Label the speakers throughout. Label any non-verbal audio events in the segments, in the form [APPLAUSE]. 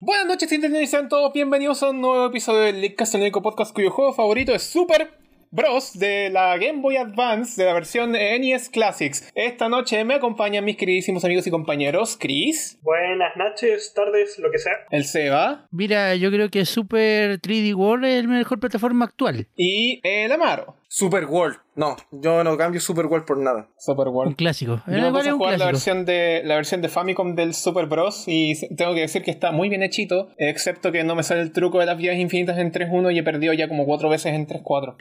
Speaker 1: Buenas noches, Internet, y sean todos bienvenidos a un nuevo episodio del Leakcast, el único podcast cuyo juego favorito es Super Bros. de la Game Boy Advance, de la versión NES Classics. Esta noche me acompañan mis queridísimos amigos y compañeros, Chris,
Speaker 2: Buenas noches, tardes, lo que sea.
Speaker 1: el Seba
Speaker 3: Mira, yo creo que Super 3D World es la mejor plataforma actual.
Speaker 1: y el Amaro.
Speaker 4: Super World. No, yo no cambio Super World por nada.
Speaker 1: Super
Speaker 3: Un
Speaker 1: World.
Speaker 3: clásico.
Speaker 1: Yo
Speaker 3: Eh,
Speaker 1: me
Speaker 3: igual
Speaker 1: puse
Speaker 3: es
Speaker 1: a
Speaker 3: un
Speaker 1: jugar la
Speaker 3: clásico.
Speaker 1: versión, de, la versión de Famicom del Super Bros. Y tengo que decir que está muy bien hechito, excepto que no me sale el truco de las vías infinitas en 3-1 y he perdido ya como cuatro veces en 3-4.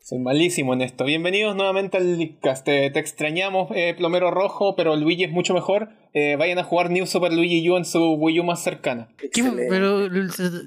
Speaker 1: Soy malísimo en esto. Bienvenidos nuevamente al Leakcast. Te, te extrañamos, eh, Plomero Rojo, pero Luigi es mucho mejor. Eh, vayan a jugar New Super Luigi U en su Wii U más cercana.
Speaker 3: Qué- pero,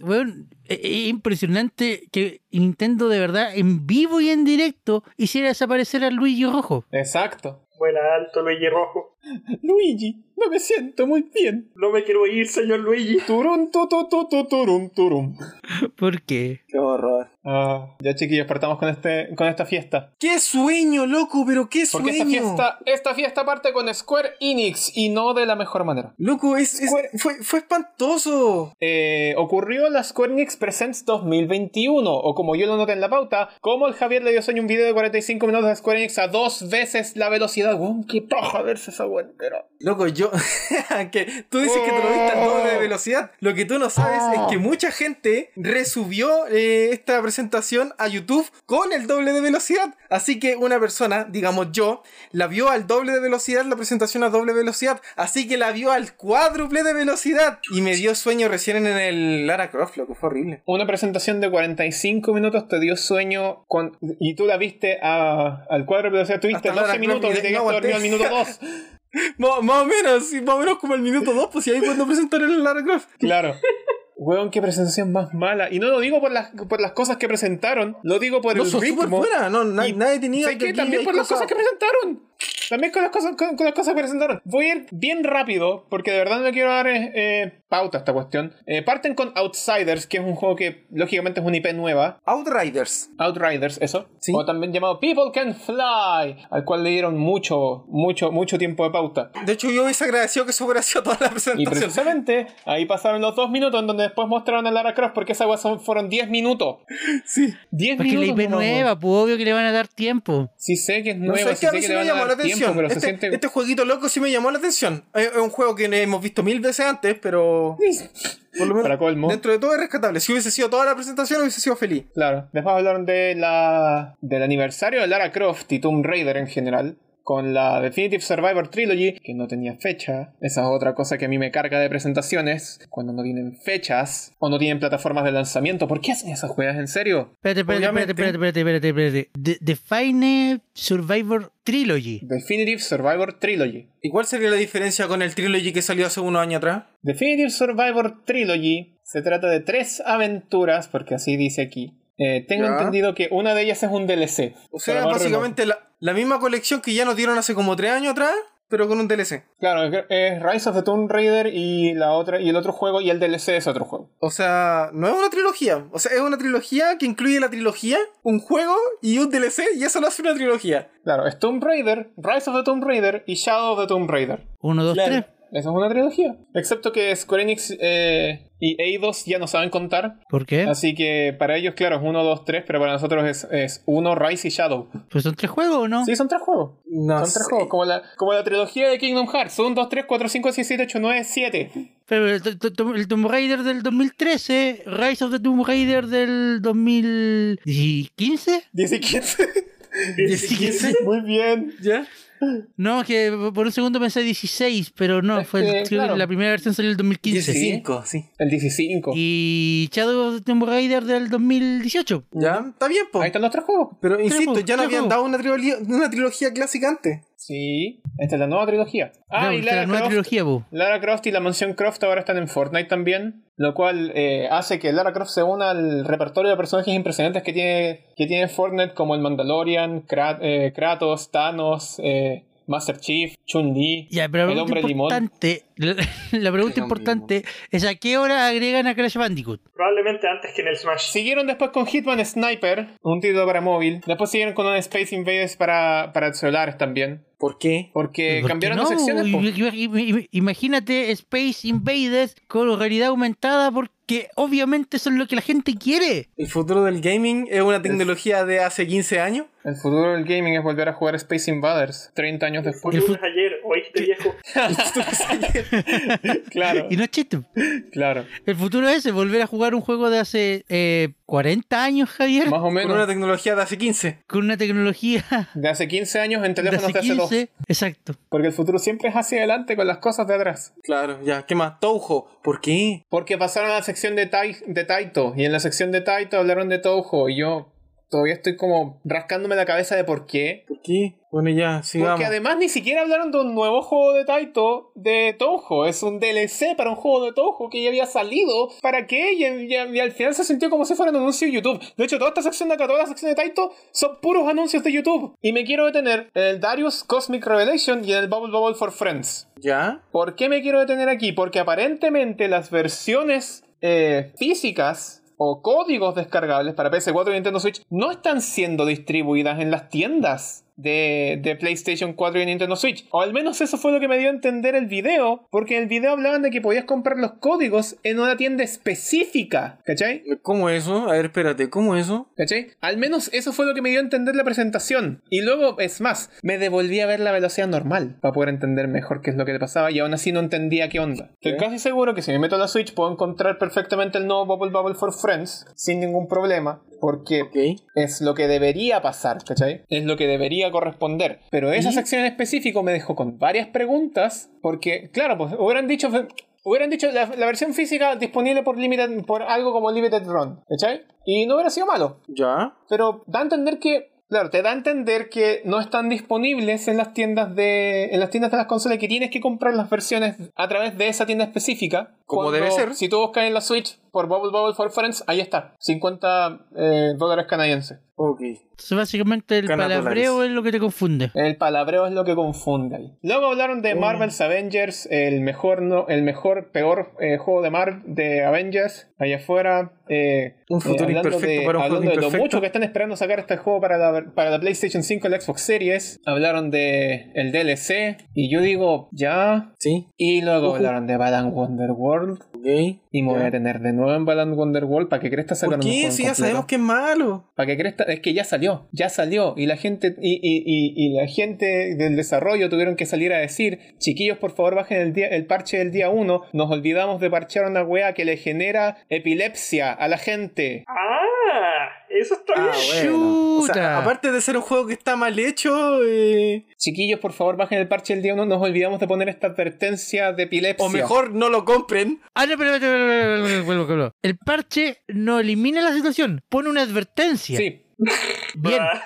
Speaker 3: weón, es es impresionante que Nintendo de verdad en vivo y en directo hiciera desaparecer a Luigi Rojo.
Speaker 1: Exacto.
Speaker 2: Vuela alto, Luigi Rojo.
Speaker 1: Luigi, no me siento muy bien.
Speaker 2: No me quiero ir, señor Luigi.
Speaker 4: [LAUGHS]
Speaker 1: Turun, tu, tu, tu, tu, turun, turun.
Speaker 3: [LAUGHS] ¿Por qué?
Speaker 4: Qué horror.
Speaker 1: Ah, ya chiquillos, partamos con, este, con esta fiesta.
Speaker 4: ¡Qué sueño, loco! ¡Pero qué
Speaker 1: Porque
Speaker 4: sueño!
Speaker 1: esta fiesta, esta fiesta parte con Square Enix y no de la mejor manera.
Speaker 4: Loco, es, es-
Speaker 1: Square-
Speaker 4: fue, fue espantoso.
Speaker 1: Eh, ocurrió la Square Enix Presents 2021, o como yo lo noté en la pauta, como el Javier le dio sueño un video de 45 minutos de Square Enix a dos veces la velocidad. Weón, qué paja verse esa weón, pero.
Speaker 4: Loco, yo. [LAUGHS] que tú dices que te lo viste al doble de velocidad. Lo que tú no sabes es que mucha gente resubió eh, esta presentación a YouTube con el doble de velocidad. Así que una persona, digamos yo, la vio al doble de velocidad, la presentación a doble velocidad. Así que la vio al cuádruple de velocidad. Y me dio sueño recién en el Lara Croft, loco, fue horrible.
Speaker 1: Una presentación de 45 minutos te dio sueño con. Y tú la viste a- al cuadro de velocidad, tuviste 12
Speaker 4: Hasta Lara Croft
Speaker 1: minutos y
Speaker 4: y
Speaker 1: te
Speaker 4: de- no
Speaker 1: quedaste dormido al
Speaker 4: aguanté.
Speaker 1: minuto 2.
Speaker 4: [LAUGHS] Má- más o menos, sí, más o menos como el minuto 2, pues y ahí cuando presentaron el Lara Croft.
Speaker 1: Claro. Weón, qué presentación más mala. Y no lo digo por las, por las cosas que presentaron, lo digo por
Speaker 4: No,
Speaker 1: el
Speaker 4: son súper
Speaker 1: ritmo.
Speaker 4: buenas, no, na-
Speaker 1: Y
Speaker 4: nadie tenía
Speaker 1: sé que
Speaker 4: aquí
Speaker 1: también
Speaker 4: hay
Speaker 1: por las cosas
Speaker 4: cosas-
Speaker 1: que presentaron. También con las cosas, con, con las cosas que presentaron. Voy a ir bien rápido, porque de verdad no le quiero dar eh, eh, pauta a esta cuestión. Eh, parten con Outsiders, que es un juego que lógicamente es una IP nueva.
Speaker 4: Outriders.
Speaker 1: Outriders, eso.
Speaker 4: Sí.
Speaker 1: O también llamado People Can Fly, al cual le dieron mucho, mucho, mucho tiempo de pauta.
Speaker 4: De hecho, yo hubiese agradecido que se hubiera sido toda la
Speaker 1: Y
Speaker 4: presentación.
Speaker 1: precisamente ahí pasaron los dos minutos en donde después mostraron a Lara Croft porque esa weá son- fueron 10 minutos.
Speaker 4: Sí.
Speaker 1: 10
Speaker 3: Porque la
Speaker 1: minutos.
Speaker 3: IP
Speaker 1: nomás, weón.
Speaker 3: nueva, pues obvio que le van a dar tiempo.
Speaker 1: Sí sé que es
Speaker 4: No
Speaker 1: nueva,
Speaker 4: sé,
Speaker 1: sí
Speaker 4: que a
Speaker 1: sé
Speaker 4: mí
Speaker 1: que le
Speaker 4: sí me
Speaker 1: van a
Speaker 4: llamó
Speaker 1: dar
Speaker 4: la
Speaker 1: tiempo,
Speaker 4: atención.
Speaker 1: pero se
Speaker 4: este,
Speaker 1: siente... [LAUGHS]
Speaker 4: este jueguito loco sí me llamó la atención. Es es un juego que hemos visto mil veces antes, pero por lo menos
Speaker 1: Para colmo.
Speaker 4: dentro de todo es rescatable. Si hubiese sido toda la presentación, hubiese sido feliz.
Speaker 1: Claro. Después hablaron de la... del aniversario de Lara Croft y Tomb Raider en general. Con la Definitive Survivor Trilogy, que no tenía fecha. Esa es otra cosa que a mí me carga de presentaciones. Cuando no tienen fechas o no tienen plataformas de lanzamiento. ¿Por qué hacen esas juegas en serio?
Speaker 3: Espérate, espérate, espérate,
Speaker 4: Obviamente.
Speaker 3: espérate, espérate, espérate, espérate. De- Define Survivor Trilogy.
Speaker 1: Definitive Survivor Trilogy.
Speaker 4: ¿Y cuál sería la diferencia con el trilogy que salió hace unos años atrás?
Speaker 1: Definitive Survivor Trilogy se trata de tres aventuras, porque así dice aquí. Eh, tengo
Speaker 4: Ya.
Speaker 1: entendido que una de ellas es un DLC.
Speaker 4: O sea,
Speaker 1: Para más
Speaker 4: básicamente la, la misma colección que ya nos dieron hace como tres años atrás, pero con un DLC.
Speaker 1: remoto. Claro, es- es Rise of the Tomb Raider y, la otra, y el otro juego, y el DLC es otro juego.
Speaker 4: O sea, no es una trilogía. O sea, es una trilogía que incluye la trilogía, un juego y un DLC, y eso lo hace una trilogía.
Speaker 1: Claro, es Tomb Raider, Rise of the Tomb Raider y Shadow of the Tomb Raider.
Speaker 3: Uno, dos,
Speaker 4: Claro.
Speaker 3: tres.
Speaker 1: Esa es una trilogía. Excepto que Square Enix eh, y Eidos ya no saben contar.
Speaker 3: ¿Por qué?
Speaker 1: Así que para ellos, claro, es 1, 2, 3, pero para nosotros es- es 1, Rise y Shadow.
Speaker 3: Pues son tres juegos o no?
Speaker 1: Sí, son tres juegos.
Speaker 4: No
Speaker 1: Son tres juegos, como la, como la trilogía de Kingdom Hearts. 1, 2, 3, 4, 5, 6, 7, 8, 9, 7.
Speaker 3: Pero el, to- to- to- el Tomb Raider del 2013, Rise of the Tomb Raider del 2015.
Speaker 1: 10 y 15.
Speaker 2: Este,
Speaker 3: ¿15?
Speaker 1: [LAUGHS] Muy bien.
Speaker 4: ¿Ya?
Speaker 3: No, que por un segundo pensé 16, pero no,
Speaker 1: Es
Speaker 3: fue
Speaker 1: que,
Speaker 3: creo que
Speaker 1: claro.
Speaker 3: la primera versión salió en el 2015.
Speaker 4: 15, sí.
Speaker 1: El 15.
Speaker 3: Y Shadow of the Tomb Raider del 2018.
Speaker 4: ¿Ya? Está bien, po.
Speaker 1: Ahí están los tres juegos.
Speaker 4: Pero
Speaker 3: po,
Speaker 4: insisto, ya no
Speaker 3: tres
Speaker 4: habían
Speaker 3: juegos.
Speaker 4: dado una trilogía, una trilogía clásica antes.
Speaker 1: Sí. Esta es la nueva trilogía. Ah,
Speaker 3: Claro,
Speaker 1: y
Speaker 3: esta es
Speaker 1: Lara
Speaker 3: la nueva
Speaker 1: Croft.
Speaker 3: trilogía, po.
Speaker 1: Lara Croft y la mansión Croft ahora están en Fortnite también. Lo cual eh, hace que Lara Croft se una al repertorio de personajes impresionantes que tiene, que tiene Fortnite, como el Mandalorian, Kra- eh, Kratos, Thanos, eh, Master Chief, Chun-Li.
Speaker 3: Ya, pero la
Speaker 1: El
Speaker 3: pregunta
Speaker 1: hombre limón.
Speaker 3: importante, [LAUGHS] la, la pregunta
Speaker 4: El hombre
Speaker 3: importante es a qué hora agregan a Crash Bandicoot.
Speaker 2: Probablemente antes que en el Smash.
Speaker 1: Siguieron después con Hitman Sniper, un título para móvil. Después siguieron con un Space Invaders para, para celulares también.
Speaker 4: ¿Por qué?
Speaker 1: Porque
Speaker 3: ¿Por qué
Speaker 1: cambiaron
Speaker 3: no?
Speaker 1: de secciones. po.
Speaker 3: Im- im- Imagínate Space Invaders con realidad aumentada porque obviamente eso es lo que la gente quiere.
Speaker 4: ¿El futuro del gaming es una tecnología de hace 15 años?
Speaker 1: El futuro del gaming es volver a jugar Space Invaders 30 años después.
Speaker 2: Futuro es ayer, oíste viejo.
Speaker 1: [LAUGHS] claro,
Speaker 3: Y no es chiste.
Speaker 1: claro.
Speaker 3: El futuro es ese, volver a jugar un juego de hace eh, 40 años, Javier,
Speaker 1: Más o
Speaker 4: Con una
Speaker 1: menos.
Speaker 4: tecnología de hace 15.
Speaker 3: con
Speaker 1: [LAUGHS]
Speaker 3: una tecnología
Speaker 1: De hace 15 años en
Speaker 3: de
Speaker 1: teléfonos
Speaker 3: hace
Speaker 1: de hace 2.
Speaker 3: 15. Exacto.
Speaker 1: Porque el futuro siempre es hacia adelante con las cosas de atrás.
Speaker 4: Claro, ya. ¿Qué más? Toujo. ¿Por qué?
Speaker 1: Porque pasaron a la sección de, Tai- de Taito. Y en la sección de Taito hablaron de Touho. Y yo todavía estoy como rascándome la cabeza de por qué.
Speaker 4: ¿Por qué? Bueno, ya, sigamos.
Speaker 1: Porque además ni siquiera hablaron de un nuevo juego de Taito de Touho. Es un DLC para un juego de Touho que ya había salido. ¿Para qué? Y, y- y al final se sintió como si fuera un anuncio de YouTube. De hecho, toda esta sección de acá, toda la sección de Taito, son puros anuncios de YouTube. Y me quiero detener en el Darius Cosmic Revelation y en el Bubble Bubble for Friends.
Speaker 4: ¿Ya?
Speaker 1: ¿Por qué me quiero detener aquí? Porque aparentemente las versiones eh, físicas o códigos descargables para PS4 y Nintendo Switch no están siendo distribuidas en las tiendas. De, de PlayStation 4 y Nintendo Switch. O al menos eso fue lo que me dio a entender el video. Porque en el video hablaban de que podías comprar los códigos en una tienda específica. ¿Cachai?
Speaker 4: ¿Cómo eso? A ver, espérate, ¿cómo eso?
Speaker 1: ¿Cachai? Al menos eso fue lo que me dio a entender la presentación. Y luego, es más, me devolví a ver la velocidad normal para poder entender mejor qué es lo que le pasaba y aún así no entendía qué onda. ¿Eh? Estoy casi seguro que si me meto a la Switch puedo encontrar perfectamente el nuevo Bubble Bubble for Friends sin ningún problema. Porque
Speaker 4: Ok.
Speaker 1: es lo que debería pasar, ¿cachai? Es lo que debería corresponder. Pero esa
Speaker 4: ¿Y?
Speaker 1: sección en específico me dejó con varias preguntas, porque, claro, pues hubieran dicho... Hubieran dicho la, la versión física disponible por, limited, por algo como Limited Run, ¿cachai? Y no hubiera sido malo,
Speaker 4: ¿Ya?
Speaker 1: pero da a entender que, claro, te da a entender que no están disponibles en las tiendas de en las tiendas de las consolas que tienes que comprar las versiones a través de esa tienda específica.
Speaker 4: Como
Speaker 1: Cuando-
Speaker 4: debe ser.
Speaker 1: Si tú buscas en la Switch por Bubble Bubble for Friends, ahí está, 50 eh, dólares canadienses.
Speaker 4: Ok.
Speaker 3: Entonces, básicamente el
Speaker 4: Gana
Speaker 3: palabreo
Speaker 4: dólares.
Speaker 3: es lo que te confunde.
Speaker 1: El palabreo es lo que confunde ahí. Luego hablaron de
Speaker 4: Mm.
Speaker 1: Marvel's Avengers, el mejor, no, el mejor, peor eh, juego de Mar de Avengers. Allá afuera. eh,
Speaker 4: Un
Speaker 1: eh,
Speaker 4: futuro
Speaker 1: hablando
Speaker 4: imperfecto
Speaker 1: de,
Speaker 4: para un
Speaker 1: hablando
Speaker 4: futuro
Speaker 1: de lo
Speaker 4: imperfecto.
Speaker 1: mucho que están esperando sacar este juego para la, para la PlayStation 5 y la Xbox Series. Hablaron de el DLC. Y yo digo, ya.
Speaker 4: Sí.
Speaker 1: Y luego
Speaker 4: Ujú.
Speaker 1: hablaron de Balan Wonder World.
Speaker 4: Ok.
Speaker 1: Y me voy a
Speaker 4: Ya.
Speaker 1: tener de nuevo en Balan Wonder World para que cresta sacar
Speaker 4: ¿Por
Speaker 1: un
Speaker 4: qué?
Speaker 1: juego
Speaker 4: Si ya
Speaker 1: completo.
Speaker 4: sabemos que es malo.
Speaker 1: Para que cresta, es que ya salió, ya salió. Y la gente, y, y- y- y la gente del desarrollo tuvieron que salir a decir, chiquillos, por favor, bajen el, día, el parche del día 1. Nos olvidamos de parchear una weá que le genera epilepsia a la gente.
Speaker 2: Ah, eso está [LAUGHS]
Speaker 4: Ah,
Speaker 2: bien.
Speaker 4: bueno. O sea,
Speaker 3: Chuta.
Speaker 4: aparte de ser un juego que está mal hecho, eh,
Speaker 1: Chiquillos, por favor, bajen el parche del día 1. Nos olvidamos de poner esta advertencia de epilepsia.
Speaker 4: o mejor no lo compren.
Speaker 3: Ah, no, pero, pero- pero- pero- pero- pero- pero- el parche no elimina la situación, pone una advertencia.
Speaker 1: Sí,
Speaker 3: Bien.
Speaker 2: Ah,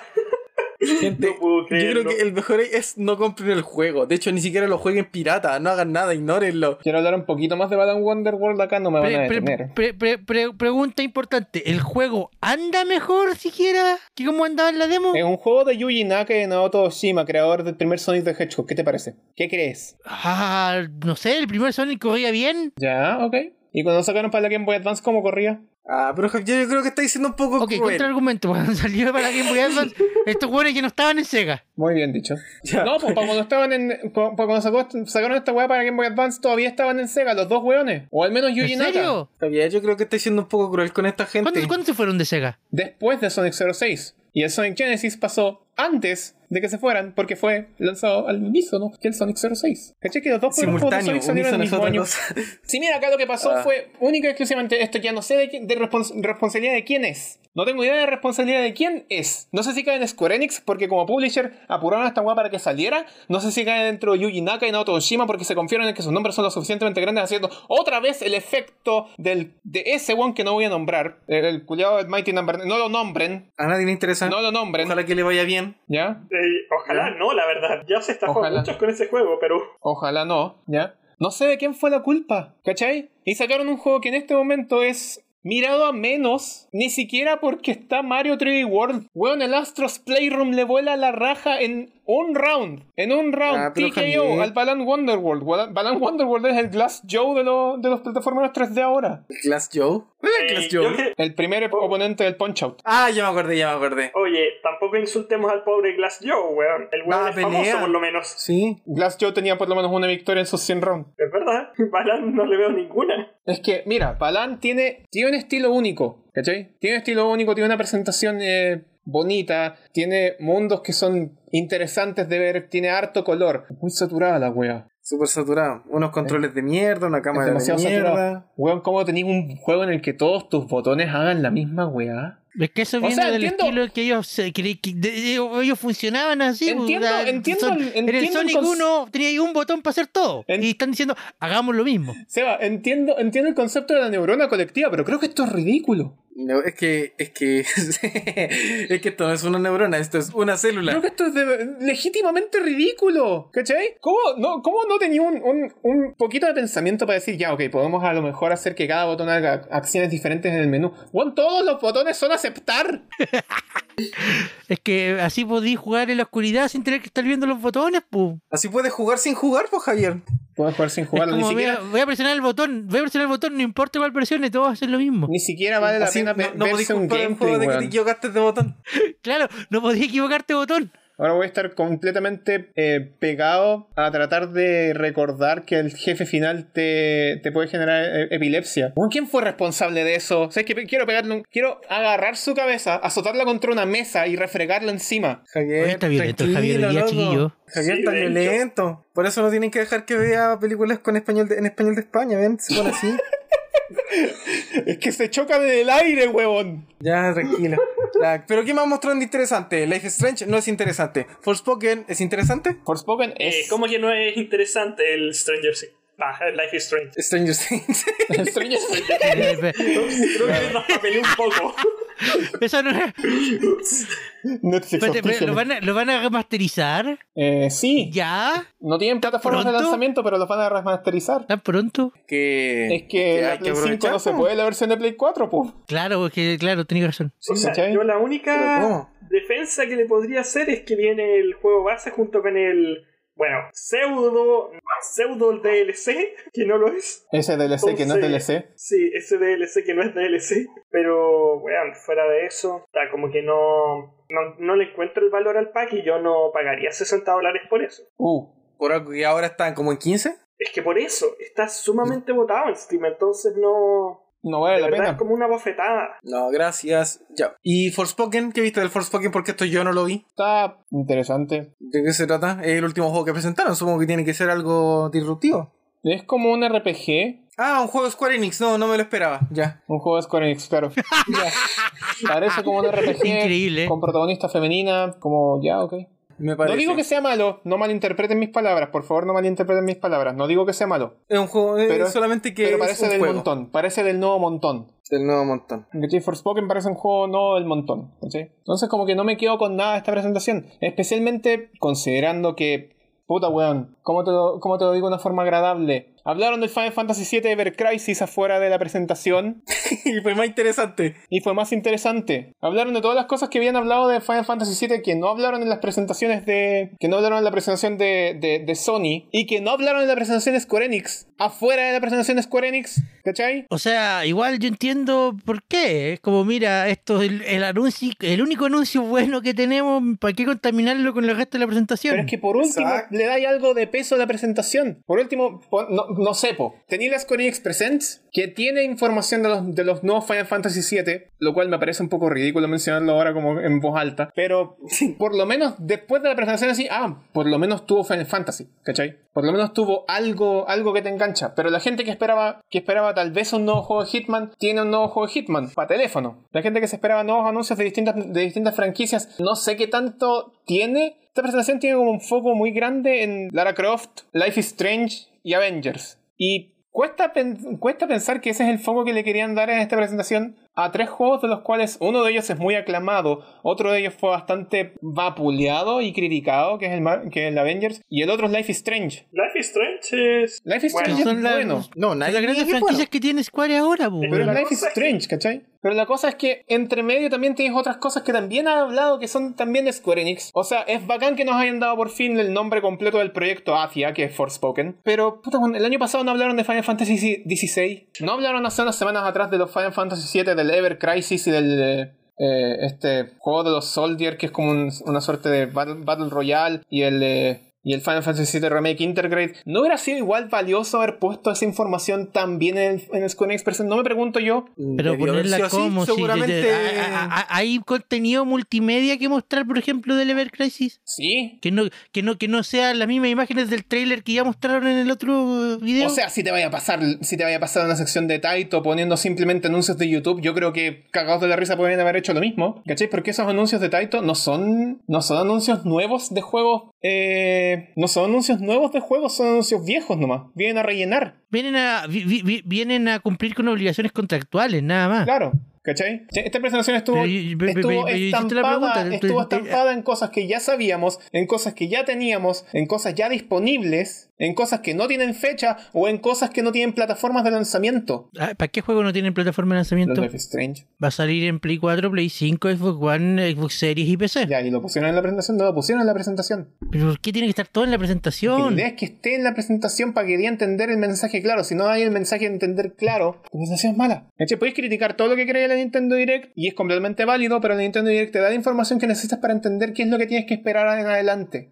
Speaker 4: Gente,
Speaker 2: no puedo
Speaker 4: yo
Speaker 2: creerlo.
Speaker 4: creo que el mejor es no compren el juego. De hecho, ni siquiera lo jueguen pirata. No hagan nada, ignórenlo.
Speaker 1: quiero hablar un poquito más de Balan Wonderworld acá, no me van a
Speaker 3: Pre- pre-
Speaker 1: detener.
Speaker 3: pre- pre- pre- pregunta importante: ¿el juego anda mejor siquiera que como andaba en la demo?
Speaker 1: Es un juego de Yuji Naka de Naoto Oshima, creador del primer Sonic the Hedgehog. ¿Qué te parece? ¿Qué crees?
Speaker 3: Ah, no sé, el primer Sonic corría bien.
Speaker 1: Ya, ok. ¿Y cuando sacaron para la Game Boy Advance cómo corría?
Speaker 4: Ah, pero Javier, yo creo que está diciendo un poco
Speaker 3: Ok,
Speaker 4: cruel.
Speaker 3: contraargumento. [LAUGHS] Cuando salió para Game Boy Advance, estos jugadores que no estaban en Sega.
Speaker 1: Muy bien
Speaker 3: [LAUGHS]
Speaker 1: dicho.
Speaker 4: Ya.
Speaker 1: No, pues para cuando estaban en. cu- pa' cuando sacó- sacaron esta weá para Game Boy Advance todavía estaban en Sega, los dos weones. O al menos Yuji
Speaker 3: ¿En
Speaker 1: Naka.
Speaker 3: serio?
Speaker 4: Javier, yo creo que está siendo un poco cruel con esta gente.
Speaker 3: ¿Cuándo, cuándo se fueron de Sega?
Speaker 1: Después de Sonic 06. Y el Sonic Genesis pasó antes de que se fueran, porque fue lanzado al unísono que el Sonic 06. ¿Cachai que los dos primeros juegos de
Speaker 4: Simultáneo,
Speaker 1: Sonic salieron el
Speaker 4: unísono es
Speaker 1: mismo
Speaker 4: otra
Speaker 1: año?
Speaker 4: cosa.
Speaker 1: Sí, mira, acá lo que pasó
Speaker 4: Ah.
Speaker 1: fue única y exclusivamente esto. Ya no sé de, quién- de respons- responsabilidad de quién es. No tengo idea de responsabilidad de quién es. No sé si cae en Square Enix porque como publisher apuraron a esta weá para que saliera. No sé si cae dentro de Yuji Naka y Naoto Oshima porque se confiaron en que sus nombres son lo suficientemente grandes haciendo otra vez el efecto del, de ese one que no voy a nombrar. El, el culiado del Mighty Number. No lo nombren.
Speaker 4: [LAUGHS] A nadie le interesa.
Speaker 1: No lo nombren.
Speaker 4: Ojalá que le vaya bien.
Speaker 1: ¿Ya?
Speaker 2: Eh, ojalá no, la verdad. Ya se estafó a
Speaker 1: Ojalá.
Speaker 2: muchos con ese juego, pero
Speaker 1: Ojalá no, ¿ya? No sé de quién fue la culpa, ¿cachai? Y sacaron un juego que en este momento es mirado a menos, ni siquiera porque está Mario 3D World. Weón, el Astros Playroom le vuela la raja en un round, en un round.
Speaker 4: Ah, pero
Speaker 1: TKO
Speaker 4: Javier.
Speaker 1: al Balan Wonderworld. Wala- Balan Wonderworld es el Glass Joe de, lo- de los plataformas 3D ahora.
Speaker 4: Glass Joe. Reckless
Speaker 2: yo
Speaker 4: Joe.
Speaker 2: que-
Speaker 1: El primer oponente del Punch Out.
Speaker 4: Ah, ya me acordé, ya me acordé.
Speaker 2: Oye, tampoco insultemos al pobre Glass Joe, weón. El weón
Speaker 4: Va a
Speaker 2: es famoso,
Speaker 4: pelear.
Speaker 2: por lo menos.
Speaker 4: Sí.
Speaker 1: Glass Joe tenía por lo menos una victoria en sus 100 rounds.
Speaker 2: Es verdad. [LAUGHS] Balan no le veo ninguna.
Speaker 1: Es que, mira, Palan tiene, tiene un estilo único, ¿cachai? Tiene un estilo único, tiene una presentación eh, bonita, tiene mundos que son interesantes de ver, tiene harto color. Muy saturada la wea.
Speaker 4: Súper saturado. Unos controles de mierda, una
Speaker 1: Es
Speaker 4: cámara de
Speaker 1: demasiado saturada.
Speaker 4: mierda.
Speaker 1: Weón, ¿cómo tenéis un juego en el que todos tus botones hagan la misma wea?
Speaker 3: Es que eso
Speaker 1: O
Speaker 3: viene
Speaker 1: sea,
Speaker 3: del
Speaker 1: entiendo-
Speaker 3: estilo que ellos, se- que- que- de- de- ellos funcionaban así. pues,
Speaker 1: Entiendo-
Speaker 3: da-
Speaker 1: entiendo el-
Speaker 3: en el
Speaker 1: entiendo el
Speaker 3: Sonic
Speaker 1: conce-
Speaker 3: 1 tenía un botón para hacer todo.
Speaker 1: En-
Speaker 3: Y están diciendo, hagamos lo mismo.
Speaker 1: Seba, entiendo, entiendo el concepto de la neurona colectiva, pero creo que esto es ridículo.
Speaker 4: No, es que, es que, [LAUGHS] es que esto no es una neurona, esto es una
Speaker 1: Creo
Speaker 4: célula.
Speaker 1: que esto es de- legítimamente ridículo. ¿Cachai? ¿Cómo no, cómo no tenía un, un- un poquito de pensamiento para decir, ya, ok, podemos a lo mejor hacer que cada botón haga acciones diferentes en el menú? Bueno, todos los botones son aceptar.
Speaker 3: Es que así podí jugar en la oscuridad sin tener que estar viendo los botones. Pues.
Speaker 4: Así puedes jugar sin jugar, pues Javier.
Speaker 1: Puedes jugar sin
Speaker 3: Es
Speaker 1: jugarlo. Ni
Speaker 3: como,
Speaker 1: siquiera,
Speaker 3: voy, a, voy a presionar el botón, voy a presionar el botón, no importa cuál presione, todos hacen lo mismo.
Speaker 1: ni siquiera vale la
Speaker 4: Así
Speaker 1: pena
Speaker 4: no,
Speaker 1: ve-
Speaker 4: no podés
Speaker 1: verse un
Speaker 4: culpar al juego
Speaker 1: gameplay,
Speaker 4: de que te
Speaker 1: weón.
Speaker 4: equivocaste de botón.
Speaker 3: Claro, no podía
Speaker 1: [LAUGHS]
Speaker 3: equivocarte botón.
Speaker 1: Ahora voy a estar completamente eh, pegado a tratar de recordar que el jefe final te, te puede generar eh, epilepsia. Bueno, ¿Quién fue responsable de eso? ¿Sabes que quiero pegarle un- Quiero agarrar su cabeza, azotarla contra una mesa y refregarla encima. [LAUGHS]
Speaker 4: Javier,
Speaker 3: Oye, está violento el Javier
Speaker 4: tranquilo,
Speaker 3: hoy día,
Speaker 4: loco.
Speaker 3: chiquillo.
Speaker 4: Javier
Speaker 2: Sí,
Speaker 4: está
Speaker 2: de hecho.
Speaker 4: violento. Por eso no tienen que dejar que vea películas con español de- en español de España, ¿ven? Se pone así.
Speaker 1: Es que se chocan en el aire, huevón.
Speaker 4: Ya, tranquilo. Ya, Pero ¿qué más mostrando interesante? Life is Strange no es interesante. Forspoken es interesante.
Speaker 1: Forspoken
Speaker 2: Eh,
Speaker 1: es [LAUGHS]
Speaker 2: ¿Cómo [LAUGHS] que no es interesante el Stranger Things? Ah, el Life is Strange.
Speaker 4: Stranger Things. [LAUGHS]
Speaker 1: Stranger Things.
Speaker 3: Eh,
Speaker 2: Creo que raspapelé [LAUGHS] un poco.
Speaker 1: [LAUGHS]
Speaker 3: Eso no era-
Speaker 1: Netflix
Speaker 3: espérate, espérate, ¿lo,
Speaker 1: Official.
Speaker 3: van a, ¿Lo van a remasterizar?
Speaker 1: Eh, sí,
Speaker 3: ¿Ya?
Speaker 1: no tienen plataformas de
Speaker 3: ¿Pronto?
Speaker 1: lanzamiento, pero los van a remasterizar.
Speaker 3: ¿Tan pronto?
Speaker 4: que
Speaker 1: Es que la
Speaker 4: Eh, hay
Speaker 1: Play 5
Speaker 4: aprovechar,
Speaker 1: no se
Speaker 4: po.
Speaker 1: puede la versión de Play 4, pues.
Speaker 3: Claro, porque claro, tenés razón.
Speaker 2: O sea,
Speaker 1: ¿cachai?
Speaker 2: yo la
Speaker 4: Pero
Speaker 2: única
Speaker 4: ¿cómo?
Speaker 2: defensa que le podría hacer es que viene el juego base junto con el, bueno, pseudo, pseudo DLC, que no lo es.
Speaker 1: Ese DLC que no es
Speaker 2: Entonces,
Speaker 1: DLC.
Speaker 2: Sí, ese DLC que no es DLC. Pero, weón, fuera de eso, está como que no, no, no le encuentro el valor al pack y yo no pagaría 60 dólares por eso.
Speaker 1: Uh.
Speaker 4: Por algo que ahora están como en 15.
Speaker 2: Es que por eso, está sumamente botado en Steam, entonces no...
Speaker 1: No vale
Speaker 2: de
Speaker 1: la
Speaker 2: verdad
Speaker 1: pena.
Speaker 2: es como una bofetada.
Speaker 4: No, gracias. Ya. ¿Y Forspoken? ¿Qué viste del Forspoken? Porque esto yo no lo vi.
Speaker 1: Está interesante.
Speaker 4: ¿De qué se trata? Es el último juego que presentaron. Supongo que tiene que ser algo disruptivo.
Speaker 1: Es como un RPG,
Speaker 4: Ah, un juego de Square Enix. No, no me lo esperaba. Ya.
Speaker 1: un juego de Square Enix, claro. Ya. Parece como un RPG
Speaker 3: Increíble.
Speaker 1: con protagonista femenina, como ya, ok.
Speaker 4: Me parece.
Speaker 1: No digo que sea malo, no malinterpreten mis palabras, por favor, no malinterpreten mis palabras. No digo que sea malo,
Speaker 4: Es un juego. es
Speaker 1: Pero-
Speaker 4: solamente que.
Speaker 1: pero
Speaker 4: es
Speaker 1: parece
Speaker 4: un
Speaker 1: del
Speaker 4: juego.
Speaker 1: montón, parece del nuevo montón.
Speaker 4: Del nuevo montón.
Speaker 1: ¿Cachai? Forspoken parece un juego no del montón. ¿cachai? Entonces, como que no me quedo con nada de esta presentación. Especialmente considerando que. Puta weón, ¿cómo te, lo, cómo te lo digo de una forma agradable? Hablaron del Final Fantasy VII Ever Crisis afuera de la presentación.
Speaker 4: y fue más interesante.
Speaker 1: Y fue más interesante. Hablaron de todas las cosas que habían hablado de Final Fantasy VII que no hablaron en las presentaciones de. que no hablaron en la presentación de, de, de Sony y que no hablaron en la presentación de Square Enix. Afuera de la presentación de Square Enix, ¿cachai?
Speaker 3: O sea, igual yo entiendo por qué. Es como, mira, esto es el, el anuncio, el único anuncio bueno que tenemos, ¿para qué contaminarlo con el resto de la presentación?
Speaker 1: Pero es que por último
Speaker 4: Exacto.
Speaker 1: le dais algo de peso a la presentación. Por último, po- no, no sé, po. Tenía la Square Enix Presents que tiene información de los, de los nuevos Final Fantasy VII, lo cual me parece un poco ridículo mencionarlo ahora como en voz alta. Pero por lo menos después de la presentación así, ah, por lo menos tuvo Final Fantasy, ¿cachai? Por lo menos tuvo algo, algo que te engancha. Pero la gente que esperaba, que esperaba tal vez un nuevo juego de Hitman, tiene un nuevo juego de Hitman para teléfono. La gente que se esperaba nuevos anuncios de distintas, de distintas franquicias, no sé qué tanto tiene. Esta presentación tiene como un foco muy grande en Lara Croft, Life is Strange y Avengers. Y cuesta, pen- cuesta pensar que ese es el foco que le querían dar en esta presentación, a tres juegos de los cuales uno de ellos es muy aclamado, otro de ellos fue bastante vapuleado y criticado, que es el, Mar- que es el Avengers, y el otro es Life is Strange.
Speaker 2: Life is Strange es.
Speaker 1: Life is
Speaker 2: Bueno.
Speaker 1: Strange
Speaker 3: Son
Speaker 1: es
Speaker 3: las-
Speaker 1: bueno.
Speaker 4: No, nadie
Speaker 3: las grandes
Speaker 4: dice que es
Speaker 3: franquicias que tiene Square ahora, po,
Speaker 1: Pero
Speaker 2: la
Speaker 3: weón.
Speaker 1: Life is
Speaker 2: cosa es que-
Speaker 1: Strange, ¿cachai? Pero la cosa es que entre medio también tienes otras cosas que también han hablado que son también de Square Enix. O sea, es bacán que nos hayan dado por fin el nombre completo del proyecto Athia, que es Forspoken. Pero, puta, bueno, el año pasado no hablaron de Final Fantasy XVI. No hablaron hace unas semanas atrás de los Final Fantasy VII, del Ever Crisis y del... eh, eh, este juego de los Soldier, que es como un- una suerte de Battle, battle Royale, y el, eh, y el Final Fantasy VII Remake Intergrade. ¿No hubiera sido igual valioso haber puesto esa información también en, el- en Square Enix Presents? No me pregunto yo.
Speaker 4: bueno.
Speaker 3: Pero
Speaker 4: Debió haber sido
Speaker 3: ponerla
Speaker 4: así,
Speaker 3: como si-
Speaker 4: seguramente.
Speaker 3: a- a- a- hay contenido multimedia que mostrar, por ejemplo, del Ever Crisis.
Speaker 1: Sí.
Speaker 3: Que no, que no, que no sean las mismas imágenes del trailer que ya mostraron en el otro eh, video.
Speaker 1: O sea, si te vaya a pasar, si te vaya a pasar una sección de Taito poniendo simplemente anuncios de YouTube, yo creo que cagados de la risa podrían haber hecho lo mismo. ¿Cachai? Porque esos anuncios de Taito no son. no son anuncios nuevos de juegos. eh, no son anuncios nuevos de juegos, son anuncios viejos nomás. Vienen a rellenar.
Speaker 3: vienen a, vi- vi- vi- vienen a cumplir con obligaciones contractuales, nada más.
Speaker 1: Claro, ¿cachai? Che, Esta presentación estuvo,
Speaker 3: Pero yo- pero-
Speaker 1: estuvo
Speaker 3: pero- pero yo hiciste la
Speaker 1: estampada,
Speaker 3: pregunta,
Speaker 1: estuvo
Speaker 3: te- te-
Speaker 1: estampada en cosas que ya sabíamos, en cosas que ya teníamos, en cosas ya disponibles, en cosas que no tienen fecha o en cosas que no tienen plataformas de lanzamiento.
Speaker 3: Ah, ¿Para qué juego no tienen plataforma de lanzamiento?
Speaker 1: Life is Strange.
Speaker 3: Va a salir en Play 4, Play 5, Xbox One, Xbox Series y PC.
Speaker 1: Ya, y lo pusieron en la presentación, no lo pusieron en la presentación.
Speaker 3: ¿Pero por qué tiene que estar todo en la
Speaker 1: La
Speaker 3: presentación?
Speaker 1: idea es que esté en la presentación para que dé a entender el mensaje claro. Si no hay el mensaje a entender claro, la presentación es mala. ¿Cachai? Puedes criticar todo lo que cree la Nintendo Direct y es completamente válido, pero la Nintendo Direct te da la información que necesitas para entender qué es lo que tienes que esperar en adelante.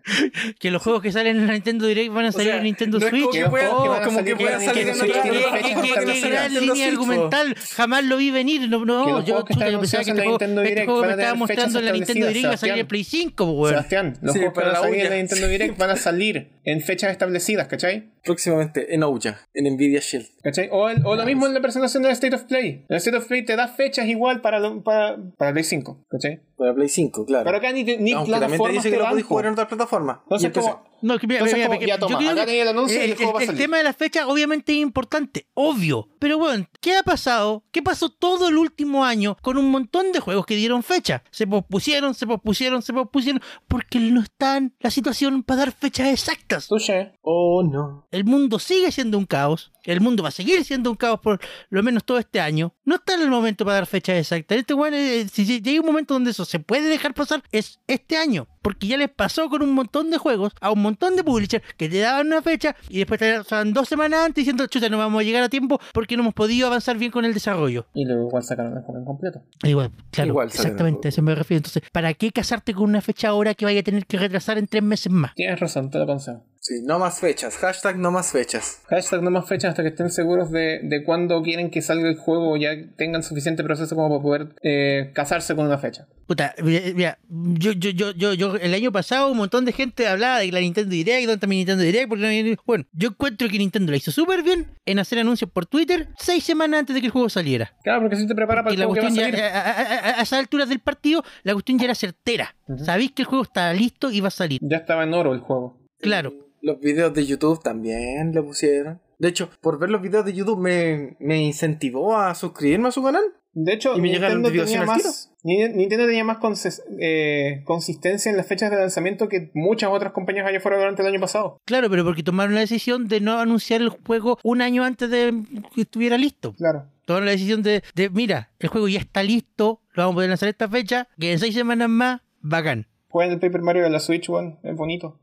Speaker 3: Que los juegos que salen en la Nintendo Direct van a
Speaker 4: O
Speaker 3: salir
Speaker 4: sea,
Speaker 3: en Nintendo
Speaker 4: no es
Speaker 3: Switch.
Speaker 4: como que pueda-
Speaker 3: Oh,
Speaker 1: que van a
Speaker 4: como que
Speaker 1: salir-
Speaker 4: pueda
Speaker 1: que-
Speaker 4: salir
Speaker 1: que-
Speaker 4: en
Speaker 1: que-
Speaker 4: otra
Speaker 1: que-
Speaker 4: plataforma
Speaker 1: que-
Speaker 4: que no
Speaker 1: que-
Speaker 4: sea
Speaker 1: que-
Speaker 4: Nintendo
Speaker 3: gran línea
Speaker 4: Switch, po.
Speaker 3: argumental. Jamás lo vi venir. No, no,
Speaker 1: Que los juegos
Speaker 3: yo,
Speaker 1: que están
Speaker 3: chuta, yo pensaba
Speaker 1: anunciados
Speaker 3: que
Speaker 1: en
Speaker 3: este
Speaker 1: la
Speaker 3: juego,
Speaker 1: Nintendo
Speaker 3: este
Speaker 1: Direct
Speaker 3: juego
Speaker 1: van
Speaker 3: que
Speaker 1: a tener
Speaker 3: estaba
Speaker 1: fechas
Speaker 3: mostrando en la Nintendo
Speaker 1: establecidas,
Speaker 3: Direct va a salir en
Speaker 1: Sebastián.
Speaker 3: Play 5, po, weón.
Speaker 1: Sebastián, los
Speaker 4: Sí,
Speaker 1: juegos que
Speaker 4: para
Speaker 1: van a
Speaker 4: la
Speaker 1: salir en la
Speaker 4: uña.
Speaker 1: Nintendo Direct van a salir en fechas establecidas, ¿cachai?
Speaker 4: Próximamente en Ouya, en Nvidia Shield.
Speaker 1: ¿Cachai? O, el- o lo mismo en la presentación del State of Play. El State of Play te da fechas igual para, lo- para, para Play 5, ¿cachai?
Speaker 4: Para Play 5, claro.
Speaker 1: Pero acá ni, te- ni
Speaker 4: Aunque también te
Speaker 1: plataformas
Speaker 4: dice
Speaker 1: te
Speaker 4: que lo
Speaker 1: dan.
Speaker 4: podéis jugar en
Speaker 1: po.
Speaker 4: otras plataformas.
Speaker 1: Entonces,
Speaker 4: Y en
Speaker 1: como-
Speaker 3: No, que mira,
Speaker 1: Entonces,
Speaker 3: mira,
Speaker 1: como,
Speaker 3: porque
Speaker 1: ya
Speaker 3: yo
Speaker 1: toma,
Speaker 3: creo
Speaker 1: acá
Speaker 3: que
Speaker 1: tenía el anuncio y
Speaker 3: el,
Speaker 1: el juego va a
Speaker 3: el
Speaker 1: salir.
Speaker 3: tema de la fecha obviamente es importante, obvio. Pero bueno, ¿qué ha pasado? ¿Qué pasó todo el último año con un montón de juegos que dieron fecha? Se pospusieron, se pospusieron, se pospusieron, porque no están la situación para dar fechas exactas.
Speaker 1: Tuye.
Speaker 4: Oh, no.
Speaker 3: El mundo sigue siendo un caos. El mundo va a seguir siendo un caos por lo menos todo este año. No está en el momento para dar fechas exactas. Este weón, eh, si si llega un momento donde eso se puede dejar pasar, es este año. Porque ya les pasó con un montón de juegos a un montón de publishers que te daban una fecha y después te daban dos semanas antes diciendo, chuta, no vamos a llegar a tiempo porque no hemos podido avanzar bien con el desarrollo.
Speaker 1: Y luego igual sacaron el juego incompleto.
Speaker 3: Igual, claro,
Speaker 4: Igual sale
Speaker 3: exactamente,
Speaker 4: mejor.
Speaker 3: a eso me refiero. Entonces, ¿para qué casarte con una fecha ahora que vaya a tener que retrasar en tres meses más?
Speaker 1: Tienes razón, te lo pensaba.
Speaker 4: Sí, no más fechas. Hashtag no más fechas.
Speaker 1: Hashtag no más fechas hasta que estén seguros de, de cuándo quieren que salga el juego o ya tengan suficiente proceso como para poder eh, casarse con una fecha.
Speaker 3: Puta, mira, mira, yo, yo, yo, yo, yo, el año pasado un montón de gente hablaba de que la Nintendo Direct, ¿dónde está mi Nintendo Direct? Porque no hay- Bueno, yo encuentro que Nintendo la hizo súper bien en hacer anuncios por Twitter seis semanas antes de que el juego saliera.
Speaker 1: Claro, porque si te prepara para
Speaker 3: Y
Speaker 1: el
Speaker 3: la
Speaker 1: juego que va a
Speaker 3: cuestión ya,
Speaker 1: salir.
Speaker 3: a, a- a- a esas alturas del partido, la cuestión ya era certera. Sabéis que el juego está listo y va a salir.
Speaker 1: Ya estaba en oro el juego.
Speaker 3: Claro.
Speaker 4: Los videos de YouTube también le pusieron. De hecho, por ver los videos de YouTube me, me incentivó a suscribirme a su canal.
Speaker 1: De hecho,
Speaker 4: Y me llegaron
Speaker 1: Nintendo, tenía
Speaker 4: notificaciones al
Speaker 1: más, Ni- Nintendo tenía más conses- eh, consistencia en las fechas de lanzamiento que muchas otras compañías allá afuera durante el año pasado.
Speaker 3: Claro, pero porque tomaron la decisión de no anunciar el juego un año antes de que estuviera listo.
Speaker 1: Claro.
Speaker 3: Tomaron la decisión de, de, mira, el juego ya está listo, lo vamos a poder lanzar esta fecha, que en seis semanas más, bacán.
Speaker 1: Juegan el Paper Mario de la Switch, One, es bonito.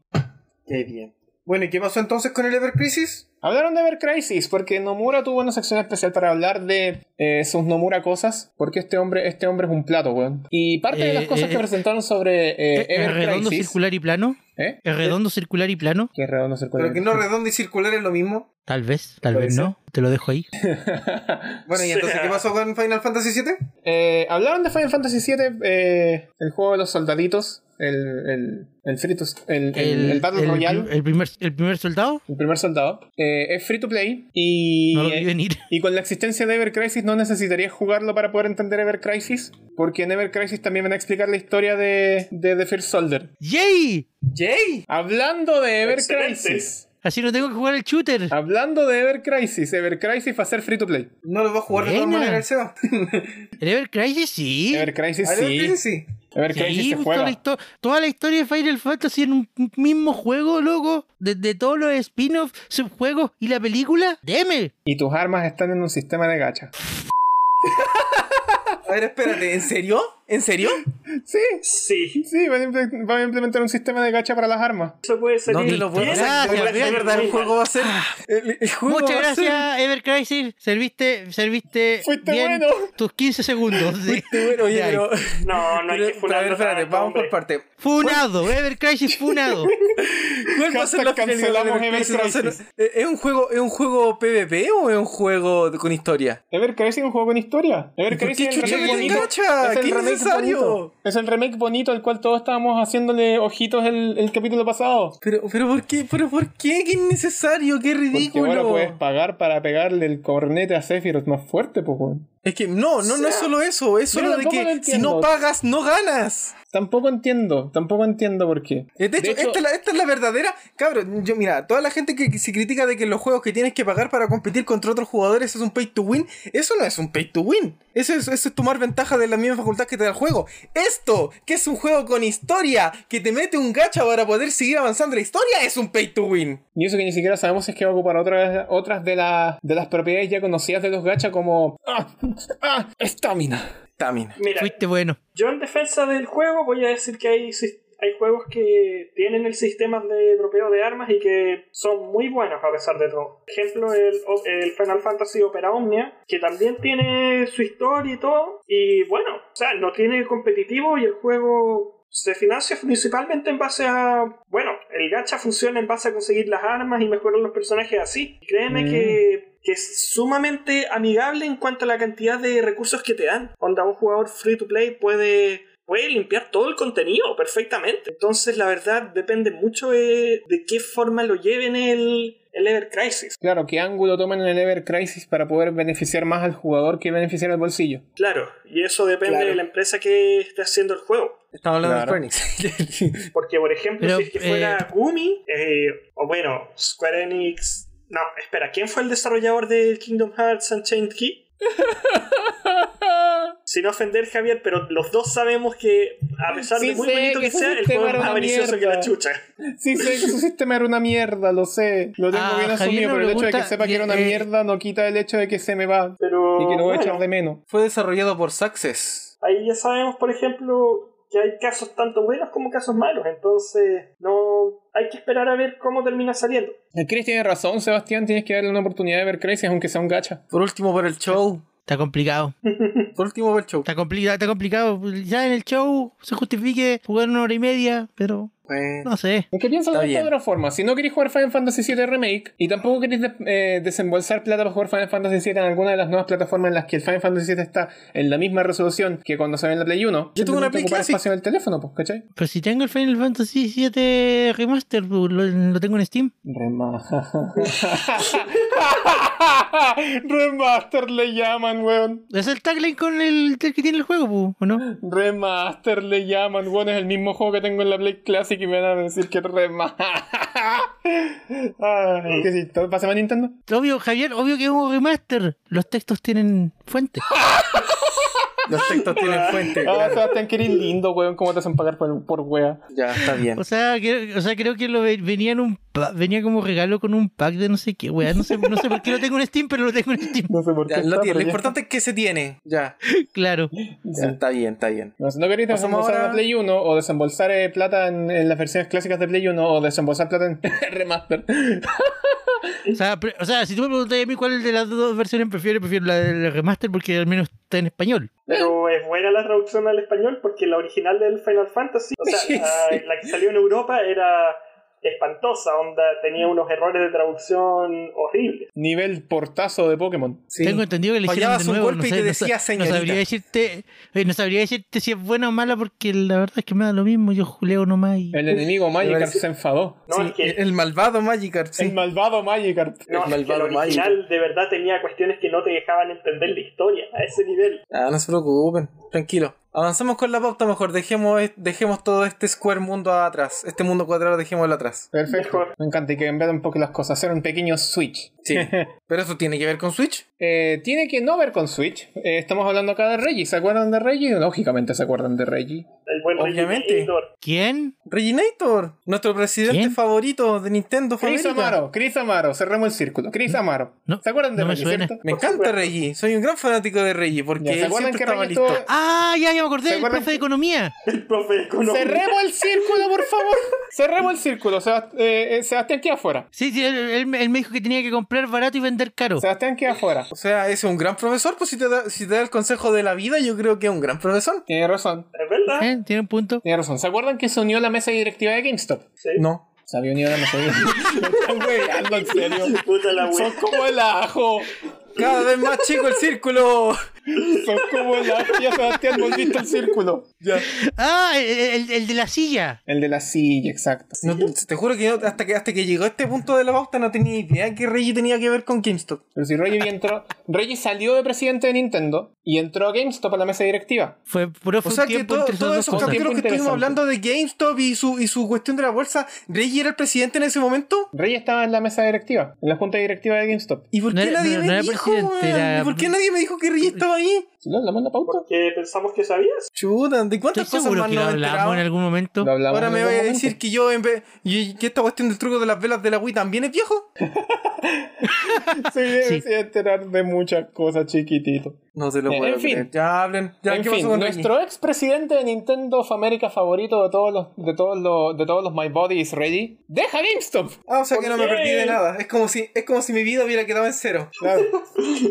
Speaker 4: Qué bien. Bueno, ¿y qué pasó entonces con el Ever Crisis?
Speaker 1: Hablaron de Ever Crisis porque Nomura tuvo una sección especial para hablar de eh, sus Nomura cosas, porque este hombre, este hombre es un plato, weón. Y parte de las
Speaker 3: Eh,
Speaker 1: cosas
Speaker 3: eh,
Speaker 1: que presentaron sobre eh,
Speaker 3: ¿Es- ¿Es
Speaker 1: Ever
Speaker 3: redondo,
Speaker 1: Crisis.
Speaker 3: circular y plano?
Speaker 1: ¿Eh?
Speaker 3: ¿Es redondo, circular y plano?
Speaker 1: Que es redondo circular.
Speaker 4: Pero que no redondo y circular es lo mismo.
Speaker 3: Tal vez, tal
Speaker 1: Puede
Speaker 3: vez
Speaker 1: ser.
Speaker 3: no. Te lo dejo ahí.
Speaker 4: Bueno, ¿y entonces
Speaker 2: Sí.
Speaker 4: qué pasó con Final Fantasy VII?
Speaker 1: [LAUGHS] Eh, hablaron de Final Fantasy VII, eh, el juego de los soldaditos, el, el, el, free to- el, el- el Battle
Speaker 3: el-
Speaker 1: Royale,
Speaker 3: el primer, el primer soldado
Speaker 1: el primer soldado. Eh, es free to play y, eh,
Speaker 3: no lo vi venir.
Speaker 1: y con la existencia de Ever Crisis no necesitarías jugarlo para poder entender Ever Crisis, porque en Ever Crisis también van a explicar la historia de, de The First Soldier.
Speaker 3: [LAUGHS] ¡Yay!
Speaker 4: ¡Yay!
Speaker 1: Hablando de Ever
Speaker 2: Excelente.
Speaker 1: Crisis,
Speaker 3: Así no tengo que jugar el
Speaker 1: Ah.
Speaker 3: shooter.
Speaker 1: Hablando de Ever Crisis, Ever Crisis va a ser free to play.
Speaker 4: No lo va a jugar de todas
Speaker 3: Buena.
Speaker 4: maneras el Seba.
Speaker 3: El Ever Crisis sí.
Speaker 1: Ever Crisis
Speaker 4: A ver,
Speaker 1: sí.
Speaker 4: sí, sí.
Speaker 1: Ever
Speaker 3: Sí,
Speaker 1: Crisis se
Speaker 3: pues, toda,
Speaker 1: juega.
Speaker 3: la histo- toda la historia de Final Fantasy en un mismo juego, loco. Desde todos los spin-offs, subjuegos y la película. Deme.
Speaker 1: Y tus armas están en un sistema de gacha.
Speaker 4: A ver, espérate, ¿en serio? ¿En serio?
Speaker 1: Sí,
Speaker 2: Sí,
Speaker 1: sí, van a, imple- van a implementar un sistema de gacha para las armas.
Speaker 2: eso puede
Speaker 4: No
Speaker 2: salir.
Speaker 4: te lo puedo
Speaker 2: Eso
Speaker 3: Gracias,
Speaker 4: De
Speaker 2: puede
Speaker 4: verdad, de
Speaker 2: salir
Speaker 4: verdad, el
Speaker 2: muy
Speaker 4: juego
Speaker 2: mal.
Speaker 4: va a ser. El, el juego
Speaker 3: Muchas
Speaker 4: va a ser-
Speaker 3: gracias, Ever Crisis. Serviste, serviste
Speaker 1: Fuiste
Speaker 3: bien
Speaker 1: bueno.
Speaker 3: tus 15 segundos. sí.
Speaker 4: Este, bueno, oye,
Speaker 3: Ya,
Speaker 4: pero.
Speaker 2: No, no hay que
Speaker 4: pero- pero a ver,
Speaker 2: funarlo
Speaker 4: espérate,
Speaker 2: tanto,
Speaker 4: vamos por
Speaker 2: hombre.
Speaker 4: parte.
Speaker 3: Funado, Ever
Speaker 1: [LAUGHS]
Speaker 3: Crisis funado.
Speaker 4: ¿Cuál va a ser la
Speaker 1: Hashtag
Speaker 4: finalidad de
Speaker 1: cancelamos
Speaker 4: Ever Crisis?
Speaker 1: Ever
Speaker 4: Va a ser- eh,
Speaker 1: Crisis.
Speaker 4: ¿Es es un juego, es un juego PvP o es un juego de- con historia?
Speaker 1: Ever Crisis es un juego con historia. Ever
Speaker 4: ¿Por
Speaker 1: Crisis
Speaker 4: qué
Speaker 1: es el
Speaker 4: chucha
Speaker 1: remake
Speaker 4: meten
Speaker 1: bonito.
Speaker 4: gacha?
Speaker 1: Es el
Speaker 4: ¿Qué
Speaker 1: remake
Speaker 4: innecesario?
Speaker 1: bonito. Es el remake bonito al cual todos estábamos haciéndole ojitos el, el capítulo pasado.
Speaker 4: Pero, pero ¿por qué? ¿Pero por qué? ¡Qué innecesario! ¡Qué
Speaker 1: Porque pues,
Speaker 4: ridículo!
Speaker 1: ahora puedes pagar para pegarle el cornete a Sephiroth más fuerte, pues. weón.
Speaker 4: Es que no, no, no es solo eso, es
Speaker 1: Yo
Speaker 4: solo de
Speaker 1: tampoco lo
Speaker 4: que si
Speaker 1: entiendo.
Speaker 4: no pagas, no ganas.
Speaker 1: Tampoco entiendo, tampoco entiendo por qué.
Speaker 4: Eh, De hecho, Esta, es la, esta es la verdadera. Cabrón, yo mira, toda la gente que que se critica de que los juegos que tienes que pagar para competir contra otros jugadores es un pay to win, eso no es un pay to win. Eso es, eso es tomar ventaja de la misma facultad que te da el juego. Esto, que es un juego con historia, que te mete un gacha para poder seguir avanzando la historia, es un pay to win.
Speaker 1: Y eso que ni siquiera sabemos si es que va a ocupar otras, otras de, las de las propiedades ya conocidas de los gacha como... ¡Ah! ¡Ah! ¡Estamina!
Speaker 4: Tamina.
Speaker 2: Mira,
Speaker 3: Fuiste bueno.
Speaker 2: yo en defensa del juego voy a decir que hay, sis- hay juegos que tienen el sistema de dropeo de armas y que son muy buenos a pesar de todo. Por ejemplo, el, o- el Final Fantasy Opera Omnia, que también tiene su historia y todo. Y bueno, o sea, no tiene competitivo y el juego se financia principalmente en base a. Bueno, el gacha funciona en base a conseguir las armas y mejorar los personajes así. Y Créeme
Speaker 1: Mm.
Speaker 2: que, que es sumamente amigable en cuanto a la cantidad de recursos que te dan. Onda, un jugador free to play puede. Puede limpiar todo el contenido perfectamente. Entonces, la verdad, depende mucho de, de qué forma lo lleven el, el Ever Crisis.
Speaker 1: Claro, ¿qué ángulo toman en el Ever Crisis para poder beneficiar más al jugador que beneficiar al bolsillo?
Speaker 2: Claro, y eso depende
Speaker 4: Claro.
Speaker 2: de la empresa que esté haciendo el juego.
Speaker 4: Estamos hablando
Speaker 1: Claro.
Speaker 4: de Square Enix.
Speaker 2: Porque, por ejemplo,
Speaker 3: Pero,
Speaker 2: si es que
Speaker 3: eh,
Speaker 2: fuera Gumi, eh, o bueno, Square Enix. No, espera, ¿quién fue el desarrollador de Kingdom Hearts Unchained Key? Sin ofender, Javier, pero los dos sabemos que, a pesar
Speaker 1: Sí
Speaker 2: de muy
Speaker 1: sé
Speaker 2: bonito que,
Speaker 1: que su
Speaker 2: sea, el
Speaker 1: sistema
Speaker 2: juego es
Speaker 1: era
Speaker 2: más
Speaker 1: una
Speaker 2: avaricioso que la
Speaker 1: mierda.
Speaker 2: chucha.
Speaker 1: [LAUGHS] Sí, sé que su sistema era una mierda, lo sé. Lo tengo
Speaker 3: Ah,
Speaker 1: bien
Speaker 3: Javier
Speaker 1: asumido,
Speaker 3: nos
Speaker 1: pero el hecho de que
Speaker 3: pregunta,
Speaker 1: sepa que era una
Speaker 3: eh,
Speaker 1: mierda no quita el hecho de que se me va.
Speaker 2: Pero.
Speaker 1: Y que lo voy a
Speaker 2: bueno,
Speaker 1: echar de menos.
Speaker 4: Fue desarrollado por Success.
Speaker 2: Ahí ya sabemos, por ejemplo, que hay casos tanto buenos como casos malos. Entonces, no. Hay que esperar a ver cómo termina saliendo.
Speaker 1: El Chris tiene razón, Sebastián, tienes que darle una oportunidad de Ever Crisis aunque sea un gacha.
Speaker 4: Por último, por el show.
Speaker 3: Está complicado.
Speaker 4: Por último, por el show.
Speaker 3: Está, complicado está complicado. Ya en el show se justifique jugar una hora y media, pero
Speaker 4: Bueno.
Speaker 3: no sé.
Speaker 1: Es que piensa
Speaker 4: Está
Speaker 1: de esta
Speaker 4: bien.
Speaker 1: otra forma. Si no queréis jugar Final Fantasy VII Remake y tampoco queréis de- eh, desembolsar plata para jugar Final Fantasy VII en alguna de las nuevas plataformas en las que el Final Fantasy VII está en la misma resolución que cuando salió en la Play 1,
Speaker 4: Yo tengo una
Speaker 1: simplemente
Speaker 4: Play
Speaker 1: ocupar
Speaker 4: Classic.
Speaker 1: espacio en el teléfono, pues, ¿cachai?
Speaker 3: Pero si tengo el Final Fantasy VII Remaster, lo, lo tengo en Steam.
Speaker 1: Remaster. [LAUGHS] Remaster le llaman, weón.
Speaker 3: Es el tagline con el, el que tiene el juego, pu, ¿o no?
Speaker 1: Remaster le llaman, weón. Es el mismo juego que tengo en la Play Classic y me van a decir que es remaster. [LAUGHS] Ay, ¿Qué sí? ¿Todo pasa más Nintendo?
Speaker 3: Obvio, Javier, obvio que es un remaster. Los textos tienen fuente.
Speaker 4: Los textos tienen fuente.
Speaker 1: Ah,
Speaker 4: claro.
Speaker 1: Sebastián, que eres lindo, weón. ¿Cómo te hacen pagar por, por wea?
Speaker 4: Ya, está bien.
Speaker 3: O sea, creo, o sea, creo que lo ve- venía en un pa- venía como regalo con un pack de no sé qué, weá. No sé, no sé por qué lo tengo en Steam, pero lo tengo en Steam. [LAUGHS]
Speaker 1: No sé por qué.
Speaker 4: Ya, lo,
Speaker 1: está, pero
Speaker 4: tiene. Lo
Speaker 1: ya
Speaker 4: importante es que se tiene. Ya.
Speaker 3: Claro.
Speaker 1: está.
Speaker 4: Ya,
Speaker 1: Sí.
Speaker 4: Está bien, está bien.
Speaker 1: No, si no queréis
Speaker 4: Pasamos
Speaker 1: desembolsar en
Speaker 4: ahora-
Speaker 1: la Play 1 o desembolsar eh, plata en, en las versiones clásicas de Play 1 o desembolsar plata en [LAUGHS] Remaster.
Speaker 3: O sea, pre- o sea, si tú me preguntas a mí cuál de las dos versiones prefiero, prefiero la del remaster porque al menos está en español.
Speaker 2: Pero es buena la traducción al español porque la original del Final Fantasy, o sea, la, la que salió en Europa era espantosa, onda, tenía unos errores de traducción horribles.
Speaker 1: Nivel portazo de Pokémon.
Speaker 4: Sí.
Speaker 3: Tengo entendido que le hicieron
Speaker 4: Fallabas
Speaker 3: de
Speaker 4: un
Speaker 3: nuevo.
Speaker 4: golpe
Speaker 3: no
Speaker 4: y
Speaker 3: sé,
Speaker 4: te
Speaker 3: no sa-
Speaker 4: decía,
Speaker 3: no
Speaker 4: "Señorita".
Speaker 3: sabría decirte, eh, no sabría decirte si es buena o mala porque la verdad es que me da lo mismo, yo juleo nomás y
Speaker 1: El enemigo Magikarp
Speaker 4: parece-
Speaker 1: se enfadó.
Speaker 2: No,
Speaker 4: Sí,
Speaker 2: es que,
Speaker 4: el malvado Magikarp, sí.
Speaker 1: El malvado Magikarp.
Speaker 2: no,
Speaker 4: el
Speaker 2: es que el
Speaker 4: malvado
Speaker 2: original de verdad tenía cuestiones que no te dejaban entender la historia a ese nivel.
Speaker 4: Ah, no se preocupen, tranquilo. Avanzamos con la pauta mejor, dejemos, dejemos todo este square mundo atrás, este mundo cuadrado dejémoslo atrás.
Speaker 1: Perfecto.
Speaker 2: Mejor.
Speaker 1: Me encanta y que cambiaron un poco las cosas, hacer un pequeño switch. [LAUGHS]
Speaker 4: Sí. ¿Pero eso tiene que ver con Switch?
Speaker 1: Eh, tiene que no ver con Switch. Eh, estamos hablando acá de Reggie. ¿Se acuerdan de Reggie? Lógicamente se acuerdan de Reggie.
Speaker 2: El buen
Speaker 4: Obviamente.
Speaker 2: regidor.
Speaker 3: ¿Quién?
Speaker 4: Reginator, nuestro presidente
Speaker 3: ¿Quién?
Speaker 4: favorito de Nintendo
Speaker 1: Chris
Speaker 4: favorito.
Speaker 1: Amaro, Chris Amaro, cerremos el círculo. Chris Amaro.
Speaker 3: No,
Speaker 1: ¿Se acuerdan de
Speaker 3: no me
Speaker 1: Reggie?
Speaker 3: suena.
Speaker 1: cierto?
Speaker 4: Me
Speaker 2: Por
Speaker 4: encanta
Speaker 2: supuesto.
Speaker 4: Reggie, soy un gran fanático de Reggie
Speaker 1: Ya,
Speaker 4: porque
Speaker 1: ¿Se
Speaker 4: él
Speaker 1: acuerdan
Speaker 4: siempre
Speaker 1: que
Speaker 4: estaba
Speaker 1: Reggie
Speaker 4: listo.
Speaker 1: estuvo-
Speaker 3: Ah, ya, ya me
Speaker 1: ¿Se
Speaker 3: acordé, el
Speaker 1: acuerdan
Speaker 3: profe
Speaker 1: que-
Speaker 3: de economía.
Speaker 2: [LAUGHS] El profe económico.
Speaker 1: Cerremos el círculo, por favor. [LAUGHS] Cerremos el círculo. Sebast- eh, eh, Sebastián queda afuera.
Speaker 3: Sí, sí, él, él me- él me dijo que tenía que comprar barato y vender caro.
Speaker 1: Sebastián queda afuera.
Speaker 4: O sea, ese es un gran profesor, pues si te, da, si te da el consejo de la vida, yo creo que es un gran profesor.
Speaker 1: Tiene razón.
Speaker 2: Es verdad.
Speaker 3: ¿Eh? ¿Tiene un punto?
Speaker 1: Tiene razón. ¿Se acuerdan que se unió la mesa directiva de GameStop?
Speaker 2: Sí.
Speaker 4: No.
Speaker 1: Se había unido la mesa directiva. Güey, hazlo en
Speaker 2: [LAUGHS]
Speaker 1: serio.
Speaker 2: Puta la
Speaker 1: Son
Speaker 2: wea.
Speaker 1: como el ajo.
Speaker 4: Cada vez más chico el círculo.
Speaker 1: Son como el ajo. Ya, Sebastián, volviste al círculo.
Speaker 4: Ya.
Speaker 3: Ah, el, el- el de la silla.
Speaker 1: El de la silla, exacto.
Speaker 4: No, te juro que yo, hasta que hasta que llegó este punto de la pauta no tenía idea que Reggie tenía que ver con GameStop.
Speaker 1: Pero si Reggie entró, Reggie salió de presidente de Nintendo y entró a GameStop a la mesa directiva.
Speaker 3: Fue profe
Speaker 4: O sea
Speaker 3: un
Speaker 4: que
Speaker 3: tiempo
Speaker 4: todo-
Speaker 3: entre
Speaker 4: todos
Speaker 3: esas
Speaker 4: esos
Speaker 3: dos cosas.
Speaker 4: capítulos que estuvimos
Speaker 1: Interesante.
Speaker 4: hablando de GameStop y su, y su cuestión de la bolsa, ¿Reggie era el presidente en ese momento?
Speaker 1: Reggie estaba en la mesa directiva, en la junta directiva de GameStop.
Speaker 4: ¿Y por
Speaker 3: No
Speaker 4: qué
Speaker 3: era-
Speaker 4: nadie
Speaker 3: no,
Speaker 4: me
Speaker 3: no era
Speaker 4: dijo?
Speaker 3: presidente,
Speaker 4: weón?
Speaker 3: era-
Speaker 4: ¿Y por qué nadie me dijo que Reggie estaba ahí?
Speaker 1: ¿Sí, ¿No? ¿La manda pauta?
Speaker 2: Porque pensamos que sabías. [LAUGHS]
Speaker 4: Chuta, ¿de
Speaker 3: Estoy
Speaker 4: cuántas cosas
Speaker 3: seguro
Speaker 4: más
Speaker 3: que lo
Speaker 4: no me he enterado?
Speaker 3: hablamos en algún momento.
Speaker 1: Lo hablamos
Speaker 4: Ahora
Speaker 1: en
Speaker 4: me
Speaker 1: algún
Speaker 4: voy a
Speaker 1: momento.
Speaker 4: decir que yo en vez... Y, que esta cuestión del truco de las velas de la Wii también es viejo.
Speaker 1: [LAUGHS] Sí, me
Speaker 3: Sí.
Speaker 1: voy a enterar de muchas cosas, chiquitito.
Speaker 4: No se lo
Speaker 1: Eh,
Speaker 4: puedo
Speaker 1: en
Speaker 4: creer.
Speaker 1: fin.
Speaker 4: Ya hablen. Ya,
Speaker 1: en
Speaker 4: ¿qué
Speaker 1: fin,
Speaker 4: pasó con Reggie?
Speaker 1: nuestro ex presidente de Nintendo of America favorito de todos los, de todos los, de todos los My Body is Reggie, deja GameStop.
Speaker 4: Ah, o sea que no me
Speaker 2: ¿Por qué?
Speaker 4: perdí de nada. Es como si, es como si mi vida hubiera quedado en cero.
Speaker 1: Claro.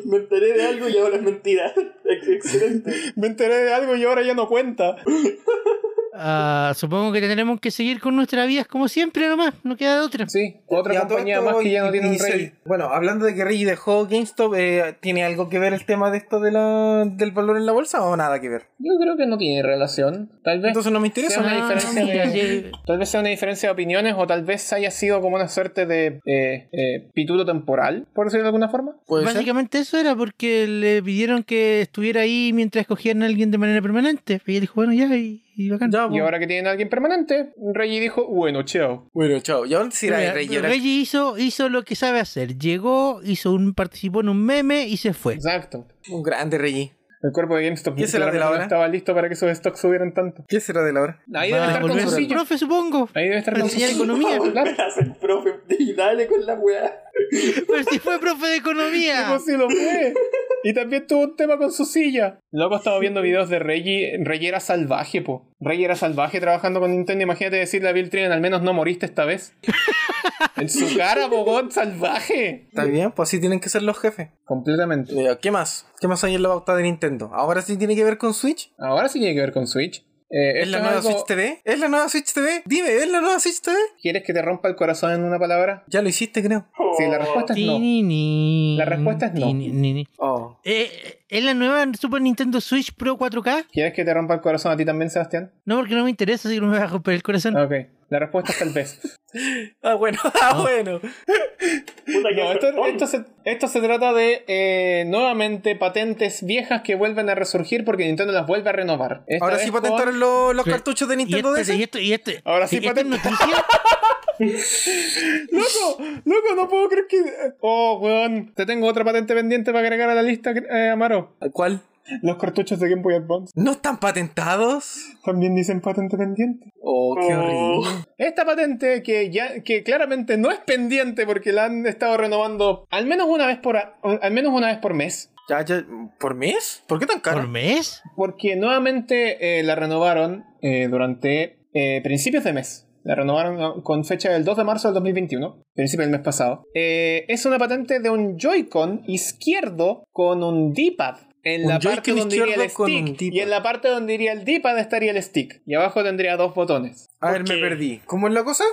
Speaker 2: Me enteré de algo y ahora es mentira. [LAUGHS] Ex- Excelente.
Speaker 1: [LAUGHS] me enteré de algo y ahora ya no cuenta.
Speaker 3: Ah, supongo que tenemos que seguir con nuestras vidas como siempre nomás, no queda de otra.
Speaker 1: Sí, otra
Speaker 4: Y a todo
Speaker 1: compañía
Speaker 4: esto,
Speaker 1: más que ya no
Speaker 4: y-
Speaker 1: tiene
Speaker 4: y
Speaker 1: un
Speaker 4: se-
Speaker 1: Reggie.
Speaker 4: Bueno, hablando de que Reggie dejó GameStop, eh, ¿tiene algo que ver el tema de esto de la, del valor en la bolsa o nada que ver?
Speaker 1: Yo creo que no tiene relación. Tal vez
Speaker 4: Entonces no me
Speaker 1: sea
Speaker 4: interesa.
Speaker 1: una
Speaker 3: Ah,
Speaker 1: diferencia
Speaker 3: mira,
Speaker 1: de,
Speaker 3: sí.
Speaker 1: tal vez sea una diferencia de opiniones o tal vez haya sido como una suerte de eh, eh, pituto temporal, por decirlo de alguna forma.
Speaker 4: Puede ser.
Speaker 3: Básicamente eso era porque le pidieron que estuviera ahí mientras escogían a alguien de manera permanente. Y él dijo, bueno, ya, y, y bacán.
Speaker 4: Ya,
Speaker 1: Y
Speaker 4: pues.
Speaker 1: ahora que tienen a alguien permanente, Reggie dijo, bueno, chao.
Speaker 4: Bueno, chao. Ya ahora sí era
Speaker 3: Mira,
Speaker 4: Reggie. ahora-
Speaker 3: Reggie hizo, hizo lo que sabe hacer. Llegó, hizo un, participó en un meme y se fue.
Speaker 1: Exacto.
Speaker 4: Un grande Reggie.
Speaker 1: El cuerpo de GameStop
Speaker 4: ¿Y ese era de
Speaker 1: claramente
Speaker 4: la hora?
Speaker 1: no estaba listo para que sus stocks subieran tanto.
Speaker 4: ¿Qué será de la hora?
Speaker 1: Ahí
Speaker 3: Va
Speaker 1: debe
Speaker 3: a
Speaker 1: estar con
Speaker 3: volver
Speaker 1: su
Speaker 3: a ser
Speaker 1: silla. [LAUGHS]
Speaker 3: profe, supongo.
Speaker 1: Ahí debe estar
Speaker 3: a
Speaker 1: con su
Speaker 3: enseñar
Speaker 1: silla.
Speaker 3: economía.
Speaker 2: [LAUGHS]
Speaker 1: Claro.
Speaker 2: Volverás el profe. Y dale con la wea.
Speaker 3: Pero si fue profe de economía.
Speaker 1: Como si lo fue. Y también tuvo un tema con su silla. Loco, estaba viendo videos de Reggie. Reggie era salvaje, po. Reggie era salvaje trabajando con Nintendo. Imagínate decirle a Bill Trin, al menos no moriste esta [LAUGHS] vez. en su cara, bogón, salvaje.
Speaker 4: Está bien, pues así tienen que ser los jefes.
Speaker 1: Completamente.
Speaker 4: Eh, ¿Qué más? ¿Qué más hay en la pauta de Nintendo? ¿Ahora sí tiene que ver con Switch?
Speaker 1: Ahora sí tiene que ver con Switch. Eh,
Speaker 4: ¿Es
Speaker 1: esto
Speaker 4: la
Speaker 1: es
Speaker 4: nueva
Speaker 1: algo-
Speaker 4: Switch TV? ¿Es la nueva Switch TV? Dime, ¿es la nueva Switch TV?
Speaker 1: ¿Quieres que te rompa el corazón en una palabra?
Speaker 4: Ya lo hiciste, creo.
Speaker 1: Sí, la respuesta es no.
Speaker 3: Ni, ni,
Speaker 1: La respuesta es no.
Speaker 3: ni, ni, ni, ni.
Speaker 4: Oh.
Speaker 3: Eh, ¿Es la nueva Super Nintendo Switch Pro 4K?
Speaker 1: ¿Quieres que te rompa el corazón a ti también, Sebastián?
Speaker 3: No, porque no me interesa, así que no me va a romper el corazón.
Speaker 1: Ok. La respuesta es tal vez.
Speaker 4: Ah, bueno, [LAUGHS] ah, bueno.
Speaker 2: Oh, Puta que
Speaker 1: No, esto, esto se, esto se trata de eh, nuevamente patentes viejas que vuelven a resurgir porque Nintendo las vuelve a renovar. Esta
Speaker 4: Ahora
Speaker 1: vez
Speaker 4: sí
Speaker 1: con-
Speaker 4: patentaron los, los
Speaker 3: Sí.
Speaker 4: cartuchos de
Speaker 3: Y
Speaker 4: Nintendo
Speaker 3: este- y
Speaker 4: DS.
Speaker 3: esto, y este-
Speaker 1: Ahora sí,
Speaker 3: y esto es
Speaker 1: patente. [LAUGHS]
Speaker 3: noticia.
Speaker 1: ¡Loco! ¡Loco! No puedo creer que. Oh, weón. Te tengo otra patente pendiente para agregar a la lista, eh, Amaro.
Speaker 4: ¿Cuál?
Speaker 1: Los cartuchos de Game Boy Advance
Speaker 4: ¿No están patentados?
Speaker 1: también dicen patente pendiente.
Speaker 4: Oh, qué
Speaker 2: Oh.
Speaker 4: horrible.
Speaker 1: Esta patente que ya que claramente no es pendiente porque la han estado renovando al menos una vez por a- al menos una vez por mes.
Speaker 4: Ya, ya, ¿Por mes? ¿Por qué tan
Speaker 3: ¿Por
Speaker 4: caro?
Speaker 3: mes?
Speaker 1: Porque nuevamente eh, la renovaron eh, durante eh, principios de mes. La renovaron ah, con fecha del 2 de marzo del 2021, principio del mes pasado. Eh, es una patente de un Joy-Con izquierdo con un D-pad. En
Speaker 4: Un
Speaker 1: la parte
Speaker 4: Joy-Con
Speaker 1: donde iría el
Speaker 4: izquierdo con un
Speaker 1: stick.
Speaker 4: D-pad.
Speaker 1: Y en la parte donde iría el D-pad estaría el stick. Y abajo tendría dos botones.
Speaker 4: A ver, me
Speaker 2: Ok.
Speaker 4: perdí. ¿Cómo es la cosa?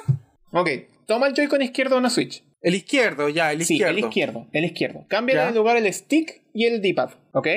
Speaker 1: Ok, toma el Joy-Con izquierdo de una Switch.
Speaker 4: El izquierdo, ya, el
Speaker 1: sí,
Speaker 4: izquierdo.
Speaker 1: el izquierdo, el izquierdo. Cambia de
Speaker 4: Ya.
Speaker 1: lugar el stick y el D-pad, ¿ok?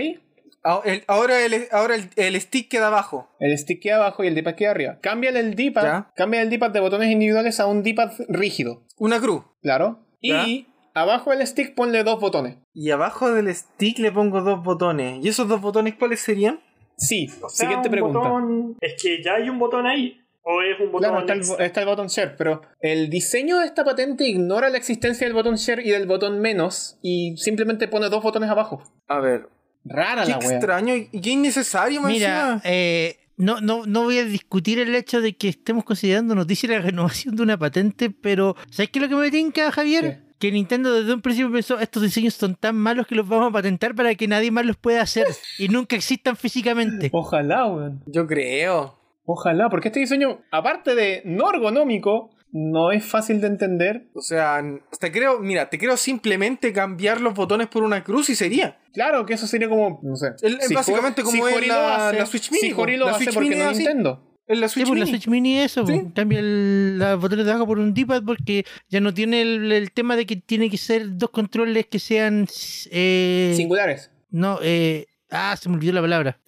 Speaker 4: Ah, el- Ahora, el, ahora el, el stick queda abajo.
Speaker 1: El stick queda abajo y el D-pad queda arriba. Cambia el D-pad,
Speaker 4: Ya.
Speaker 1: cambia el D-pad de botones individuales a un D-pad rígido,
Speaker 4: Una cruz.
Speaker 1: claro.
Speaker 4: Ya.
Speaker 1: Y abajo del stick ponle dos botones.
Speaker 4: Y abajo del stick le pongo dos botones. ¿Y esos dos botones cuáles serían?
Speaker 1: Sí,
Speaker 2: O sea,
Speaker 1: Pues, siguiente
Speaker 2: un
Speaker 1: pregunta.
Speaker 2: botón- es que ya hay un botón ahí. O es un botón.
Speaker 1: Claro, está el,
Speaker 2: ex-
Speaker 1: bo- está el botón share, pero el diseño de esta patente ignora la existencia del botón share y del botón menos y simplemente pone dos botones abajo.
Speaker 4: A ver,
Speaker 1: Rara
Speaker 4: qué
Speaker 1: la wea.
Speaker 4: extraño y y qué innecesario, más
Speaker 3: Mira,
Speaker 4: encima.
Speaker 3: eh, no, no, no voy a discutir el hecho de que estemos considerando noticia la renovación de una patente, pero ¿sabes qué es lo que me tinca, Javier? Que Nintendo desde un principio pensó, estos diseños son tan malos que los vamos a patentar para que nadie más los pueda hacer
Speaker 1: [LAUGHS]
Speaker 3: y nunca existan físicamente.
Speaker 1: Ojalá, weón.
Speaker 4: Yo creo.
Speaker 1: Ojalá, porque este diseño, aparte de no ergonómico, no es fácil de entender.
Speaker 4: O sea, n- te creo, mira, te creo simplemente cambiar los botones por una cruz y sería.
Speaker 1: Claro que eso sería como, no sé.
Speaker 4: El- es básicamente como es
Speaker 1: Hori lo
Speaker 4: la-
Speaker 1: hace-
Speaker 4: la Switch Mini,
Speaker 1: Si Hori
Speaker 4: po.
Speaker 1: lo
Speaker 4: La
Speaker 1: hace
Speaker 4: Switch
Speaker 1: porque
Speaker 4: Mini
Speaker 1: no
Speaker 4: es así.
Speaker 1: Nintendo.
Speaker 4: En la Switch
Speaker 3: Sí, pues, la
Speaker 4: Mini.
Speaker 3: Switch Mini eso,
Speaker 4: Sí.
Speaker 3: pues. cambia el- los botones de abajo por un D-pad porque ya no tiene el, el tema de que tiene que ser dos controles que sean... eh,
Speaker 1: Singulares.
Speaker 3: no, eh, ah, se me olvidó la palabra.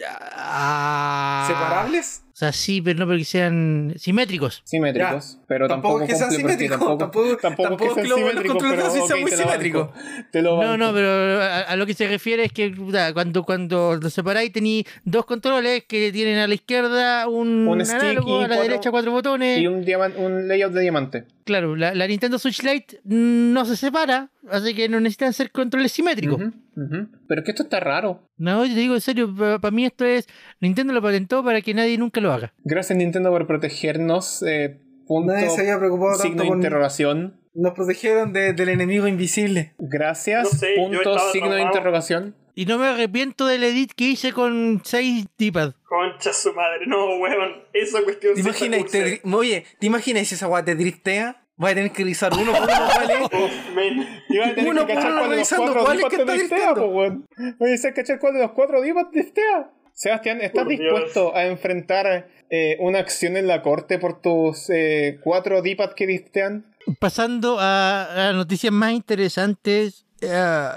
Speaker 3: Ah,
Speaker 4: ¿Separables?
Speaker 3: O sea, sí, pero no porque sean simétricos.
Speaker 1: Simétricos. Pero
Speaker 4: Tampoco
Speaker 1: tampoco,
Speaker 4: es que sean
Speaker 1: cumple porque
Speaker 4: simétricos, tampoco- tampoco es que los buenos controles así sean muy simétricos.
Speaker 1: Te lo
Speaker 3: No,
Speaker 1: banco.
Speaker 3: no, pero a, a lo que se refiere es que puta, cuando, cuando los separáis tenéis dos controles que tienen a la izquierda un,
Speaker 1: Un stick
Speaker 3: análogo,
Speaker 1: y
Speaker 3: a la
Speaker 1: cuatro-
Speaker 3: derecha cuatro botones.
Speaker 1: Y un, diaman- un layout de diamante.
Speaker 3: Claro, la, la Nintendo Switch Lite no se separa, así que no necesitan ser controles simétricos.
Speaker 1: Ujú, ujú. Pero es que esto está raro.
Speaker 3: No, yo te digo en serio, para mí esto es. Nintendo lo patentó para que nadie nunca lo haga.
Speaker 1: Gracias Nintendo por protegernos. eh, punto,
Speaker 4: Nadie se había preocupado
Speaker 1: signo
Speaker 4: tanto
Speaker 1: de
Speaker 4: por...
Speaker 1: interrogación.
Speaker 4: Nos protegieron de- del enemigo invisible.
Speaker 1: Gracias.
Speaker 2: No sé, yo he
Speaker 1: punto,
Speaker 2: estado
Speaker 1: signo de
Speaker 2: traumado.
Speaker 1: interrogación.
Speaker 3: Y no me arrepiento del edit que hice con 6 D-pad.
Speaker 2: Concha su madre. No, weón. Esa cuestión
Speaker 4: ¿Te
Speaker 2: sí
Speaker 4: imaginas,
Speaker 2: está cursa.
Speaker 4: te- oye, ¿te imaginas si esa guay te driftea? Vas a tener que revisar uno por uno, [LAUGHS] ¿vale?
Speaker 2: [LAUGHS] Uf, men.
Speaker 1: Iba a
Speaker 4: Uno por uno revisando cuál es que
Speaker 1: dipas
Speaker 4: está
Speaker 1: te distea,
Speaker 4: dictando.
Speaker 1: po, weón. Oye, ¿sabes cachar cuál de los cuatro divas distea? Sebastián, ¿estás
Speaker 2: Por Dios.
Speaker 1: dispuesto a enfrentar eh, una acción en la corte por tus eh, cuatro dipas que distean?
Speaker 3: Pasando a, a noticias más interesantes. eh,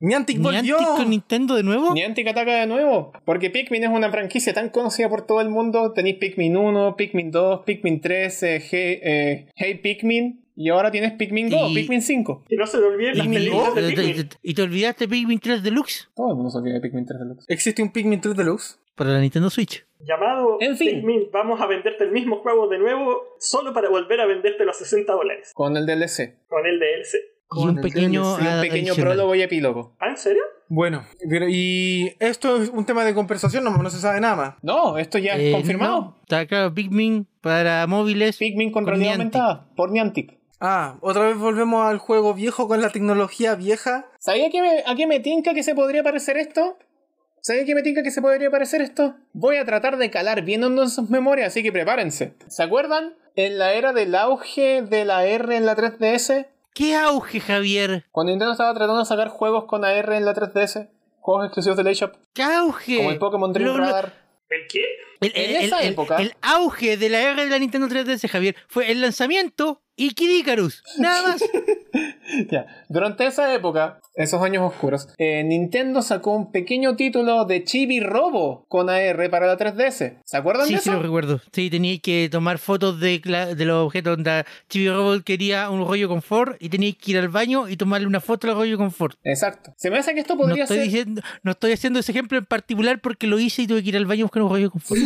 Speaker 4: Niantic volvió.
Speaker 3: ¿Niantic con Nintendo de nuevo?
Speaker 1: Niantic ataca de nuevo, porque Pikmin es una franquicia tan conocida por todo el mundo. Tenéis Pikmin 1, Pikmin 2, Pikmin 3, eh, hey, eh, Hey Pikmin, y ahora tienes Pikmin 2,
Speaker 3: Y-
Speaker 1: Pikmin 5.
Speaker 2: Y no se le olviden las
Speaker 3: Pikmin-
Speaker 2: películas de
Speaker 3: eh, te-
Speaker 2: Pikmin.
Speaker 3: te- ¿Y te olvidaste Pikmin 3 Deluxe?
Speaker 1: Todo el mundo se olvida de Pikmin 3 Deluxe.
Speaker 4: ¿Existe un Pikmin 3 Deluxe?
Speaker 3: Para la Nintendo Switch.
Speaker 2: Llamado
Speaker 1: En fin.
Speaker 2: Pikmin, vamos a venderte el mismo juego de nuevo solo para volver a vendértelo a 60 dólares.
Speaker 1: Con el DLC.
Speaker 2: Con el DLC.
Speaker 3: Y
Speaker 4: Con
Speaker 3: un
Speaker 4: el
Speaker 3: pequeño,
Speaker 1: Y un
Speaker 3: ad-
Speaker 1: pequeño
Speaker 3: adicional.
Speaker 1: prólogo y epílogo.
Speaker 2: ¿Ah, en serio?
Speaker 4: Bueno, pero y esto es un tema de conversación, no, no se sabe nada más.
Speaker 1: No, esto ya
Speaker 3: Eh,
Speaker 1: es confirmado.
Speaker 3: no, está claro, Pikmin para móviles.
Speaker 1: Pikmin con,
Speaker 3: Con
Speaker 1: realidad
Speaker 3: Niantic.
Speaker 1: aumentada por Niantic.
Speaker 4: Ah, otra vez volvemos al juego viejo con la tecnología vieja.
Speaker 1: ¿Sabía que me, a qué me tinca que se podría parecer esto? ¿Sabía que me tinca que se podría parecer esto? Voy a tratar de calar bien hondo en sus memorias, así que prepárense. ¿Se acuerdan? En la era del auge de la R en la 3DS,
Speaker 3: ¿Qué auge, Javier?
Speaker 1: cuando Nintendo estaba tratando de sacar juegos con AR en la 3DS, juegos exclusivos del eShop,
Speaker 3: ¿Qué auge?
Speaker 1: como el Pokémon Dream
Speaker 3: Lo- lo-
Speaker 1: Radar. [LAUGHS]
Speaker 2: ¿El qué?
Speaker 3: el-
Speaker 1: en
Speaker 3: el-
Speaker 1: esa
Speaker 3: el-
Speaker 1: época-
Speaker 3: El auge de la era de la Nintendo 3DS, Javier, fue el lanzamiento y Kid Icarus.
Speaker 1: [LAUGHS]
Speaker 3: Nada más.
Speaker 1: Ya. Durante esa época, esos años oscuros, eh, Nintendo sacó un pequeño título de Chibi Robo con AR para la 3DS. ¿Se acuerdan
Speaker 3: sí,
Speaker 1: de
Speaker 3: sí,
Speaker 1: eso?
Speaker 3: lo recuerdo. Sí, tenía que tomar fotos de, cla- de los objetos. Onda, Chibi Robot quería un rollo confort y tenía que ir al baño y tomarle una foto al rollo confort.
Speaker 1: Exacto. Se me hace que esto
Speaker 3: No
Speaker 1: podría
Speaker 3: estoy,
Speaker 1: ser.
Speaker 3: diciendo, no estoy haciendo ese ejemplo en particular porque lo hice y tuve que ir al baño a buscar un
Speaker 1: [LAUGHS]
Speaker 3: rollo confort.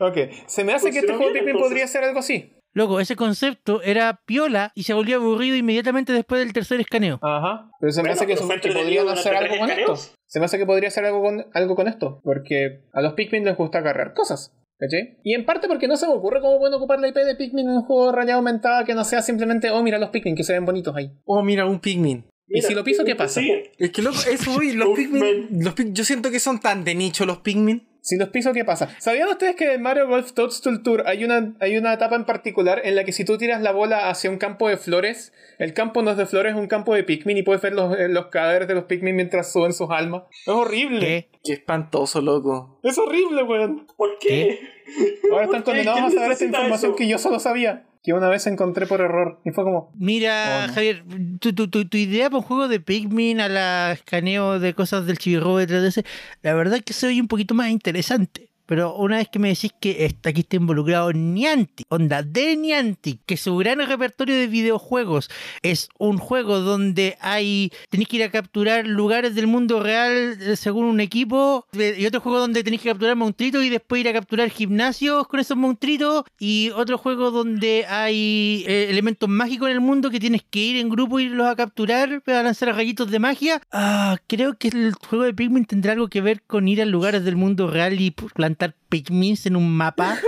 Speaker 1: Ok. Se me hace que este
Speaker 2: Funcionó
Speaker 1: juego
Speaker 2: bien,
Speaker 1: Pikmin
Speaker 2: entonces.
Speaker 1: podría ser algo así.
Speaker 3: Loco, ese concepto era piola y se volvió aburrido inmediatamente después del tercer escaneo.
Speaker 1: Ajá. Pero se me
Speaker 2: Bueno,
Speaker 1: hace que,
Speaker 2: pero fue
Speaker 1: que
Speaker 2: entretenido
Speaker 1: podrían
Speaker 2: durante
Speaker 1: hacer algo
Speaker 2: tres
Speaker 1: con esto.
Speaker 2: escaneos.
Speaker 1: Se me hace que podría hacer algo con, algo con esto. Porque a los Pikmin les gusta agarrar cosas. ¿Cachai? Y en parte porque no se me ocurre cómo pueden ocupar la IP de Pikmin en un juego de realidad aumentada que no sea simplemente, oh, mira los Pikmin que se ven bonitos ahí.
Speaker 4: Oh, mira, un Pikmin.
Speaker 1: ¿Y si lo piso, qué pasa?
Speaker 2: siguen.
Speaker 4: Es que loco, eso, uy, los
Speaker 2: Uf,
Speaker 4: Pikmin.
Speaker 2: man.
Speaker 4: Los Pik- yo siento que son tan de nicho los Pikmin.
Speaker 1: Si los piso, ¿qué pasa? ¿Sabían ustedes que en Mario Golf Toadstool Tour hay una, hay una etapa en particular en la que si tú tiras la bola hacia un campo de flores, el campo no es de flores, es un campo de Pikmin y puedes ver los, eh, los cadáveres de los Pikmin mientras suben sus almas? Es horrible.
Speaker 3: ¿Qué?
Speaker 4: Qué espantoso, loco.
Speaker 1: Es horrible, weón.
Speaker 2: ¿Por qué?
Speaker 1: Ahora
Speaker 2: ¿Por
Speaker 1: están [LAUGHS]
Speaker 2: qué?
Speaker 1: condenados
Speaker 2: ¿Quién
Speaker 1: a saber esta
Speaker 2: necesita
Speaker 1: información
Speaker 2: eso?
Speaker 1: que yo solo sabía, que una vez encontré por error. Y fue como,
Speaker 3: Mira,
Speaker 1: Oh, no.
Speaker 3: Javier, tu, tu- tu- tu idea para un juego de Pikmin a la escaneo de cosas del Chibi Robo de 3DS, la verdad es que se oye un poquito más interesante. Pero una vez que me decís que está, aquí está involucrado Niantic, onda de Niantic, que su gran repertorio de videojuegos es un juego donde hay. tenéis que ir a capturar lugares del mundo real eh, según un equipo, eh, y otro juego donde tenéis que capturar monstruitos y después ir a capturar gimnasios con esos monstruitos, y otro juego donde hay eh, elementos mágicos en el mundo que tienes que ir en grupo e irlos a capturar para lanzar rayitos de magia. Ah, creo que el juego de Pikmin tendrá algo que ver con ir a lugares del mundo real y plantar Pikmins en un mapa.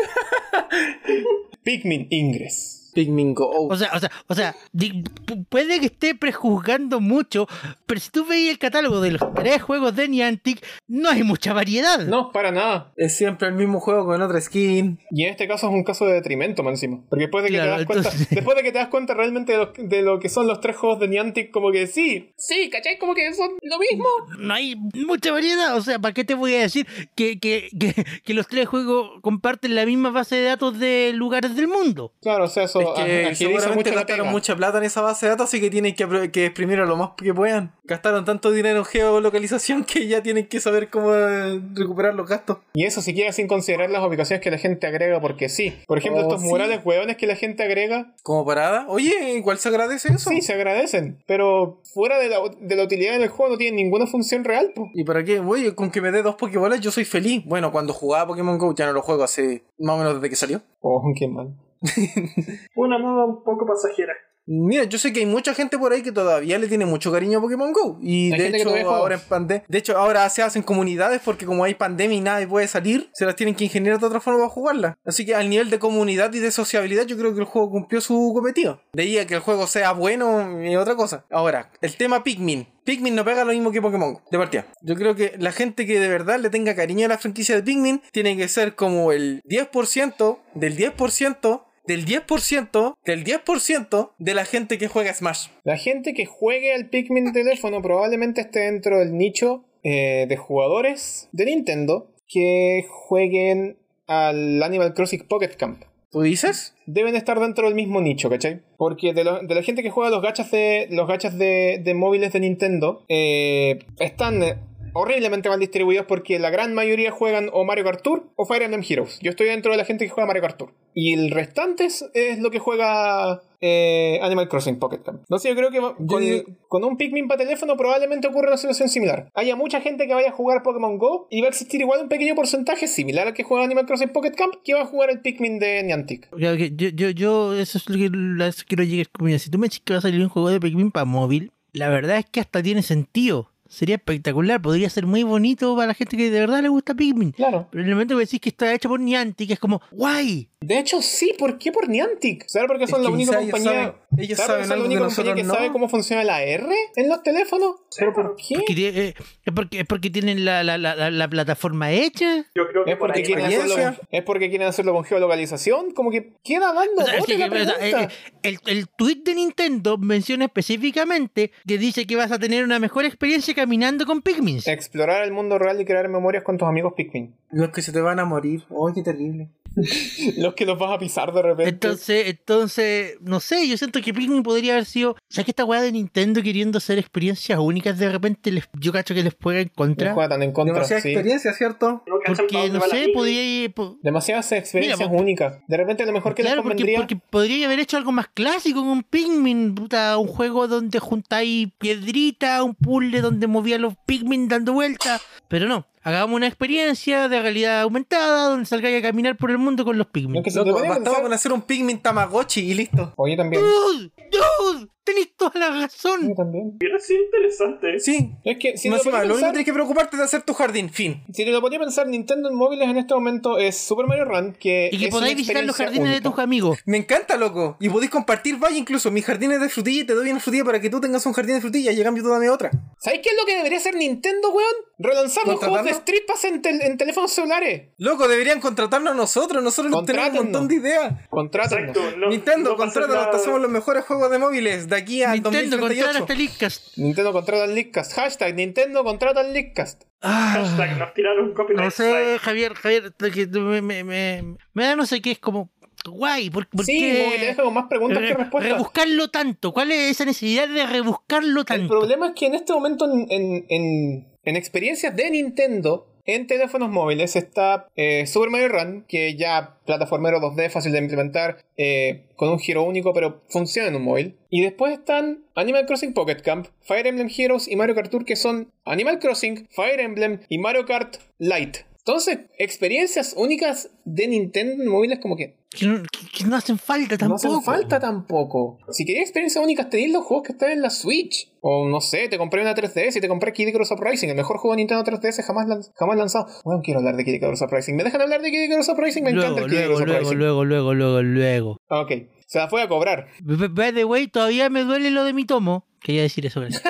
Speaker 1: Pikmin Ingress.
Speaker 4: Pikmin Go.
Speaker 3: O sea, o sea, o sea, di- pu- puede que esté prejuzgando mucho, pero si tú veis el catálogo de los tres juegos de Niantic, no hay mucha variedad.
Speaker 1: No, para nada.
Speaker 4: Es siempre el mismo juego con otra skin.
Speaker 1: Y en este caso es un caso de detrimento, más encima. Porque después de que
Speaker 3: Claro,
Speaker 1: te das cuenta,
Speaker 3: entonces-
Speaker 1: después de que te das cuenta realmente de lo, de lo que son los tres juegos de Niantic, como que sí, sí, ¿cachai? Como que son lo mismo.
Speaker 3: No hay mucha variedad. O sea, ¿para qué te voy a decir que, que, que, que los tres juegos comparten la misma base de datos de lugares del mundo?
Speaker 1: Claro, o sea, eso
Speaker 4: Es que
Speaker 1: a- agiliza
Speaker 4: seguramente
Speaker 1: mucho la
Speaker 4: gastaron
Speaker 1: pega.
Speaker 4: mucha plata en esa base de datos, así que tienen que, apro- que exprimirlo lo más que puedan. Gastaron tanto dinero en geolocalización que ya tienen que saber cómo eh, recuperar los gastos.
Speaker 1: Y eso siquiera sin considerar las ubicaciones que la gente agrega, porque sí. Por ejemplo,
Speaker 4: Oh,
Speaker 1: estos
Speaker 4: sí.
Speaker 1: murales hueones que la gente agrega,
Speaker 4: Como parada. Oye, igual se agradece eso.
Speaker 1: sí, se agradecen. Pero fuera de la, de la utilidad del juego no tienen ninguna función real, po.
Speaker 4: ¿Y para qué? Oye, con que me dé dos Pokébolas yo soy feliz. Bueno, cuando jugaba Pokémon GO ya no lo juego hace más o menos desde que salió.
Speaker 1: Oh, qué mal.
Speaker 2: Una moda un poco pasajera.
Speaker 4: Mira, yo sé que hay mucha gente por ahí que todavía le tiene mucho cariño a Pokémon GO.
Speaker 1: Hay
Speaker 4: Y de
Speaker 1: gente que
Speaker 4: hecho,
Speaker 1: todavía juega.
Speaker 4: ahora en pande- de hecho, ahora se hacen comunidades porque como hay pandemia y nadie puede salir, se las tienen que ingeniar de otra forma para jugarla. Así que al nivel de comunidad y de sociabilidad, yo creo que el juego cumplió su cometido. De ahí a que el juego sea bueno y otra cosa. Ahora, el tema Pikmin. Pikmin no pega lo mismo que Pokémon Go, de partida. Yo creo que la gente que de verdad le tenga cariño a la franquicia de Pikmin tiene que ser como el 10% del 10% del 10% del 10% de la gente que juega Smash.
Speaker 1: La gente que juegue al Pikmin teléfono probablemente esté dentro del nicho eh, de jugadores de Nintendo que jueguen al Animal Crossing Pocket Camp.
Speaker 4: ¿Tú dices?
Speaker 1: Deben estar dentro del mismo nicho, ¿cachai? Porque de, lo- de la gente que juega los gachas de, los gachas de, de móviles de Nintendo, eh, están eh, horriblemente mal distribuidos porque la gran mayoría juegan o Mario Kart Tour o Fire Emblem Heroes. Yo estoy dentro de la gente que juega Mario Kart Tour. Y el restante es, es lo que juega eh, Animal Crossing Pocket Camp. No sé, yo creo que va- con,
Speaker 4: diría-
Speaker 1: con un Pikmin para teléfono probablemente ocurra una situación similar. Haya mucha gente que vaya a jugar Pokémon Go y va a existir igual un pequeño porcentaje similar al que juega Animal Crossing Pocket Camp que va a jugar el Pikmin de Niantic.
Speaker 3: Claro que Yo, yo, yo, eso es lo que lo- a eso quiero llegar. como mira, si tú me dices que va a salir un juego de Pikmin para móvil, la verdad es que hasta tiene sentido. Sería espectacular, podría ser muy bonito para la gente que de verdad le gusta Pikmin.
Speaker 1: Claro.
Speaker 3: Pero en el momento que decís que está hecho por Niantic, es como, guay.
Speaker 1: De hecho, sí, ¿por qué por Niantic? ¿Sabes por qué son
Speaker 4: Es
Speaker 1: la
Speaker 4: que
Speaker 1: única
Speaker 4: quizá ellos
Speaker 1: compañía?
Speaker 4: saben-
Speaker 1: ¿Sabes por
Speaker 4: ellos
Speaker 1: qué
Speaker 4: saben
Speaker 1: son la
Speaker 4: algo
Speaker 1: única
Speaker 4: que
Speaker 1: compañía que
Speaker 4: nosotros
Speaker 1: sabe
Speaker 4: no?
Speaker 1: cómo funciona la R en los teléfonos? ¿Pero por qué?
Speaker 3: Porque tiene- eh, es, porque, es porque tienen la, la- la- la- la plataforma hecha.
Speaker 2: Yo creo que
Speaker 1: Es
Speaker 2: por
Speaker 1: porque,
Speaker 2: ahí
Speaker 1: quieren
Speaker 2: va.
Speaker 1: hacerlo,
Speaker 4: experiencia.
Speaker 1: con- es porque quieren hacerlo con geolocalización, como que queda dando
Speaker 3: O sea,
Speaker 1: bote
Speaker 3: sí,
Speaker 1: la
Speaker 3: que- o sea,
Speaker 1: pregunta.
Speaker 3: eh, eh, el, el tweet de Nintendo menciona específicamente que dice que vas a tener una mejor experiencia caminando con Pikmin.
Speaker 4: eh,
Speaker 1: Explorar el mundo real y crear memorias con tus amigos Pikmin. [LAUGHS]
Speaker 4: Los que se te van a morir. ¡Oh, qué terrible!
Speaker 1: Los que los vas a pisar de repente.
Speaker 3: Entonces, entonces, no sé, yo siento que Pikmin podría haber sido. O sea, que esta weá de Nintendo queriendo hacer experiencias únicas, de repente les- yo cacho que les juega en
Speaker 1: no
Speaker 3: contra.
Speaker 1: juega tan en contra,
Speaker 4: Demasiada
Speaker 1: sí.
Speaker 4: experiencia, ¿cierto?
Speaker 2: No cachan pa'
Speaker 3: Porque,
Speaker 2: dónde
Speaker 3: no
Speaker 2: va la
Speaker 3: sé,
Speaker 2: línea.
Speaker 3: podría ir. po-
Speaker 1: Demasiadas experiencias
Speaker 3: Mira,
Speaker 1: únicas. De repente lo mejor que les
Speaker 3: Claro, porque,
Speaker 1: convendría...
Speaker 3: porque podría haber hecho algo más clásico con Pikmin, puta, un juego donde juntáis piedrita, un puzzle donde movía los Pikmin dando vueltas. Pero no, hagamos una experiencia de realidad aumentada donde salgáis a caminar por el mundo con los Pikmin.
Speaker 1: Es que si te
Speaker 4: Loco,
Speaker 1: pones a
Speaker 4: bastaba
Speaker 1: pensar-
Speaker 4: con hacer un Pikmin Tamagotchi y listo.
Speaker 1: Oye, también.
Speaker 3: ¡Dude! ¡Dude! Tenéis toda la razón.
Speaker 1: Oye, también.
Speaker 2: Hubiera sido [LAUGHS] interesante.
Speaker 4: Sí.
Speaker 1: Es que si
Speaker 4: Más
Speaker 1: te pones a
Speaker 4: encima, lo único que
Speaker 1: pensar-
Speaker 4: tienes que preocuparte es de hacer tu jardín. Fin.
Speaker 1: Si te lo podía pensar, Nintendo en móviles en este momento es Super Mario Run, que
Speaker 3: Y que
Speaker 1: es una
Speaker 3: podáis visitar los
Speaker 1: experiencia
Speaker 3: jardines
Speaker 1: única.
Speaker 3: de tus amigos.
Speaker 4: Me encanta, loco. Y podéis compartir, vaya, incluso mis jardines de frutilla y te doy una frutilla para que tú tengas un jardín de frutilla y en cambio tú dame otra.
Speaker 1: ¿Sabes qué es lo que debería hacer Nintendo, weón? Relanzar los juegos de
Speaker 4: ¿Contratarlo?
Speaker 1: Street Pass en, tel- en teléfonos celulares.
Speaker 4: Loco, deberían contratarnos a nosotros. Nosotros tenemos un
Speaker 1: Contrátennos.
Speaker 4: montón de ideas.
Speaker 1: Contraten.
Speaker 2: Exacto. No,
Speaker 4: Nintendo,
Speaker 2: no pasa
Speaker 4: contrátanos.
Speaker 2: nada.
Speaker 4: hasta somos los mejores juegos de móviles de aquí a
Speaker 3: Nintendo contra
Speaker 4: 2038.
Speaker 2: [LAUGHS]
Speaker 3: las telicas.
Speaker 1: Nintendo contrata al Leakcast. Hashtag Nintendo contrata al Leakcast.
Speaker 3: Ah,
Speaker 2: Hashtag, nos tiraron copyright.
Speaker 3: no sé, Javier, Javier, te- que tú me, me, me- me da no sé qué, es como guay. ¿Por, por
Speaker 1: Sí, como que te
Speaker 3: qué
Speaker 1: deja con más preguntas
Speaker 3: re-
Speaker 1: que respuestas.
Speaker 3: rebuscarlo tanto? ¿Cuál es esa necesidad de rebuscarlo
Speaker 1: El
Speaker 3: tanto?
Speaker 1: problema es que en este momento en, en- en- en experiencias de Nintendo En teléfonos móviles está eh, Super Mario Run, que ya plataformero 2D, fácil de implementar, eh, con un giro único, pero funciona en un móvil. Y después están Animal Crossing Pocket Camp, Fire Emblem Heroes y Mario Kart Tour, que son Animal Crossing, Fire Emblem y Mario Kart Lite. Entonces, experiencias únicas de Nintendo en móviles como que
Speaker 3: Que no, que- que no hacen falta
Speaker 1: no
Speaker 3: tampoco.
Speaker 1: hacen falta tampoco. Si querías experiencias únicas, tenéis los juegos que están en la Switch. O no sé, te compré una 3DS y te compré Kid Icarus Uprising, el mejor juego de Nintendo 3DS jamás, lanz- jamás lanzado. Bueno, quiero hablar de Kid Icarus Uprising. ¿Me dejan hablar de Kid Icarus Uprising? Me
Speaker 3: luego,
Speaker 1: encanta el Kid
Speaker 3: luego,
Speaker 1: Icarus
Speaker 3: luego,
Speaker 1: Uprising. Ah,
Speaker 3: luego, luego, luego, luego.
Speaker 1: Ok, se la fue a cobrar.
Speaker 3: B- By the way, todavía me duele lo de mi tomo. Quería decir eso.
Speaker 1: [LAUGHS]
Speaker 3: gracias.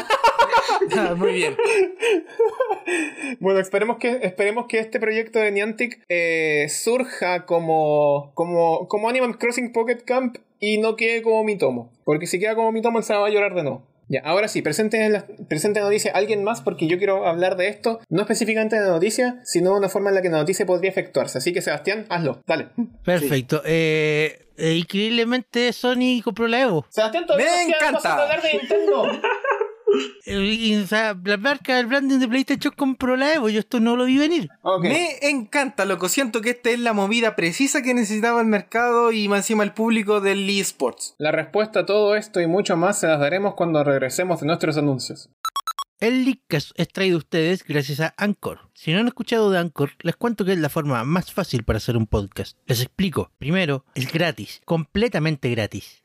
Speaker 4: Ah, Muy bien.
Speaker 1: Bueno, esperemos que, esperemos que este proyecto de Niantic eh, surja como, como, como Animal Crossing Pocket Camp y no quede como mi tomo. Porque si queda como mi tomo, él se va a llorar de no. Ya, ahora sí, presenten en la, presenten la noticia alguien más porque yo quiero hablar de esto, no específicamente de la noticia, sino de una forma en la que la noticia podría efectuarse. Así que Sebastián, hazlo, dale.
Speaker 3: Perfecto. Eh, eh, increíblemente Sony compró la Evo.
Speaker 1: Sebastián, todavía
Speaker 4: Me
Speaker 1: nos quedan cosas de
Speaker 4: encanta.
Speaker 1: hablar de Nintendo.
Speaker 3: Eh, y, o sea, la marca del branding de PlayStation compró la Evo. Yo esto no lo vi venir.
Speaker 1: Ok.
Speaker 4: Me encanta, loco. Siento que esta es la movida precisa que necesitaba el mercado y más encima el público del eSports.
Speaker 1: La respuesta a todo esto y mucho más se las daremos cuando regresemos de nuestros anuncios.
Speaker 3: El Leadcast es traído a ustedes gracias a Anchor. Si no han escuchado de Anchor, les cuento que es la forma más fácil para hacer un podcast. Les explico. Primero, es gratis, completamente gratis.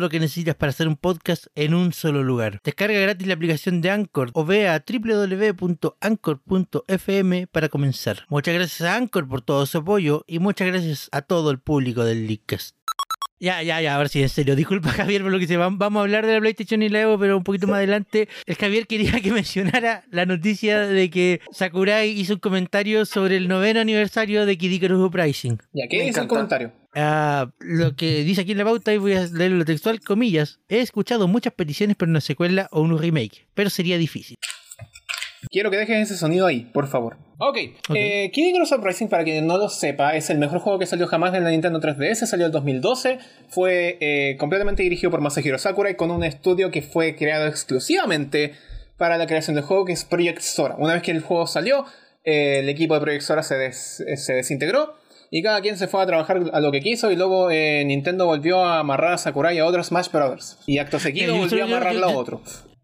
Speaker 3: lo que necesitas para hacer un podcast en un solo lugar. Descarga gratis la aplicación de Anchor o ve a www.anchor.fm para comenzar. Muchas gracias a Anchor por todo su apoyo y muchas gracias a todo el público del Leadcast. Ya, ya, ya, a ver si en serio. Disculpa, [LAUGHS] Javier, por lo que se van. Vamos a hablar de la PlayStation y la Evo, pero un poquito más adelante. El Javier quería que [LAUGHS] mencionara la noticia de que Sakurai hizo un comentario sobre el noveno aniversario de Kid Icarus Uprising.
Speaker 1: Ya, ¿qué
Speaker 4: Me
Speaker 1: dice el
Speaker 4: encanta.
Speaker 1: comentario?
Speaker 3: Ah, lo que dice aquí en la pauta, y voy a leer lo textual, comillas. He escuchado muchas peticiones por una secuela o un remake, pero sería difícil.
Speaker 1: Quiero que dejes ese sonido ahí, por favor. Ok,
Speaker 3: Ok.
Speaker 1: eh, Kid Icarus Uprising, para quien no lo sepa, es el mejor juego que salió jamás en la Nintendo 3DS, salió en 2012, fue eh, completamente dirigido por Masahiro Sakurai con un estudio que fue creado exclusivamente para la creación del juego, que es Project Sora. Una vez que el juego salió, eh, el equipo de Project Sora se, des- eh, se desintegró y cada quien se fue a trabajar a lo que quiso y luego eh, Nintendo volvió a amarrar a Sakurai a otro Smash Brothers. Y acto seguido
Speaker 3: yo
Speaker 1: volvió
Speaker 3: solo-
Speaker 1: a
Speaker 3: yo-
Speaker 1: amarrarlo
Speaker 3: yo-
Speaker 1: a otro.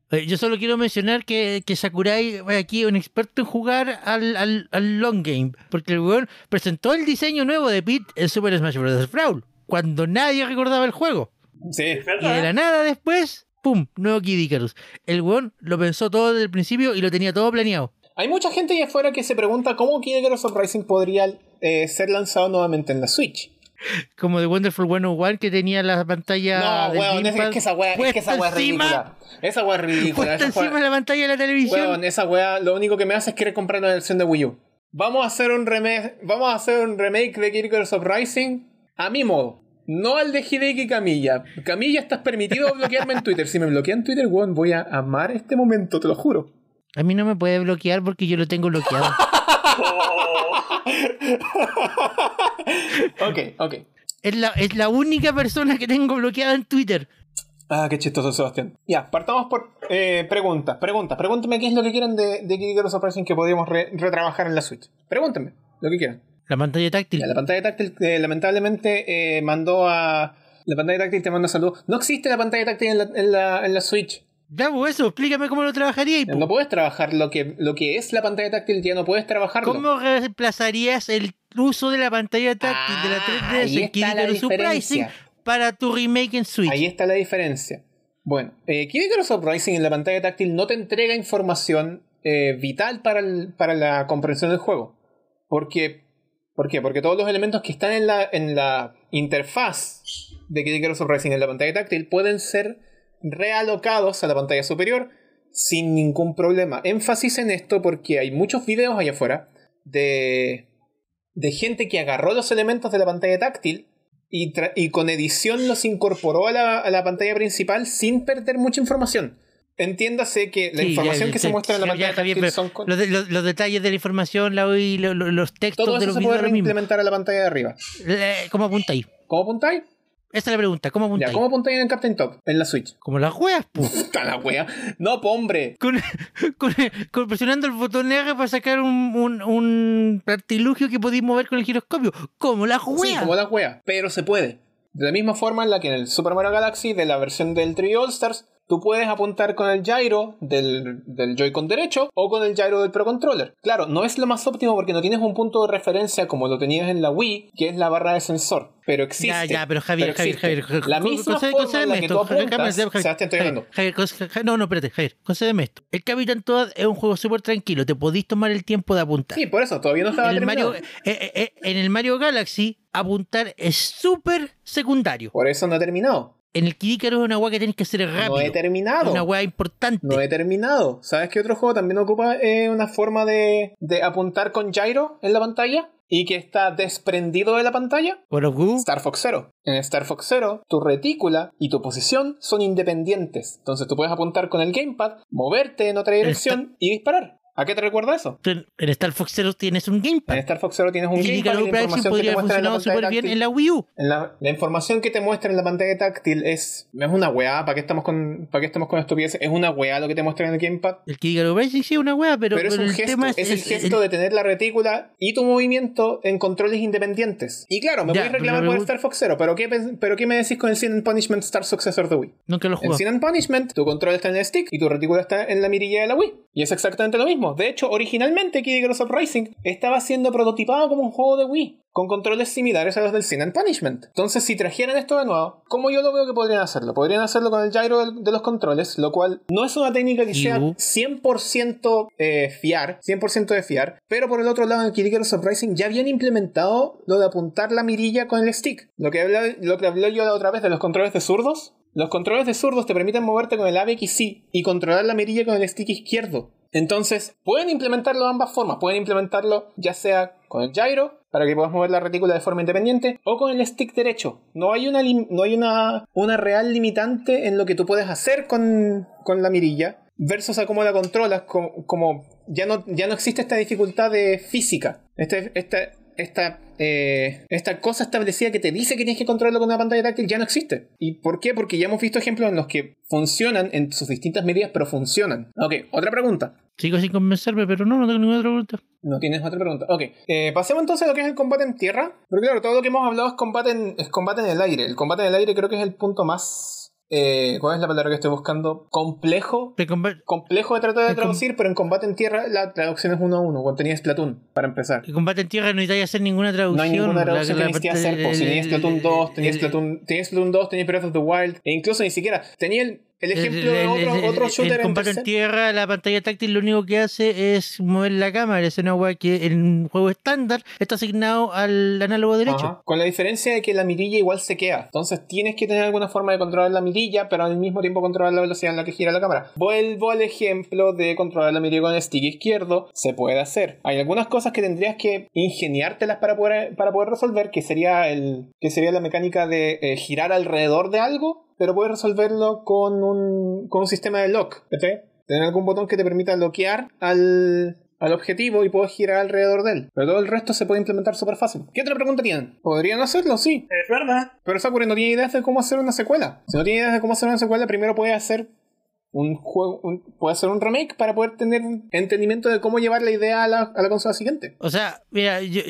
Speaker 3: Eh, Yo solo quiero mencionar que, que Sakurai eh, aquí un experto en jugar al, al- al long game, porque el weón presentó el diseño nuevo de Pete en Super Smash Bros. Brawl, cuando nadie recordaba el juego.
Speaker 1: Sí.
Speaker 2: ¿Verdad?
Speaker 3: Y de la nada después, ¡pum! Nuevo Kid Icarus. El weón lo pensó todo desde el principio y lo tenía todo planeado.
Speaker 1: Hay mucha gente allá afuera que se pregunta cómo Kid Icarus Uprising podría eh, ser lanzado nuevamente en la Switch.
Speaker 3: Como de Wonderful 101 que tenía la pantalla.
Speaker 1: no,
Speaker 3: del
Speaker 1: weón, es, es
Speaker 3: Gamepad
Speaker 1: que esa weá, es que
Speaker 3: puesta
Speaker 1: esa weá es
Speaker 3: encima-
Speaker 1: ridícula. Esa weá es ridícula.
Speaker 3: Puesta
Speaker 1: Esa
Speaker 3: encima de
Speaker 1: weá,
Speaker 3: la pantalla de la televisión.
Speaker 1: weón, esa weá lo único que me hace es querer comprar una versión de Wii U. Vamos a hacer un remake, vamos a hacer un remake de Kid Icarus Uprising a mi modo. No al de Hideki Camilla. Camilla, estás permitido bloquearme en Twitter. Si me bloquean en Twitter, weón, voy a amar este momento, te lo juro.
Speaker 3: A mí no me puede bloquear porque yo lo
Speaker 1: [LAUGHS]
Speaker 3: tengo bloqueado.
Speaker 1: Ok, ok.
Speaker 3: es, la, es la única persona que tengo bloqueada en Twitter.
Speaker 1: Ah, qué chistoso, Sebastián. Ya, partamos por eh, preguntas. Preguntas. Pregúntame qué es lo que quieran de, de Kid Icarus Uprising que podríamos re- retrabajar en la Switch. Pregúntenme lo que quieran.
Speaker 3: La pantalla táctil.
Speaker 1: Ya, la pantalla táctil, eh, lamentablemente, eh, mandó a. La pantalla táctil te manda saludos. No existe la pantalla táctil en la, en la- en la Switch.
Speaker 3: Ya, pues eso, explícame cómo lo pues. trabajaría y po.
Speaker 1: No puedes trabajar lo que, lo que es la pantalla táctil, ya no puedes trabajarlo.
Speaker 3: cómo reemplazarías el uso de la pantalla táctil de la
Speaker 1: Ah,
Speaker 3: 3DS
Speaker 1: ahí
Speaker 3: en Kid
Speaker 1: está la
Speaker 3: Icarus Uprising
Speaker 1: diferencia.
Speaker 3: para tu remake en Switch.
Speaker 1: Ahí está la diferencia. Bueno, eh, Kid Icarus Uprising en la pantalla táctil no te entrega información eh, vital para, el- para la comprensión del juego. Porque, ¿Por qué? Porque todos los elementos que están en la, en la interfaz de Kid Icarus Uprising en la pantalla táctil pueden ser realocados a la pantalla superior sin ningún problema. Énfasis en esto porque hay muchos videos allá afuera de, de gente que agarró los elementos de la pantalla táctil y, tra- y con edición los incorporó a la, a la pantalla principal sin perder mucha información. Entiéndase que la
Speaker 3: Sí,
Speaker 1: información
Speaker 3: ya,
Speaker 1: que se
Speaker 3: ya,
Speaker 1: muestra en la
Speaker 3: ya, ya,
Speaker 1: pantalla
Speaker 3: está bien,
Speaker 1: táctil
Speaker 3: pero
Speaker 1: son con-
Speaker 3: Los, de- los- los detalles de la información, la, y lo- lo- los textos
Speaker 1: Todo
Speaker 3: de
Speaker 1: eso
Speaker 3: los
Speaker 1: se
Speaker 3: videos,
Speaker 1: puede
Speaker 3: lo mismo.
Speaker 1: reimplementar a la pantalla de arriba.
Speaker 3: Le- ¿Cómo apuntáis?
Speaker 1: ¿Cómo apuntáis?
Speaker 3: Esa es la pregunta, ¿cómo
Speaker 1: Ya,
Speaker 3: apuntáis?
Speaker 1: ¿cómo apuntáis en el Captain Top? En la Switch. [LAUGHS]
Speaker 3: Como las weas, po.
Speaker 1: Puta la wea. No, po, hombre.
Speaker 3: Con, con- con presionando el botón R para sacar un, un, un artilugio que podéis mover con el giroscopio. Como las
Speaker 1: Sí,
Speaker 3: weas.
Speaker 1: como la wea. Pero se puede. De la misma forma en la que en el Super Mario Galaxy de la versión del 3 All Stars, tú puedes apuntar con el gyro del, del Joy-Con derecho o con el gyro del Pro Controller. Claro, no es lo más óptimo porque no tienes un punto de referencia como lo tenías en la Wii, que es la barra de sensor. Pero existe.
Speaker 3: Ya, ya, pero Javier,
Speaker 1: Pero
Speaker 3: Javier,
Speaker 1: existe.
Speaker 3: Javier, Javier,
Speaker 1: La
Speaker 3: con-
Speaker 1: misma
Speaker 3: concede-
Speaker 1: forma en
Speaker 3: concédeme
Speaker 1: la que tú
Speaker 3: Javier,
Speaker 1: apuntas.
Speaker 3: Javier, Javier,
Speaker 1: Sebastián, estoy
Speaker 3: Javier,
Speaker 1: hablando.
Speaker 3: Javier, conce- Ja- no, no, espérate, Javier, concédeme esto. El Capitán Toad es un juego súper tranquilo, te podéis tomar el tiempo de apuntar.
Speaker 1: Sí, por eso, todavía no estaba
Speaker 3: en, el
Speaker 1: terminado.
Speaker 3: Mario, eh, eh, eh, en el Mario Galaxy, apuntar es súper secundario.
Speaker 1: Por eso no he terminado.
Speaker 3: En el Kid Icarus es una weá que tenés que hacer rápido.
Speaker 1: No he terminado.
Speaker 3: Una weá importante.
Speaker 1: No he terminado. ¿Sabes qué otro juego también ocupa eh, una forma de, de apuntar con gyro en la pantalla? Y que está desprendido de la pantalla.
Speaker 3: Por los Goo,
Speaker 1: Star Fox Zero. En Star Fox Zero, tu retícula y tu posición son independientes. Entonces tú puedes apuntar con el gamepad, moverte en otra dirección y disparar. ¿A qué te recuerda eso?
Speaker 3: tú en en Star Fox Zero tienes un
Speaker 1: En
Speaker 3: gamepad.
Speaker 1: Star Fox Zero tienes un
Speaker 3: Kid
Speaker 1: gamepad y
Speaker 3: Icarus
Speaker 1: la
Speaker 3: Prime
Speaker 1: información que
Speaker 3: podría
Speaker 1: te
Speaker 3: haber
Speaker 1: muestra en la
Speaker 3: funcionado
Speaker 1: pantalla
Speaker 3: súper bien
Speaker 1: táctil-
Speaker 3: en la Wii U.
Speaker 1: en la, la información que te muestra en la pantalla táctil es, es una weá, ¿para qué estamos con, para qué estamos con estupideces? Es una weá lo que te muestra en el gamepad.
Speaker 3: El Kid Icarus Prime sí, sí, una weá, pero,
Speaker 1: Pero, es
Speaker 3: pero
Speaker 1: un
Speaker 3: el
Speaker 1: gesto,
Speaker 3: tema
Speaker 1: es, el gesto de tener la retícula y tu movimiento en controles independientes. Y claro, me
Speaker 3: Ya,
Speaker 1: voy a reclamar
Speaker 3: pero
Speaker 1: por
Speaker 3: me
Speaker 1: el
Speaker 3: gu-
Speaker 1: Star Fox Zero, pero ¿qué, pens- pero ¿qué me decís con el Sin and Punishment Star Successor de Wii?
Speaker 3: Nunca lo he
Speaker 1: En
Speaker 3: jugado.
Speaker 1: Sin and Punishment, tu control está en el stick y tu retícula está en la mirilla de la Wii. Y es exactamente lo mismo. De hecho, originalmente Kid Icarus Uprising estaba siendo prototipado como un juego de Wii, con controles similares a los del Sin and Punishment. Entonces, si trajeran esto de nuevo, como yo lo veo que podrían hacerlo? Podrían hacerlo con el gyro del- de los controles, lo cual no es una técnica que sea
Speaker 3: Iu.
Speaker 1: 100% eh, fiar, 100% de fiar, pero por el otro lado en Kid Icarus Uprising ya habían implementado lo de apuntar la mirilla con el stick. Lo que hablé, lo que hablé yo la otra vez de los controles de zurdos. Los controles de zurdos te permiten moverte con el A, B, X, Y y controlar la mirilla con el stick izquierdo. Entonces, pueden implementarlo de ambas formas. Pueden implementarlo ya sea con el gyro, para que puedas mover la retícula de forma independiente, o con el stick derecho. No hay una, lim- no hay una, una real limitante en lo que tú puedes hacer con, con la mirilla, versus a cómo la controlas, co- como, ya, no, ya no existe esta dificultad de física. Este, esta, esta, eh, esta cosa establecida que te dice que tienes que controlarlo con una pantalla táctil ya no existe. ¿Y por qué? Porque ya hemos visto ejemplos en los que funcionan en sus distintas medidas, pero funcionan. Ok, otra pregunta.
Speaker 3: Sigo sin convencerme, pero no, no tengo ninguna otra pregunta.
Speaker 1: No tienes otra pregunta. Ok. Eh, pasemos entonces a lo que es el combate en tierra. Porque claro, todo lo que hemos hablado es combate en, es combate en el aire. El combate en el aire creo que es el punto más... eh, ¿Cuál es la palabra que estoy buscando? Complejo.
Speaker 3: Te compa-
Speaker 1: Complejo de tratar de
Speaker 3: El com-
Speaker 1: traducir, pero en combate en tierra la traducción es uno a uno. Cuando tenías Splatoon, para empezar.
Speaker 3: El combate en tierra no necesitáis hacer ninguna
Speaker 1: No
Speaker 3: traducción.
Speaker 1: hay ninguna
Speaker 3: la-
Speaker 1: traducción
Speaker 3: la
Speaker 1: que necesitas
Speaker 3: parte
Speaker 1: hacer. po. Si
Speaker 3: del-
Speaker 1: tenías Splatoon 2, tenías
Speaker 3: el-
Speaker 1: Splatoon, tenías Splatoon 2, tenías Breath of the Wild. E incluso ni siquiera... Tenía el, el ejemplo de otro,
Speaker 3: el-
Speaker 1: otro
Speaker 3: el
Speaker 1: shooter en
Speaker 3: combate en
Speaker 1: tercer-
Speaker 3: tierra, la pantalla táctil lo único que hace es mover la cámara. Es una weá que en un juego estándar está asignado al análogo derecho.
Speaker 1: Ajá. Con la diferencia de que la mirilla igual se queda. Entonces tienes que tener alguna forma de controlar la mirilla, pero al mismo tiempo controlar la velocidad en la que gira la cámara. Vuelvo al ejemplo de controlar la mirilla con el stick izquierdo. Se puede hacer. Hay algunas cosas que tendrías que ingeniártelas para poder, para poder resolver, que sería, el, que sería la mecánica de eh, girar alrededor de algo, pero puedes resolverlo con un, con un sistema de lock. ¿cachai? Tener algún botón que te permita bloquear al, al objetivo y puedo girar alrededor de él. Pero todo el resto se puede implementar súper fácil. ¿Qué otra pregunta tienen? Podrían hacerlo, sí.
Speaker 2: Es verdad.
Speaker 1: Pero Sakura no tiene ideas de cómo hacer una secuela. Si no tiene ideas de cómo hacer una secuela, primero puede hacer un juego, un- puede hacer un remake para poder tener entendimiento de cómo llevar la idea a la, a la consola siguiente.
Speaker 3: O sea, mira, yo,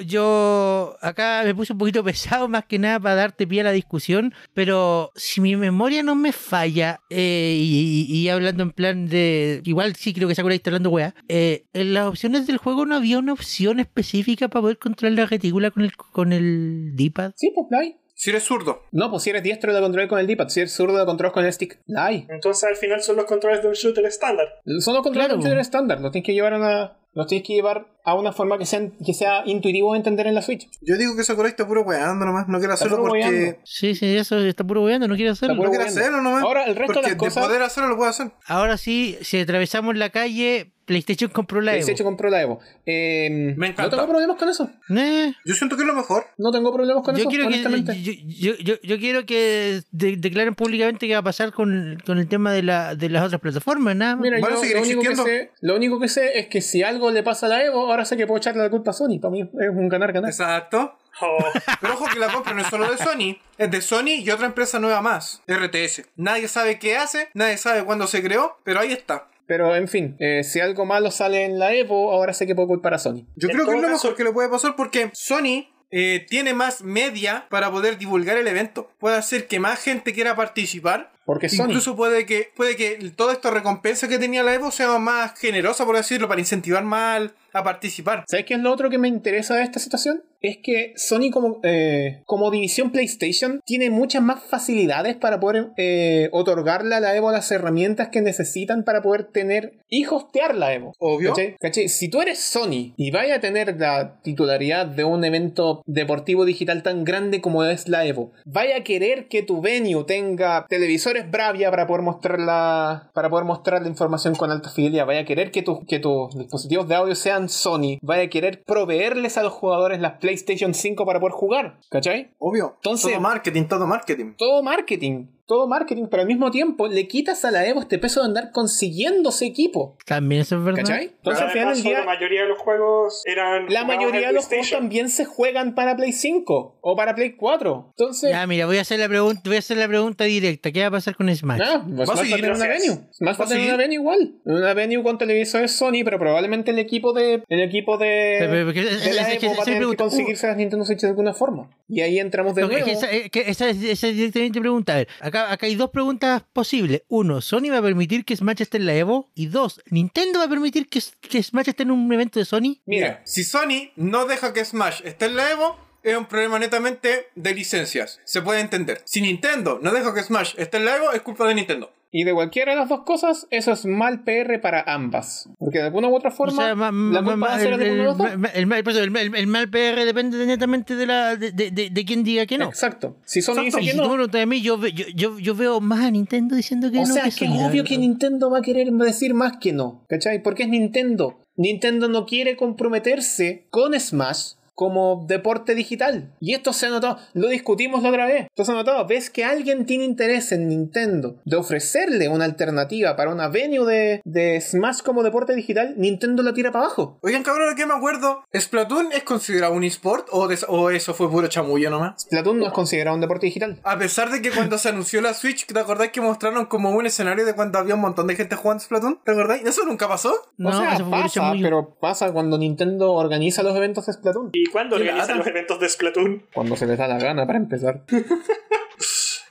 Speaker 3: yo, yo acá me puse un poquito [LAUGHS] pesado más que nada para darte pie a la discusión, pero si mi memoria no me falla, eh, y, y- y hablando en plan de, igual sí creo que Sakura está hablando weá, eh, en las opciones del juego no había una opción específica para poder controlar la retícula con el, con el D-pad.
Speaker 1: Sí, pues la hay.
Speaker 4: Si eres zurdo.
Speaker 1: No, pues si eres diestro la controlas con el D-pad, si eres zurdo la controlas con el stick. La hay.
Speaker 2: Entonces al final son los controles de un shooter estándar.
Speaker 1: Son los controles
Speaker 3: Claro.
Speaker 1: de un shooter estándar, los tienes que llevar a una, Los tienes que llevar a una forma que, sean, que sea intuitivo de entender en la Switch.
Speaker 4: Yo digo que eso correcto es puro weando nomás, no quiero hacerlo
Speaker 1: puro
Speaker 4: porque.
Speaker 1: weando.
Speaker 3: Sí, sí, eso está puro weando, no quiere hacerlo.
Speaker 1: puro
Speaker 4: No quiero
Speaker 1: weando.
Speaker 4: hacerlo nomás.
Speaker 1: Ahora, el resto de
Speaker 4: porque
Speaker 1: las cosas-
Speaker 4: poder hacerlo lo puedo hacer.
Speaker 3: Ahora sí, si atravesamos la calle, PlayStation compró la Evo.
Speaker 1: Se hecho compró la Evo. Eh,
Speaker 4: Me encanta.
Speaker 1: No tengo problemas con eso.
Speaker 3: Eh,
Speaker 4: Yo siento que es lo mejor.
Speaker 1: No tengo problemas con
Speaker 3: yo,
Speaker 1: eso,
Speaker 3: quiero que, eh,
Speaker 1: honestamente.
Speaker 3: yo, yo- yo- yo quiero que de- declaren públicamente qué va a pasar con, con el tema de, la, de las otras plataformas, nada más.
Speaker 1: Mira,
Speaker 4: Bueno,
Speaker 1: yo
Speaker 4: seguirá
Speaker 1: lo único, que
Speaker 4: existiendo.
Speaker 1: sé, lo único que sé es que si algo le pasa a la Evo, ahora sé que puedo echarle la culpa a Sony. Para mí es un ganar-ganar.
Speaker 4: Exacto.
Speaker 2: Oh,
Speaker 4: Pero ojo que la compra no es solo de Sony, es de Sony y otra empresa nueva más, RTS. Nadie sabe qué hace, nadie sabe cuándo se creó, pero ahí está.
Speaker 1: Pero en fin, eh, si algo malo sale en la Evo, ahora sé que puedo culpar a Sony.
Speaker 4: Yo
Speaker 2: En
Speaker 4: creo que
Speaker 2: todo
Speaker 4: es lo
Speaker 2: caso-
Speaker 4: mejor que le puede pasar porque Sony eh, tiene más media para poder divulgar el evento. Puede hacer que más gente quiera participar.
Speaker 1: Porque Sony.
Speaker 4: Incluso puede que, puede que toda esta recompensa que tenía la Evo sea más generosa, por decirlo, para incentivar más a participar.
Speaker 1: ¿Sabes qué es lo otro que me interesa de esta situación? Es que Sony como, eh, como división PlayStation tiene muchas más facilidades para poder eh, otorgarle a la Evo las herramientas que necesitan para poder tener y hostear la Evo.
Speaker 4: Obvio.
Speaker 1: ¿Cachai? ¿Cachai? Si tú eres Sony y vaya a tener la titularidad de un evento deportivo digital tan grande como es la Evo, vaya a querer que tu venue tenga televisores Bravia para poder mostrar la, para poder mostrar la información con alta fidelidad, vaya a querer que, tus que tus dispositivos de audio sean Sony, vaya a querer proveerles a los jugadores las PlayStation 5 para poder jugar, ¿cachai?
Speaker 4: Obvio.
Speaker 1: Entonces-
Speaker 4: todo marketing, todo marketing.
Speaker 1: todo marketing, todo marketing, pero al mismo tiempo le quitas a la Evo este peso de andar consiguiendo ese equipo.
Speaker 3: También eso es verdad.
Speaker 1: ¿Cachai? [LAUGHS]
Speaker 2: pero
Speaker 1: Entonces al final
Speaker 2: además,
Speaker 1: del
Speaker 2: la
Speaker 1: día,
Speaker 2: mayoría de los juegos eran.
Speaker 1: la
Speaker 2: jugados
Speaker 1: mayoría
Speaker 2: en
Speaker 1: de los juegos
Speaker 2: PlayStation.
Speaker 1: también se juegan para Play 5 o para Play 4. Entonces,
Speaker 3: Ya, mira, voy a hacer la pregunta, voy a hacer la pregunta directa. ¿Qué va a pasar con Smash?
Speaker 1: ah, pues
Speaker 4: ¿Va a
Speaker 1: más
Speaker 4: seguir?
Speaker 1: va a tener una
Speaker 2: Gracias.
Speaker 1: venue. Más
Speaker 4: ¿Va
Speaker 1: va
Speaker 4: a
Speaker 1: a tener
Speaker 3: ¿Ah,
Speaker 4: seguir?
Speaker 1: una venue igual. Una venue con televisores Sony, pero probablemente el equipo de. El equipo de.
Speaker 3: Pero- pero- pero-
Speaker 1: de
Speaker 3: es-
Speaker 1: la
Speaker 3: es que-
Speaker 1: Evo va
Speaker 3: esa
Speaker 1: a tener que
Speaker 3: pregunta- Uh,
Speaker 1: conseguirse las Nintendo Switch de alguna forma. Y ahí entramos de
Speaker 3: Ok,
Speaker 1: nuevo.
Speaker 3: que esa, eh, que esa es, esa es directamente pregunta. A ver, acá, acá hay dos preguntas posibles. Uno, ¿Sony va a permitir que Smash esté en la Evo? Y dos, ¿Nintendo va a permitir que, que Smash esté en un evento de Sony?
Speaker 4: Mira,
Speaker 1: Mira,
Speaker 4: si Sony no deja que Smash esté en la Evo, es un problema netamente de licencias. Se puede entender. Si Nintendo no deja que Smash esté en la Evo, es culpa de Nintendo.
Speaker 1: y de cualquiera de las dos cosas, eso es mal PR para ambas. Porque de alguna u otra
Speaker 3: O
Speaker 1: forma,
Speaker 3: sea, ma-
Speaker 1: la
Speaker 3: ma-
Speaker 1: culpa va
Speaker 3: ma-
Speaker 1: a ser
Speaker 3: el-
Speaker 1: de alguno de los dos.
Speaker 3: el- ma- el mal- por eso, el mal- el mal PR depende netamente de, la, de, de, de- de quien diga que no.
Speaker 1: Exacto. Si Sony
Speaker 4: Exacto.
Speaker 1: dice
Speaker 3: Y
Speaker 1: que
Speaker 3: si tú me
Speaker 1: no.
Speaker 3: preguntas a mí, yo, ve- yo, yo, yo veo más a Nintendo diciendo que
Speaker 1: O
Speaker 3: no.
Speaker 1: sea, que es
Speaker 3: Sony, la
Speaker 1: obvio
Speaker 3: verdad.
Speaker 1: que Nintendo va a querer decir más que no. ¿Cachai? Porque es Nintendo. Nintendo no quiere comprometerse con Smash como deporte digital. Y esto se ha notado. Lo discutimos la otra vez. Esto se ha notado. Ves que alguien tiene interés en Nintendo de ofrecerle una alternativa para una venue de, de Smash como deporte digital. Nintendo la tira para abajo.
Speaker 4: Oigan, cabrón, ¿de qué me acuerdo? ¿Splatoon es considerado un esport o, des- o eso fue puro chamullo nomás?
Speaker 1: Splatoon no es considerado un deporte digital.
Speaker 4: A pesar de que cuando se anunció la Switch, ¿te acordás que mostraron como un escenario de cuando había un montón de gente jugando Splatoon? ¿Te acordás? ¿Eso nunca pasó?
Speaker 3: No,
Speaker 1: o sea,
Speaker 3: eso fue mucho
Speaker 1: pasa,
Speaker 3: muy-
Speaker 1: pero pasa cuando Nintendo organiza los eventos de Splatoon.
Speaker 2: ¿Y cuándo
Speaker 4: Y la
Speaker 2: organizan
Speaker 4: atan.
Speaker 2: los eventos de Splatoon?
Speaker 1: Cuando se les da la gana para empezar.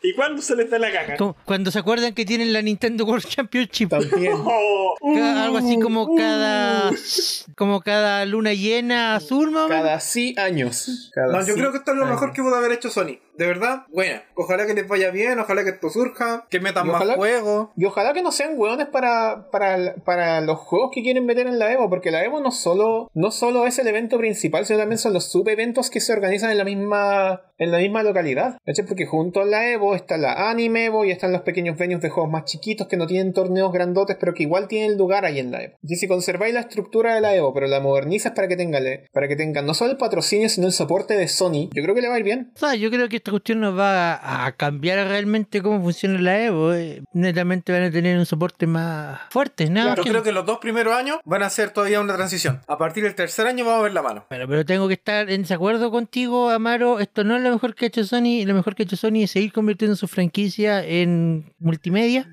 Speaker 2: ¿Y cuándo se les da la gana?
Speaker 3: como- Cuando se acuerdan que tienen la Nintendo World Championship.
Speaker 1: También.
Speaker 3: [LAUGHS]
Speaker 2: Oh, uh,
Speaker 3: Ca- algo así como
Speaker 2: uh.
Speaker 3: cada como cada luna llena azul más o menos.
Speaker 1: Cada sí años. Cada
Speaker 4: No, yo
Speaker 1: sí
Speaker 4: creo que esto es lo
Speaker 1: años.
Speaker 4: mejor que pudo haber hecho Sony. De verdad, bueno, ojalá que les vaya bien, ojalá que esto surja, que metan
Speaker 1: Y ojalá-
Speaker 4: más juegos.
Speaker 1: Y ojalá que no sean hueones para, para, para los juegos que quieren meter en la Evo, porque la Evo no solo, no solo es el evento principal, sino también son los subeventos que se organizan en la misma, en la misma localidad. ¿Cachai? Porque junto a la Evo está la Anime Evo y están los pequeños venues de juegos más chiquitos que no tienen torneos grandotes, pero que igual tienen lugar ahí en la Evo. Y si conserváis la estructura de la Evo, pero la modernizas para que tenga, le- para que tenga no solo el patrocinio, sino el soporte de Sony, yo creo que le va a ir bien.
Speaker 3: O sea, yo creo que esta cuestión nos va a, a cambiar realmente cómo funciona la Evo. eh. Netamente van a tener un soporte más fuerte, nada
Speaker 4: Yo
Speaker 3: más que-
Speaker 4: creo que los dos primeros años van a ser todavía una transición. A partir del tercer año vamos a ver la mano.
Speaker 3: Bueno, pero tengo que estar en desacuerdo contigo, Amaro. Esto no es lo mejor que ha hecho Sony. Lo mejor que ha hecho Sony es seguir convirtiendo su franquicia en multimedia.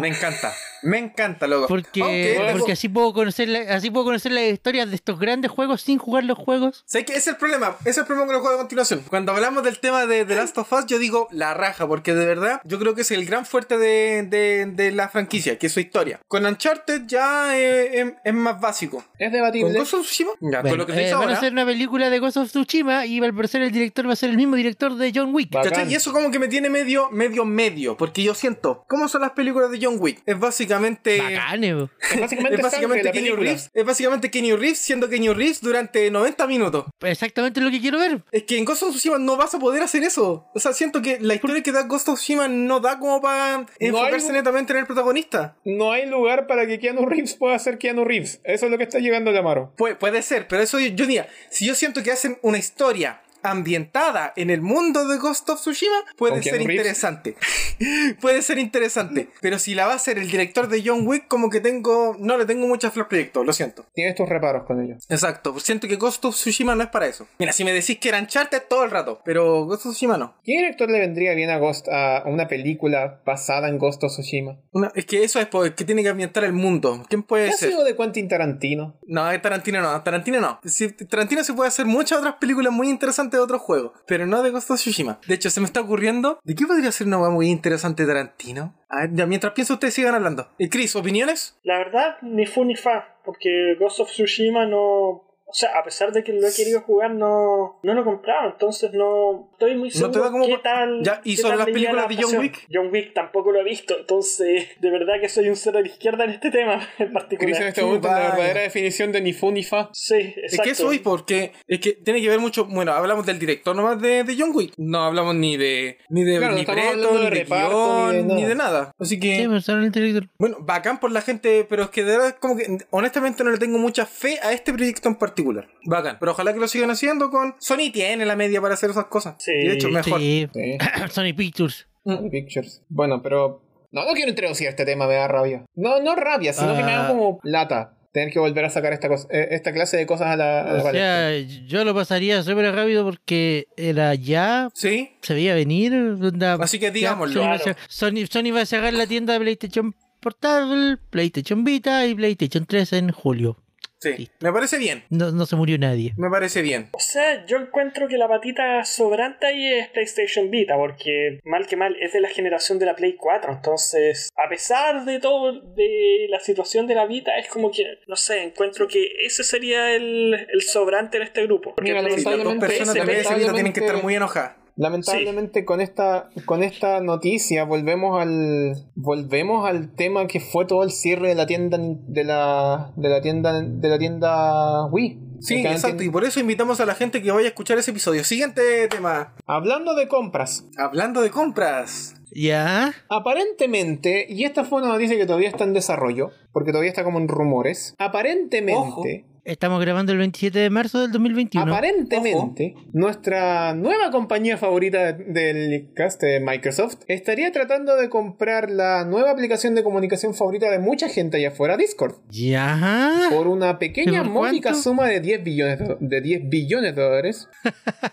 Speaker 4: Me encanta, me encanta, loco.
Speaker 3: Ah. Porque,
Speaker 4: Aunque Oh, tengo-
Speaker 3: porque así puedo conocer la- así puedo conocer las historias de estos grandes juegos sin jugar los juegos.
Speaker 4: ¿Sabes qué? Ese es el problema. Ese es el problema con el juego a continuación. Cuando hablamos del tema de The Last of Us, yo digo la raja, porque de verdad yo creo que es el gran fuerte de, de- de la franquicia, que es su historia. Con Uncharted ya eh, em- es más básico.
Speaker 1: Es
Speaker 4: ¿Con
Speaker 1: debatible.
Speaker 4: Ghost of Tsushima? Ya, con
Speaker 3: Bueno,
Speaker 4: Ah, lo que se
Speaker 3: eh,
Speaker 4: hizo
Speaker 3: van a
Speaker 4: ahora.
Speaker 3: hacer una película de Ghost of Tsushima y al parecer el director va a ser el mismo director de John Wick.
Speaker 1: Bacán.
Speaker 4: ¿Cachai? Y eso como que me tiene medio, medio, medio, porque yo siento, ¿cómo son las películas de John Wick. Es básicamente.
Speaker 3: Bacane, eh, po.
Speaker 1: Es básicamente,
Speaker 4: [LAUGHS] Es básicamente,
Speaker 1: sangre la
Speaker 4: Keanu
Speaker 1: película.
Speaker 4: Reeves, es básicamente Keanu Reeves siendo Keanu Reeves durante 90 minutos.
Speaker 3: Exactamente lo que quiero ver.
Speaker 4: Es que en Ghost of Tsushima no vas a poder hacer eso. O sea, siento que la historia que da Ghost of Tsushima no da como para enfocarse
Speaker 1: algo-
Speaker 4: netamente en el protagonista.
Speaker 1: No hay lugar para que Keanu Reeves pueda ser Keanu Reeves. Eso es lo que está llegando a Amaro.
Speaker 4: Puede, puede ser, pero eso yo, yo diría, si yo siento que hacen una historia ambientada en el mundo de Ghost of Tsushima, puede
Speaker 1: Con
Speaker 4: ser
Speaker 1: Keanu Reeves.
Speaker 4: interesante. [LAUGHS] puede ser interesante. Pero si la va a hacer el director de John Wick, como que tengo... No le tengo mucha flor al proyecto, lo siento.
Speaker 1: Tienes tus reparos con ello.
Speaker 4: Exacto, siento que Ghost of Tsushima no es para eso. Mira, si me decís que era Uncharted todo el rato, pero Ghost of Tsushima no.
Speaker 1: ¿Qué director le vendría bien a Ghost a una película basada en Ghost of Tsushima?
Speaker 4: Una- es que eso es po- es que tiene que ambientar el mundo. ¿Quién
Speaker 1: ¿Qué
Speaker 4: puede
Speaker 1: ha
Speaker 4: ser?
Speaker 1: sido de Quentin Tarantino?
Speaker 4: No, Tarantino no, Tarantino no. Si- Tarantino se puede hacer muchas otras películas muy interesantes de otros juegos, pero no de Ghost of Tsushima. De hecho, se me está ocurriendo, ¿de qué podría ser una hueá muy interesante de Tarantino? A ver, ya mientras pienso ustedes sigan hablando. Eh, Chris, ¿opiniones?
Speaker 2: La verdad, ni fu ni fa, porque Ghost of Tsushima no... O sea, a pesar de que lo he querido jugar, no, no lo he comprado, entonces no estoy muy
Speaker 4: te da
Speaker 2: seguro
Speaker 4: como
Speaker 2: qué
Speaker 4: pa-
Speaker 2: tal...
Speaker 4: Ya, ¿y
Speaker 2: qué
Speaker 4: son
Speaker 2: tal
Speaker 4: las
Speaker 2: le iría
Speaker 4: películas
Speaker 2: la
Speaker 4: de John
Speaker 2: adaptación.
Speaker 4: Wick?
Speaker 2: John Wick tampoco lo he visto, entonces de verdad que soy un cero de izquierda en este tema [LAUGHS]
Speaker 1: Chris
Speaker 2: en
Speaker 1: en
Speaker 2: particular.
Speaker 1: este momento es la
Speaker 4: vaya.
Speaker 1: verdadera definición de ni fu ni fa.
Speaker 2: Sí,
Speaker 4: Es
Speaker 2: exacto.
Speaker 4: que eso es porque es que tiene que ver mucho. Bueno, hablamos del director nomás de, de John Wick. No hablamos ni de ni de
Speaker 1: Claro, no estamos hablando
Speaker 4: libreto,
Speaker 1: de
Speaker 4: ni de
Speaker 1: reparto,
Speaker 4: guión,
Speaker 1: ni de
Speaker 4: ni de nada. Así que
Speaker 3: Sí, pues, ahora el director.
Speaker 4: Bueno, bacán por la gente, pero es que de verdad, como que honestamente no le tengo mucha fe a este proyecto en particular. Bacán. Pero ojalá que lo sigan haciendo con. Sony tiene la media para hacer esas cosas.
Speaker 2: Sí.
Speaker 4: Y de hecho, mejor.
Speaker 3: Sí. [CLEARS THROAT]
Speaker 1: Sí. [LAUGHS]
Speaker 3: Sony Pictures.
Speaker 1: Sony Pictures. Bueno, pero. No, no quiero introducir este tema, me da rabia. No, no rabia, sino que me da
Speaker 3: Ah.
Speaker 1: como lata. Tener que volver a sacar esta, cosa, eh, esta clase de cosas a la.
Speaker 4: Ah,
Speaker 1: a la
Speaker 3: O
Speaker 1: palestra.
Speaker 3: sea, yo lo pasaría súper rápido porque era ya.
Speaker 4: Sí.
Speaker 3: Se veía venir. onda,
Speaker 4: Así que
Speaker 3: ya,
Speaker 4: digámoslo.
Speaker 3: Sony, va a
Speaker 2: Claro.
Speaker 3: sa- Sony, Sony va a sacar la tienda de PlayStation Portable, PlayStation Vita y PlayStation 3 en julio.
Speaker 4: Sí. Me parece bien.
Speaker 3: No, no se murió nadie.
Speaker 4: Me parece bien.
Speaker 2: O sea, yo encuentro que la patita sobrante ahí es PlayStation Vita, porque mal que mal es de la generación de la Play 4, entonces, a pesar de todo, de la situación de la Vita, es como que, no sé, encuentro que ese sería el, el sobrante en este grupo. Porque
Speaker 1: Mira,
Speaker 2: Play-
Speaker 4: Sí, las dos
Speaker 1: Lamentablemente-
Speaker 4: personas también de ese video tienen que estar muy enojadas.
Speaker 1: Lamentablemente con esta con esta noticia volvemos al volvemos al tema que fue todo el cierre de la tienda nin- de la de la tienda de la tienda Wii.
Speaker 4: Sí,
Speaker 1: Acá
Speaker 4: exacto. Y
Speaker 1: entiendo-
Speaker 4: por eso invitamos a la gente que vaya a escuchar ese episodio. Siguiente tema.
Speaker 1: Hablando de compras,
Speaker 4: Hablando de compras.
Speaker 3: ¿Ya?
Speaker 1: aparentemente, y esta fue una noticia que todavía está en desarrollo, porque todavía está como en rumores, aparentemente,
Speaker 4: Ojo.
Speaker 3: Estamos grabando el 27 de marzo del 2021.
Speaker 1: Aparentemente, nuestra nueva compañía favorita de- del cast de Microsoft estaría tratando de comprar la nueva aplicación de comunicación favorita de mucha gente allá afuera, Discord,
Speaker 3: ¿Ya?
Speaker 1: por una pequeña
Speaker 3: ¿Y por
Speaker 1: módica
Speaker 3: Ah. cuánto?
Speaker 1: suma de 10 billones de, do- de 10 billones de dólares.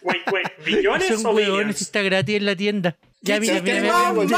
Speaker 2: Wait, wait, ¿billones o
Speaker 3: Son huevones,
Speaker 2: billions?
Speaker 3: está gratis en la tienda. Ya,
Speaker 4: ¿Qué
Speaker 3: mira,
Speaker 1: ¿Sabes qué?
Speaker 3: mira,
Speaker 4: chiste
Speaker 1: Este No voy a
Speaker 3: mira,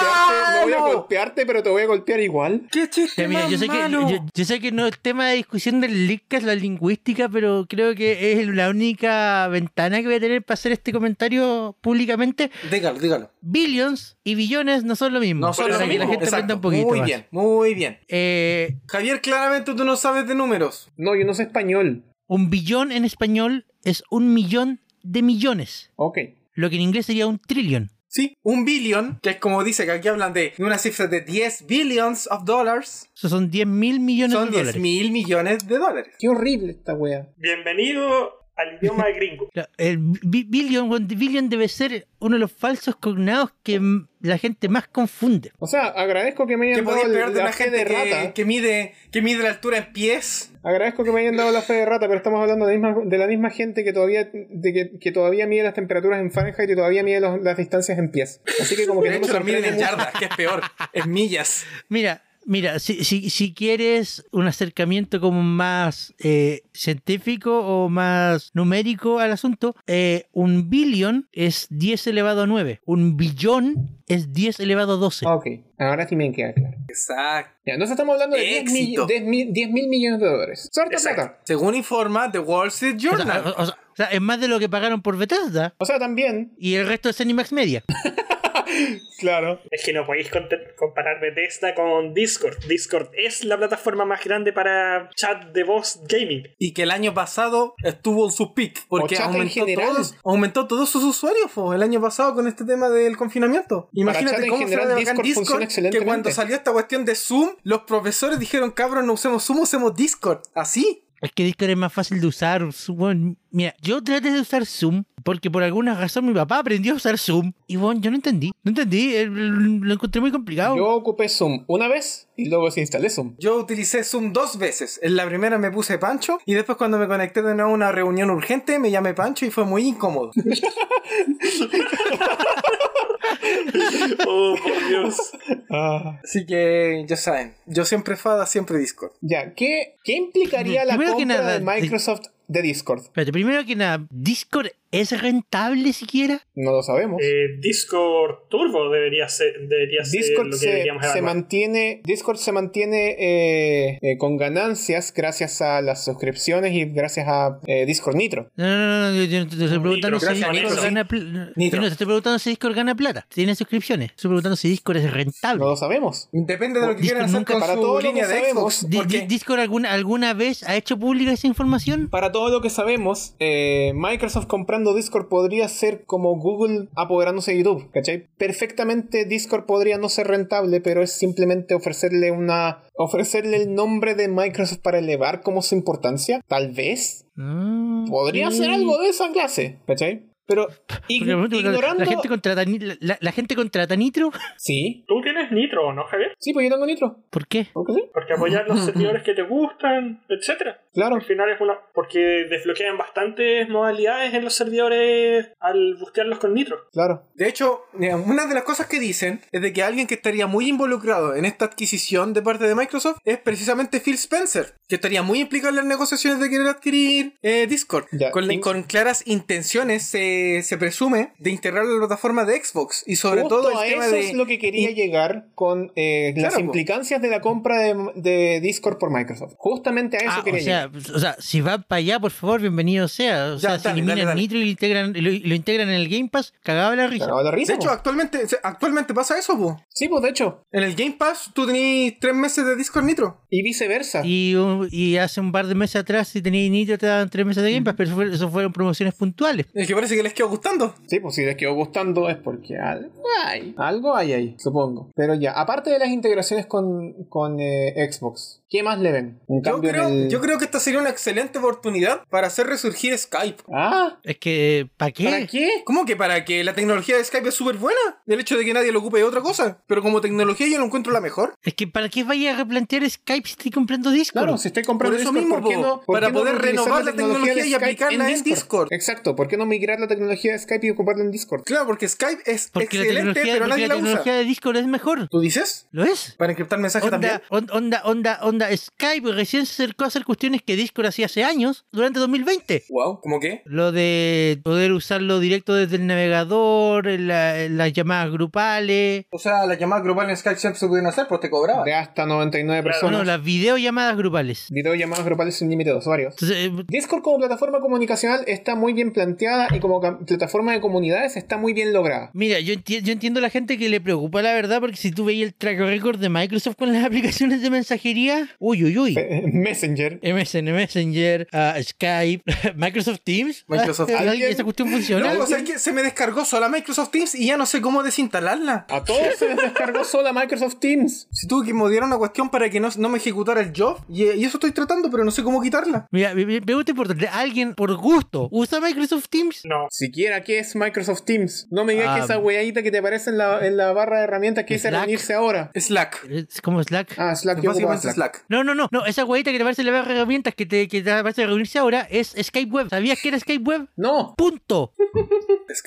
Speaker 1: golpearte, no
Speaker 3: mira.
Speaker 4: más?
Speaker 1: voy a
Speaker 4: ¡Malo!
Speaker 1: golpearte, pero te voy a golpear igual.
Speaker 4: ¡Qué chiste!
Speaker 3: Ya, mira, yo, sé que, yo, yo sé que no es tema de discusión del Leadcast, la lingüística, pero creo que es la única ventana que voy a tener para hacer este comentario públicamente.
Speaker 4: Dígalo, dígalo.
Speaker 3: Billions y billones no son lo mismo.
Speaker 4: No son
Speaker 3: Para
Speaker 4: lo
Speaker 2: eso
Speaker 3: que
Speaker 4: mismo.
Speaker 3: La gente aprenda
Speaker 4: Exacto.
Speaker 3: un poquito
Speaker 4: Muy
Speaker 3: más.
Speaker 4: bien, muy bien.
Speaker 3: Eh,
Speaker 4: Javier, claramente tú no sabes de números.
Speaker 1: No, yo no sé español.
Speaker 3: un billón en español es un millón de millones,
Speaker 1: Ok.
Speaker 3: lo que en inglés sería un trillón.
Speaker 4: Sí, un billón, que es como dice que aquí hablan de una cifra de 10 billions of dollars,
Speaker 3: Eso son 10 mil millones
Speaker 4: son
Speaker 3: de
Speaker 4: 10
Speaker 3: dólares.
Speaker 4: mil millones de dólares.
Speaker 1: Qué horrible esta wea.
Speaker 2: Bienvenido al idioma gringo.
Speaker 3: Claro, El bi- billion, weón, billion debe ser uno de los falsos cognados que mm, la gente más confunde.
Speaker 1: O sea, agradezco que me
Speaker 4: ¿Qué
Speaker 1: hayan
Speaker 4: podéis
Speaker 1: dado
Speaker 4: esperar de
Speaker 1: la
Speaker 4: una
Speaker 1: fe de
Speaker 4: gente que,
Speaker 1: rata.
Speaker 4: que mide, que mide la altura en pies?
Speaker 1: Agradezco que me hayan dado la fe de rata, pero estamos hablando de, misma- de la misma gente que todavía, de que, que todavía mide las temperaturas en Fahrenheit y todavía mide los- las distancias en pies. Así que como que
Speaker 4: De
Speaker 1: no me
Speaker 4: hecho, las miden
Speaker 1: sorprende
Speaker 4: en
Speaker 1: mucho.
Speaker 4: yardas, que es peor, en millas.
Speaker 3: Mira, mira, si, si, si quieres un acercamiento como más eh, científico o más numérico al asunto, eh, un billion es 10 elevado a 9, un billón es 10 elevado a 12.
Speaker 1: Ah, Ok, ahora sí me queda claro.
Speaker 4: Exacto.
Speaker 1: Ya, entonces estamos hablando de 10 mil,
Speaker 4: Éxito.
Speaker 1: 10 mil- 10 mil millones de dólares. ¡Suelta
Speaker 2: Exacto.
Speaker 1: plata!
Speaker 4: Según informa The Wall Street
Speaker 3: O sea,
Speaker 4: Journal.
Speaker 3: o- o- o sea, es más de lo que pagaron por Bethesda
Speaker 1: O sea, también,
Speaker 3: y el resto es Animax Media.
Speaker 1: Claro.
Speaker 2: Es que no podéis conte- comparar Bethesda con Discord. Discord es la plataforma más grande para chat de voz gaming.
Speaker 4: Y que el año pasado estuvo en su peak. Porque
Speaker 1: chat en
Speaker 4: aumentó
Speaker 1: general.
Speaker 4: todos, aumentó todos sus usuarios po, el año pasado con este tema del confinamiento.
Speaker 1: chat
Speaker 4: Imagínate
Speaker 1: en
Speaker 4: cómo se
Speaker 1: general,
Speaker 4: va a
Speaker 1: Discord
Speaker 4: Discord,
Speaker 1: funciona
Speaker 4: que
Speaker 1: excelentemente.
Speaker 4: cuando salió esta cuestión de Zoom, los profesores dijeron, cabrón, no usemos Zoom, usemos Discord. Así.
Speaker 3: Es que Discord es más fácil de usar. Zoom, weón. mira, yo traté de usar Zoom porque por alguna razón mi papá aprendió a usar Zoom. Y bueno, yo no entendí. No entendí. eh, Lo encontré muy complicado.
Speaker 1: Yo ocupé Zoom una vez y luego desinstalé Zoom.
Speaker 4: Yo utilicé Zoom dos veces. En la primera me puse Pancho y después cuando me conecté de nuevo a una reunión urgente me llamé Pancho y fue muy
Speaker 1: [LAUGHS]
Speaker 4: incómodo.
Speaker 2: Oh, por Dios.
Speaker 4: Así que ya saben, yo siempre fada, siempre Discord.
Speaker 1: Ya, ¿qué, qué implicaría la
Speaker 3: Primero
Speaker 1: compra
Speaker 3: que nada,
Speaker 1: de Microsoft de Discord?
Speaker 3: Espérate, primero que nada, ¿Discord es rentable siquiera?
Speaker 1: No lo sabemos.
Speaker 2: Eh, Discord Turbo debería ser, debería ser
Speaker 1: Discord
Speaker 2: lo que
Speaker 1: se,
Speaker 2: deberíamos
Speaker 1: se
Speaker 2: evaluar.
Speaker 1: mantiene, Discord se mantiene eh, eh, con ganancias gracias a las suscripciones y gracias a eh, Discord Nitro.
Speaker 3: No, no, no, no, yo, yo te estoy preguntando si
Speaker 2: gracias,
Speaker 3: Discord
Speaker 2: Nitro.
Speaker 3: gana pl-
Speaker 4: Nitro.
Speaker 3: No, te estoy preguntando si Discord gana plata. Tiene suscripciones. Estoy preguntando si Discord es rentable.
Speaker 1: No lo sabemos.
Speaker 4: Depende de lo que
Speaker 3: Discord
Speaker 4: quieran hacer
Speaker 3: nunca-
Speaker 4: con
Speaker 1: para todo lo
Speaker 4: su
Speaker 1: que
Speaker 4: línea de
Speaker 1: sabemos,
Speaker 4: Xbox.
Speaker 3: Di-
Speaker 4: porque-
Speaker 3: di- ¿Discord alguna, alguna vez ha hecho pública esa información?
Speaker 1: Para todo lo que sabemos, eh, Microsoft comprando Discord podría ser como Google apoderándose de YouTube, ¿cachai? Perfectamente Discord podría no ser rentable, pero es simplemente ofrecerle una. ofrecerle el nombre de Microsoft para elevar como su importancia. Tal vez.
Speaker 3: Mm,
Speaker 1: Podría
Speaker 3: ok.
Speaker 1: ser algo de esa clase, ¿cachai? Pero ig-
Speaker 3: Porque, por ejemplo, la-
Speaker 1: ignorando.
Speaker 3: la, gente contrata, ni- la- la- la gente contrata Nitro. [LAUGHS]
Speaker 1: Sí.
Speaker 2: ¿Tú tienes Nitro o no, Javier?
Speaker 1: Sí, pues yo tengo nitro.
Speaker 3: ¿Por qué?
Speaker 1: ¿Por qué sí?
Speaker 2: Porque
Speaker 1: [LAUGHS]
Speaker 2: apoyar los servidores que te gustan, etcétera.
Speaker 1: Claro.
Speaker 2: Al final es una. Porque desbloquean bastantes modalidades en los servidores al bustearlos con Nitro.
Speaker 1: Claro.
Speaker 4: De hecho, mira, una de las cosas que dicen es de que alguien que estaría muy involucrado en esta adquisición de parte de Microsoft es precisamente Phil Spencer, que estaría muy implicado en las negociaciones de querer adquirir eh, Discord.
Speaker 1: Ya,
Speaker 4: con,
Speaker 1: Phil-
Speaker 4: con claras intenciones se, se presume de integrar la plataforma de Xbox y sobre
Speaker 1: Justo
Speaker 4: todo
Speaker 1: a
Speaker 4: el tema
Speaker 1: eso
Speaker 4: de...
Speaker 1: es lo que quería
Speaker 4: y-
Speaker 1: llegar con eh, las
Speaker 4: Claro, po.
Speaker 1: implicancias de la compra de, de Discord por Microsoft. Justamente a eso
Speaker 3: Ah, o,
Speaker 1: quería
Speaker 3: sea,
Speaker 1: llegar.
Speaker 3: o sea, si van para allá, por favor, bienvenido sea. O
Speaker 4: Ya,
Speaker 3: sea, si
Speaker 4: dale,
Speaker 3: eliminan
Speaker 4: dale, dale.
Speaker 3: Nitro y lo integran, y lo, y lo integran en el Game Pass, cagaba la risa.
Speaker 1: Cagaba la risa,
Speaker 4: De hecho,
Speaker 1: po.
Speaker 4: actualmente, actualmente pasa eso, po.
Speaker 1: sí, pues de hecho.
Speaker 4: En el Game Pass tú tenés tres meses de Discord Nitro.
Speaker 1: Y viceversa.
Speaker 3: Y, un- y hace un par de meses atrás, si tenías Nitro, te daban tres meses de Game Pass, pero eso, fue- eso fueron promociones puntuales.
Speaker 4: Es que parece que les quedó gustando.
Speaker 1: Sí, pues si les quedó gustando es porque algo hay. Algo hay ahí, supongo. Pero ya, aparte de las integraciones con, con eh, Xbox, ¿qué más le ven? Un
Speaker 4: Yo
Speaker 1: cambio en
Speaker 4: creo,
Speaker 1: el-
Speaker 4: yo creo que esta sería una excelente oportunidad para hacer resurgir Skype.
Speaker 1: Ah,
Speaker 3: Es que, ¿para qué?
Speaker 1: ¿para qué?
Speaker 4: ¿Cómo que para que la tecnología de Skype es súper buena? El hecho de que nadie lo ocupe es otra cosa. Pero como tecnología yo lo encuentro la mejor.
Speaker 3: Es que, ¿para qué vaya a replantear Skype si estoy comprando Discord?
Speaker 1: Claro, si estoy comprando
Speaker 4: Por eso
Speaker 1: Discord,
Speaker 4: mismo,
Speaker 1: ¿por qué
Speaker 4: po.
Speaker 1: no, por
Speaker 4: Para
Speaker 1: qué no
Speaker 4: poder
Speaker 1: reutilizar
Speaker 4: renovar la tecnología
Speaker 1: de
Speaker 4: y
Speaker 1: Skype
Speaker 4: aplicarla en Discord.
Speaker 1: Exacto, ¿por qué no migrar la tecnología de Skype y ocuparla en Discord?
Speaker 4: Claro, porque Skype es
Speaker 3: porque la
Speaker 4: excelente,
Speaker 3: tecnología,
Speaker 4: pero
Speaker 3: porque
Speaker 4: nadie
Speaker 3: la
Speaker 4: la usa.
Speaker 3: tecnología de Discord es mejor.
Speaker 4: ¿Tú dices?
Speaker 3: ¿Lo es?
Speaker 4: ¿Para encriptar mensajes también?
Speaker 3: Onda, on- onda, onda, onda, Skype recién se acercó a hacer cuestiones que Discord hacía hace años, durante 2020.
Speaker 4: Wow, ¿cómo qué?
Speaker 3: Lo de poder usarlo directo desde el navegador, la- las llamadas grupales,
Speaker 4: O sea, las llamadas grupales en Skype siempre se pudieron hacer, pues te cobraba.
Speaker 1: De hasta 99
Speaker 2: Claro.
Speaker 1: personas.
Speaker 3: bueno, las videollamadas grupales.
Speaker 1: Videollamadas grupales sin límite de usuarios.
Speaker 3: Entonces, eh,
Speaker 1: Discord como plataforma comunicacional está muy bien planteada y como cam- plataforma de comunidades está muy bien lograda.
Speaker 3: mira, yo, enti- yo entiendo a la gente que le preocupa la verdad, porque si tú veis el track record de Microsoft con las [LAUGHS] aplicaciones de mensajería, uy, uy, uy.
Speaker 1: Eh, [LAUGHS] Messenger.
Speaker 3: MSN Messenger, ah, Skype, [LAUGHS] Microsoft Teams. [LAUGHS]
Speaker 4: Microsoft
Speaker 3: Ah,
Speaker 1: Teams.
Speaker 3: ¿Esa cuestión funciona?
Speaker 4: No, o sea, es que se me descargó sola Microsoft Teams y ya no sé cómo desinstalarla.
Speaker 1: A todos se les descargó sola Microsoft Teams.
Speaker 4: Si tuve que modiar una cuestión para que no, no me ejecutara el job, y, y eso estoy tratando, pero no sé cómo quitarla.
Speaker 3: Mira, mi- mi pregunta importante. ¿Alguien por gusto usa Microsoft Teams?
Speaker 2: No.
Speaker 1: Siquiera, ¿qué es Microsoft Teams? No me digas
Speaker 3: Ah.
Speaker 1: que esa weadita que te aparece en la, en la barra de herramientas que dice
Speaker 3: Slack.
Speaker 1: reunirse ahora.
Speaker 4: Slack.
Speaker 3: Es como Slack.
Speaker 1: Ah, Slack, yo ocupaba
Speaker 4: Básicamente
Speaker 1: Slack.
Speaker 4: Slack. Slack.
Speaker 3: No, no, no, no, esa guayita que te aparece en las herramientas que te, que te aparece de reunirse ahora es Skype Web. ¿Sabías que era Skype Web?
Speaker 1: No.
Speaker 3: Punto.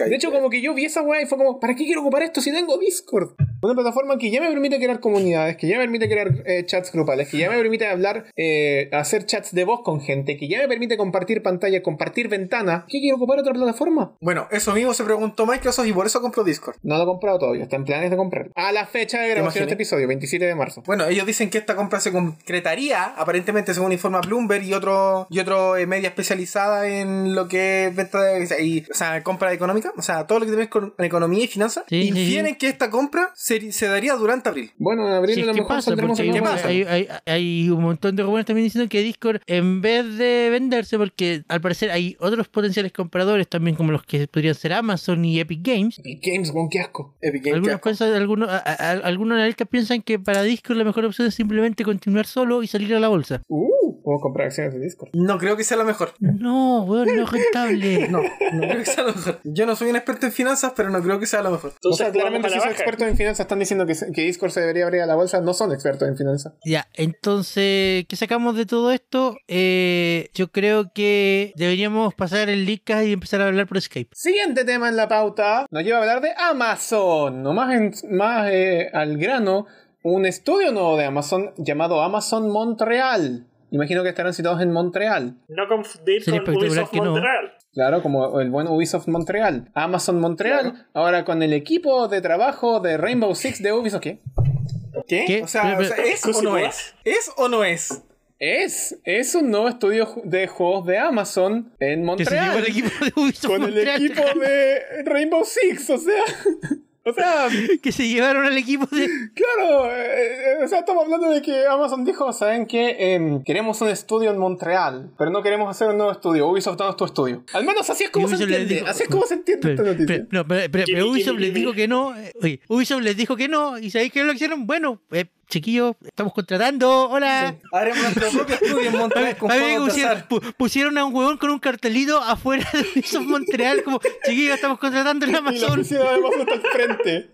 Speaker 1: De hecho, como que yo vi esa weá y fue como, ¿para qué quiero ocupar esto si tengo Discord? Una plataforma que ya me permite crear comunidades, que ya me permite crear eh, chats grupales, que ya me permite hablar, eh, hacer chats de voz con gente, que ya me permite compartir pantalla, compartir ventana. ¿Qué quiero ocupar otra plataforma?
Speaker 4: Bueno, eso mismo se preguntó Microsoft y por eso compró Discord.
Speaker 1: No lo he comprado todavía, está en planes de comprar. A la fecha de grabación de este episodio, 27 de marzo.
Speaker 4: Bueno, ellos dicen que esta compra se concretaría, aparentemente según informa Bloomberg y otro, y otro eh, media especializada en lo que es venta de- y, o sea, compra económica, o sea, todo lo que tiene que ver con economía y finanzas.
Speaker 3: Sí, sí,
Speaker 4: infieren
Speaker 3: sí.
Speaker 4: que esta compra se, se daría durante abril.
Speaker 1: Bueno, en abril
Speaker 3: Sí,
Speaker 1: a lo
Speaker 3: ¿qué
Speaker 1: mejor
Speaker 3: pasa?
Speaker 1: saldremos
Speaker 3: Porque
Speaker 1: a
Speaker 3: hay,
Speaker 1: hablar de
Speaker 4: ¿Qué pasa?
Speaker 1: eso.
Speaker 3: hay- hay- hay un montón de rumores también diciendo que Discord, en vez de venderse, porque al parecer hay otros potenciales compradores también, como los que podrían ser Amazon y Epic Games.
Speaker 1: Y Games, con qué asco.
Speaker 4: Epic Games, qué
Speaker 3: Algunos,
Speaker 4: asco.
Speaker 3: piensan- algunos, a- a- algunos analistas piensan que para Discord la mejor opción es simplemente continuar solo y salir a la bolsa.
Speaker 1: Uh, puedo comprar acciones de Discord.
Speaker 4: No creo que sea lo mejor.
Speaker 3: No, weón, no es rentable.
Speaker 1: [LAUGHS]
Speaker 4: No, no creo que sea lo mejor. Yo no soy un experto en finanzas, pero no creo que sea lo mejor.
Speaker 1: O
Speaker 2: Entonces,
Speaker 1: sea, claramente si
Speaker 2: vamos
Speaker 1: son
Speaker 2: a la baja.
Speaker 1: expertos en finanzas están diciendo que, que Discord se debería abrir a la bolsa, no son expertos en finanzas.
Speaker 3: Ya, entonces, ¿qué sacamos de todo esto? Eh, yo creo que deberíamos pasar el Licas y empezar a hablar por Skype.
Speaker 1: Siguiente tema en la pauta nos lleva a hablar de Amazon. No más, en- más eh, al grano, un estudio nuevo de Amazon llamado Amazon Montreal. Imagino que estarán situados en Montreal.
Speaker 2: No confundir
Speaker 3: Sería
Speaker 2: con
Speaker 3: espectacular
Speaker 2: Ubisoft
Speaker 3: que no.
Speaker 2: Montreal.
Speaker 1: Claro, como el buen Ubisoft Montreal. Amazon Montreal, ahora con el equipo de trabajo de Rainbow Six de Ubisoft. ¿Qué?
Speaker 4: ¿Qué?
Speaker 3: ¿Qué?
Speaker 4: O sea,
Speaker 3: Pero-
Speaker 4: o sea, ¿es o no es? ¿Es o no es?
Speaker 1: Es, es un nuevo estudio ju- de juegos de Amazon en
Speaker 3: Que se llevó
Speaker 1: Montreal.
Speaker 3: el equipo de Ubisoft
Speaker 1: con el
Speaker 3: Montreal.
Speaker 1: equipo de Rainbow Six, o sea. O sea,
Speaker 3: [LAUGHS] que se llevaron al equipo de...
Speaker 1: claro, eh, eh, o sea, estamos hablando de que Amazon dijo, ¿saben qué? Em, queremos un estudio en Montreal, pero no queremos hacer un nuevo estudio. Ubisoft, danos tu estudio. Al menos así es como se
Speaker 3: Ubisoft le
Speaker 1: entiende,
Speaker 3: dijo-
Speaker 1: así es como se entiende
Speaker 3: Pero,
Speaker 1: esta noticia.
Speaker 3: pero- no, pero- pero- pero
Speaker 2: Jimmy,
Speaker 3: Ubisoft
Speaker 2: Jimmy,
Speaker 3: les
Speaker 2: Jimmy.
Speaker 3: dijo que no. eh, Oye, Ubisoft les dijo que no. ¿Y sabéis qué es lo que hicieron? Bueno, eh, chiquillos, estamos contratando. Hola.
Speaker 4: Haremos nuestro propio estudio en Montreal con
Speaker 3: A ver,
Speaker 4: juegos de
Speaker 3: pusieron,
Speaker 4: azar.
Speaker 3: pu- pusieron a un huevón con un cartelito afuera de Ubisoft Montreal como, chiquillos, estamos contratando
Speaker 1: [LAUGHS]
Speaker 3: en
Speaker 1: Y la
Speaker 3: Amazon.
Speaker 1: oficina de Amazon está al
Speaker 3: [LAUGHS]
Speaker 1: frente.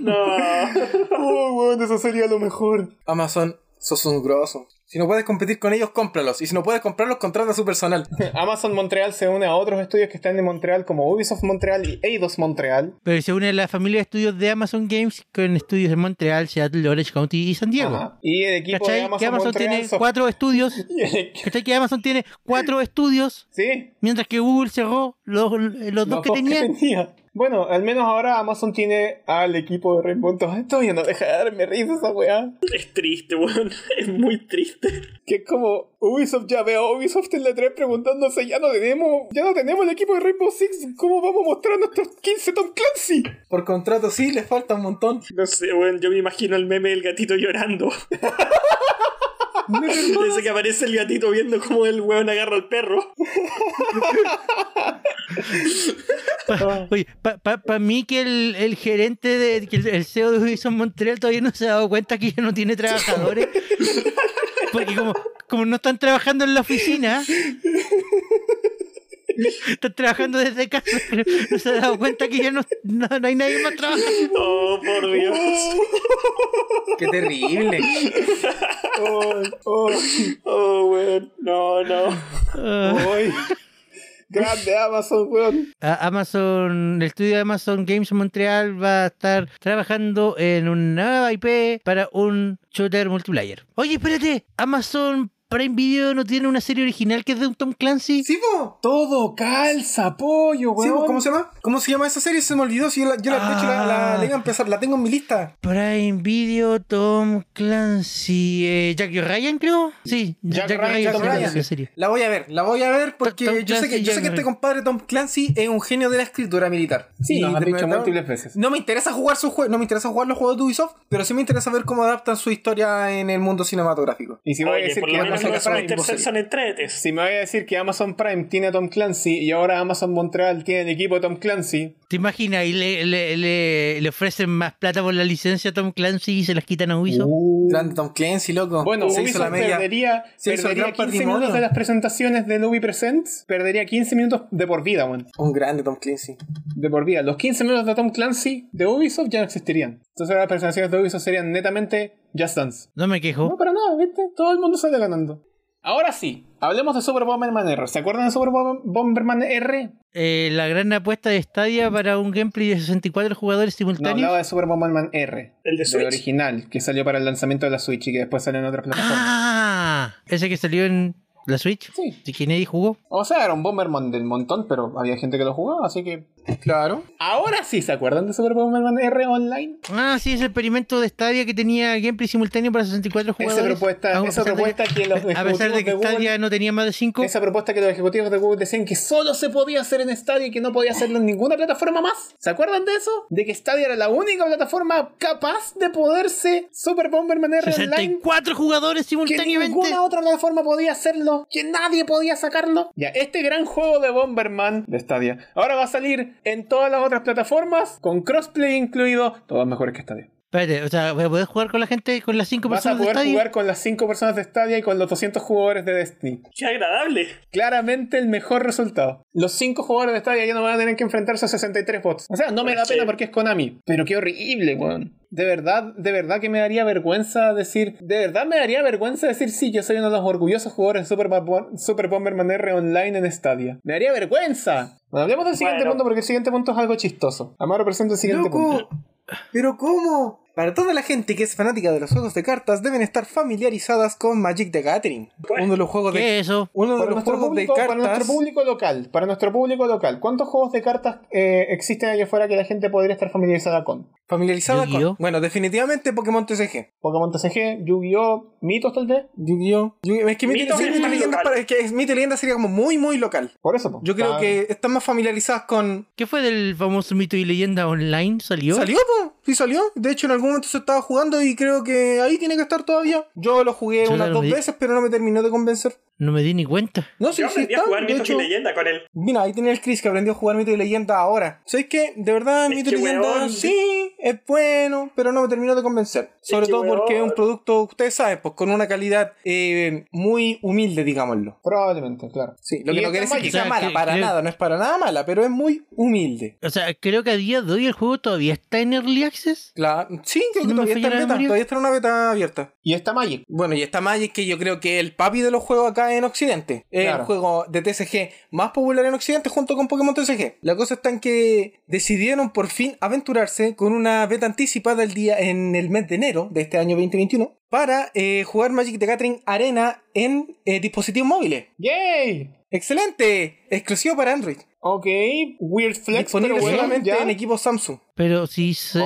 Speaker 2: No. [LAUGHS]
Speaker 1: Oh, bueno, eso sería lo mejor.
Speaker 4: Amazon, sos un grosso. Si no puedes competir con ellos, cómpralos. Y si no puedes comprarlos, contrata a
Speaker 1: [LAUGHS]
Speaker 4: su personal.
Speaker 1: Amazon Montreal se une a otros estudios que están en Montreal, como Ubisoft Montreal y Eidos Montreal.
Speaker 3: Pero se une la familia de estudios de Amazon Games con estudios en Montreal, Seattle, Orange County y San Diego.
Speaker 1: Ajá. Y el equipo
Speaker 3: ¿Cachai?
Speaker 1: de
Speaker 3: que
Speaker 1: Amazon,
Speaker 3: Amazon
Speaker 1: Montreal
Speaker 3: tiene
Speaker 1: so- [LAUGHS]
Speaker 3: cuatro estudios.
Speaker 1: Y el equi-
Speaker 3: ¿Cachai? Que Amazon tiene cuatro estudios,
Speaker 1: Sí,
Speaker 3: mientras que Google cerró los,
Speaker 1: los [LAUGHS]
Speaker 3: los dos que
Speaker 1: dos que
Speaker 3: tenía.
Speaker 1: tenía. Bueno, al menos ahora Amazon tiene al equipo de Rainbow Todos Esto ya no deja de darme risa esa weá.
Speaker 2: Es triste, weón. [LAUGHS] Es muy triste.
Speaker 1: Que es como Ubisoft, ya veo a Ubisoft en la 3 preguntándose, ya no tenemos, ya no tenemos el equipo de Rainbow Six, ¿cómo vamos a mostrar nuestros 15 Tom Clancy?
Speaker 4: Por contrato, sí, les falta un montón.
Speaker 2: No sé, weón. Yo me imagino el meme del gatito
Speaker 1: [LAUGHS]
Speaker 2: llorando. Ese que aparece el gatito viendo cómo el weón agarra al perro.
Speaker 3: Pa- oye, para mí que el, el gerente, de, que el, el CEO de Ubisoft Montreal todavía no se ha dado cuenta que ya no tiene trabajadores. Porque como, como no están trabajando en la oficina, están trabajando desde casa, pero no se ha dado cuenta que ya no, no, no hay nadie más trabajando.
Speaker 2: Oh, por Dios.
Speaker 4: Qué terrible.
Speaker 1: Oh, oh,
Speaker 2: Oh, weón. No, no.
Speaker 3: Ah,
Speaker 1: oh. Grande Amazon, weón.
Speaker 3: a- Amazon, el estudio de Amazon Games Montreal va a estar trabajando en una nueva IP para un shooter multiplayer. Oye, espérate, Amazon Prime Video no tiene una serie original que es de un Tom Clancy.
Speaker 4: [LAUGHS] Sí, po.
Speaker 1: Todo calza, pollo,
Speaker 4: Sí, po.
Speaker 1: weón.
Speaker 4: ¿Cómo se llama? ¿Cómo se llama esa serie? Se me olvidó. Si yo la, yo la, de hecho, la,
Speaker 1: Ah.
Speaker 4: la tengo empezar, la tengo en mi lista.
Speaker 3: Prime Video, Tom Clancy, eh, Jack Ryan, creo. Sí,
Speaker 1: Jack
Speaker 3: Jack,
Speaker 1: Ryan,
Speaker 3: Ryan,
Speaker 1: Jack
Speaker 3: sí,
Speaker 4: Ryan.
Speaker 3: la serie.
Speaker 4: La voy a ver, la voy a ver
Speaker 3: Tom
Speaker 4: porque yo sé
Speaker 3: Clancy,
Speaker 4: que yo sé que
Speaker 3: Jack
Speaker 4: este
Speaker 3: Ryan.
Speaker 4: compadre Tom Clancy es un genio de la escritura militar.
Speaker 1: Sí, nos
Speaker 4: Y
Speaker 1: han
Speaker 4: de-
Speaker 1: dicho
Speaker 4: de-
Speaker 1: múltiples veces.
Speaker 4: No me interesa jugar sus juegos, no me interesa jugar los juegos de Ubisoft, pero sí me interesa ver cómo adaptan su historia en el mundo cinematográfico.
Speaker 1: Y si voy a
Speaker 2: Oye,
Speaker 1: decir
Speaker 2: por
Speaker 1: que
Speaker 2: lo menos
Speaker 1: Amazon
Speaker 2: no son
Speaker 1: Prime,
Speaker 4: vos
Speaker 2: Intercept,
Speaker 4: eres.
Speaker 2: son entretes.
Speaker 1: si me voy a decir que Amazon Prime tiene a Tom Clancy y ahora Amazon Montreal tiene el equipo de Tom Clancy,
Speaker 3: ¿Te imaginas? Y le, le, le, le ofrecen más plata por la licencia a Tom Clancy y se las quitan a Ubisoft.
Speaker 1: Uh.
Speaker 4: Grande Tom Clancy, loco.
Speaker 1: Bueno,
Speaker 4: se hizo
Speaker 1: Ubisoft
Speaker 4: la media.
Speaker 1: perdería,
Speaker 4: Se hizo el
Speaker 1: perdería
Speaker 4: gran
Speaker 1: 15
Speaker 4: patrimonio.
Speaker 1: minutos de las presentaciones de Ubi Presents, perdería 15 minutos de por vida, weón.
Speaker 4: Un grande Tom Clancy.
Speaker 1: De por vida. Los 15 minutos de Tom Clancy de Ubisoft ya no existirían. Entonces ahora las presentaciones de Ubisoft serían netamente Just Dance.
Speaker 3: No me quejo.
Speaker 1: No, para nada, ¿viste? Todo el mundo sale ganando. Ahora sí, hablemos de Super Bomberman R. ¿Se acuerdan de Super Bom- Bomberman R?
Speaker 3: Eh, la gran apuesta de Stadia para un gameplay de 64 jugadores
Speaker 1: No,
Speaker 3: simultáneos.
Speaker 1: hablaba de Super Bomberman R.
Speaker 2: El de
Speaker 1: El
Speaker 2: Switch.
Speaker 1: original, que salió para el lanzamiento de la Switch y que después salió en otras plataformas.
Speaker 3: ah, ese que salió en la Switch.
Speaker 1: Sí.
Speaker 3: ¿De que nadie jugó?
Speaker 1: O sea, era un Bomberman del montón, pero había gente que lo jugaba, así que. Claro. Ahora sí, ¿se acuerdan de Super Bomberman R online?
Speaker 3: Ah, sí, ese experimento de Stadia que tenía gameplay simultáneo para 64 jugadores.
Speaker 1: Esa propuesta,
Speaker 3: Aún a
Speaker 1: esa
Speaker 3: pesar de que-
Speaker 1: propuesta que los
Speaker 3: [LAUGHS] A
Speaker 1: ejecutivos
Speaker 3: pesar de que
Speaker 1: de Google
Speaker 3: Stadia no tenía más de 5.
Speaker 1: Esa propuesta que los ejecutivos de Google decían que solo se podía hacer en Stadia y que no podía hacerlo en ninguna plataforma más. ¿Se acuerdan de eso? De que Stadia era la única plataforma capaz de poderse Super Bomberman R Online.
Speaker 3: 64 jugadores
Speaker 1: Que
Speaker 3: simultáneamente.
Speaker 1: ninguna otra plataforma podía hacerlo, que nadie podía sacarlo. Ya, este gran juego de Bomberman de Stadia ahora va a salir en todas las otras plataformas, con crossplay incluido, todas mejores que Stadia.
Speaker 3: Espérate, o sea, voy a poder jugar con la gente, con las 5
Speaker 1: Vas a
Speaker 3: personas de
Speaker 1: poder
Speaker 3: Stadia.
Speaker 1: jugar con las 5 personas de Stadia y con los 200 jugadores de Destiny.
Speaker 2: ¡Qué agradable!
Speaker 1: Claramente el mejor resultado. Los 5 jugadores de Stadia ya no van a tener que enfrentarse a 63 bots. O sea, no me da
Speaker 2: Sí.
Speaker 1: pena porque es Konami. Pero qué horrible, weón. De verdad, de verdad que me daría vergüenza decir. De verdad me daría vergüenza decir sí, yo soy uno de los orgullosos jugadores de Super, Bo- Super Bomberman R online en Stadia. ¡Me daría vergüenza! Bueno, hablemos del siguiente
Speaker 2: Bueno.
Speaker 1: punto porque el siguiente punto es algo chistoso. Amaro presenta el siguiente punto.
Speaker 4: Loco, pero ¿cómo? Para toda la gente que es fanática de los juegos de cartas, deben estar familiarizadas con Magic the Gathering. Uno de los juegos de,
Speaker 3: ¿Qué es eso?
Speaker 4: uno de,
Speaker 1: Para
Speaker 4: los
Speaker 1: nuestro,
Speaker 4: juegos de
Speaker 1: público, para nuestro
Speaker 4: cartas.
Speaker 1: público local, para nuestro público local, ¿cuántos juegos de cartas eh, existen allá afuera que la gente podría estar familiarizada con?
Speaker 4: Familiarizada
Speaker 3: Yu-Gi-Oh.
Speaker 4: con. Bueno, definitivamente Pokémon TCG.
Speaker 1: Pokémon TCG, Yu-Gi-Oh, Mitos tal vez.
Speaker 4: Yu-Gi-Oh. Yu- es que Mito,
Speaker 2: Mito
Speaker 4: sí,
Speaker 2: es
Speaker 4: Mito
Speaker 2: muy
Speaker 4: Leyendas
Speaker 2: local.
Speaker 4: para- es que Mito y Leyendas sería como muy, muy local.
Speaker 1: Por eso. po.
Speaker 4: Yo creo
Speaker 1: Ah,
Speaker 4: que están más familiarizadas con.
Speaker 3: ¿Qué fue del famoso mito y leyenda online? ¿Salió?
Speaker 4: ¿Salió, po? Sí, salió. De hecho, en algún momento se estaba jugando y creo que ahí tiene que estar todavía. Yo lo jugué
Speaker 3: Yo
Speaker 4: unas
Speaker 3: lo
Speaker 4: dos
Speaker 3: vi.
Speaker 4: veces, pero no me terminó de convencer.
Speaker 3: No me di ni cuenta.
Speaker 4: No sé
Speaker 2: Yo
Speaker 4: si
Speaker 2: aprendí a
Speaker 4: está.
Speaker 2: jugar
Speaker 4: de
Speaker 2: mitos
Speaker 4: hecho-
Speaker 2: y leyenda con él.
Speaker 4: Mira, ahí tiene el Chris que aprendió a jugar Mito y Leyenda ahora. ¿Sabes qué? De verdad,
Speaker 2: Es
Speaker 4: Mito
Speaker 2: que,
Speaker 4: y Leyenda
Speaker 2: weón,
Speaker 4: sí es bueno, pero no me terminó de convencer. Sobre
Speaker 2: que,
Speaker 4: todo porque es
Speaker 2: weón.
Speaker 4: un producto, ustedes saben, pues con una calidad eh, muy humilde, digámoslo.
Speaker 1: Probablemente, claro.
Speaker 4: Sí, lo
Speaker 1: Y
Speaker 4: que no
Speaker 1: está
Speaker 4: quiere decir que
Speaker 1: Magic.
Speaker 4: sea
Speaker 3: O sea,
Speaker 4: mala,
Speaker 3: que-
Speaker 4: para
Speaker 3: creo-
Speaker 4: nada, no es para nada mala, pero es muy humilde.
Speaker 3: O sea, creo que a día de hoy el juego todavía está en Early Access.
Speaker 4: La... Sí, creo
Speaker 3: Si
Speaker 4: que
Speaker 3: no me
Speaker 4: todavía está
Speaker 3: falla la
Speaker 4: en beta,
Speaker 3: memoria.
Speaker 4: todavía está en una beta abierta.
Speaker 1: Y está Magic.
Speaker 4: Bueno, y está Magic, que yo creo que es el papi de los juegos acá en Occidente. Es
Speaker 1: Claro.
Speaker 4: el juego de TCG más popular en Occidente junto con Pokémon TCG. La cosa está en que decidieron por fin aventurarse con una beta anticipada el día en el mes de enero de este año 2021 para eh, jugar Magic the Gathering Arena en eh, dispositivos móviles.
Speaker 1: ¡Yay!
Speaker 4: ¡Excelente! Exclusivo para Android.
Speaker 1: Ok, Weird Flex, pero
Speaker 4: disponible
Speaker 1: bueno,
Speaker 4: solamente
Speaker 1: ya.
Speaker 4: en equipos Samsung.
Speaker 3: Pero sí se.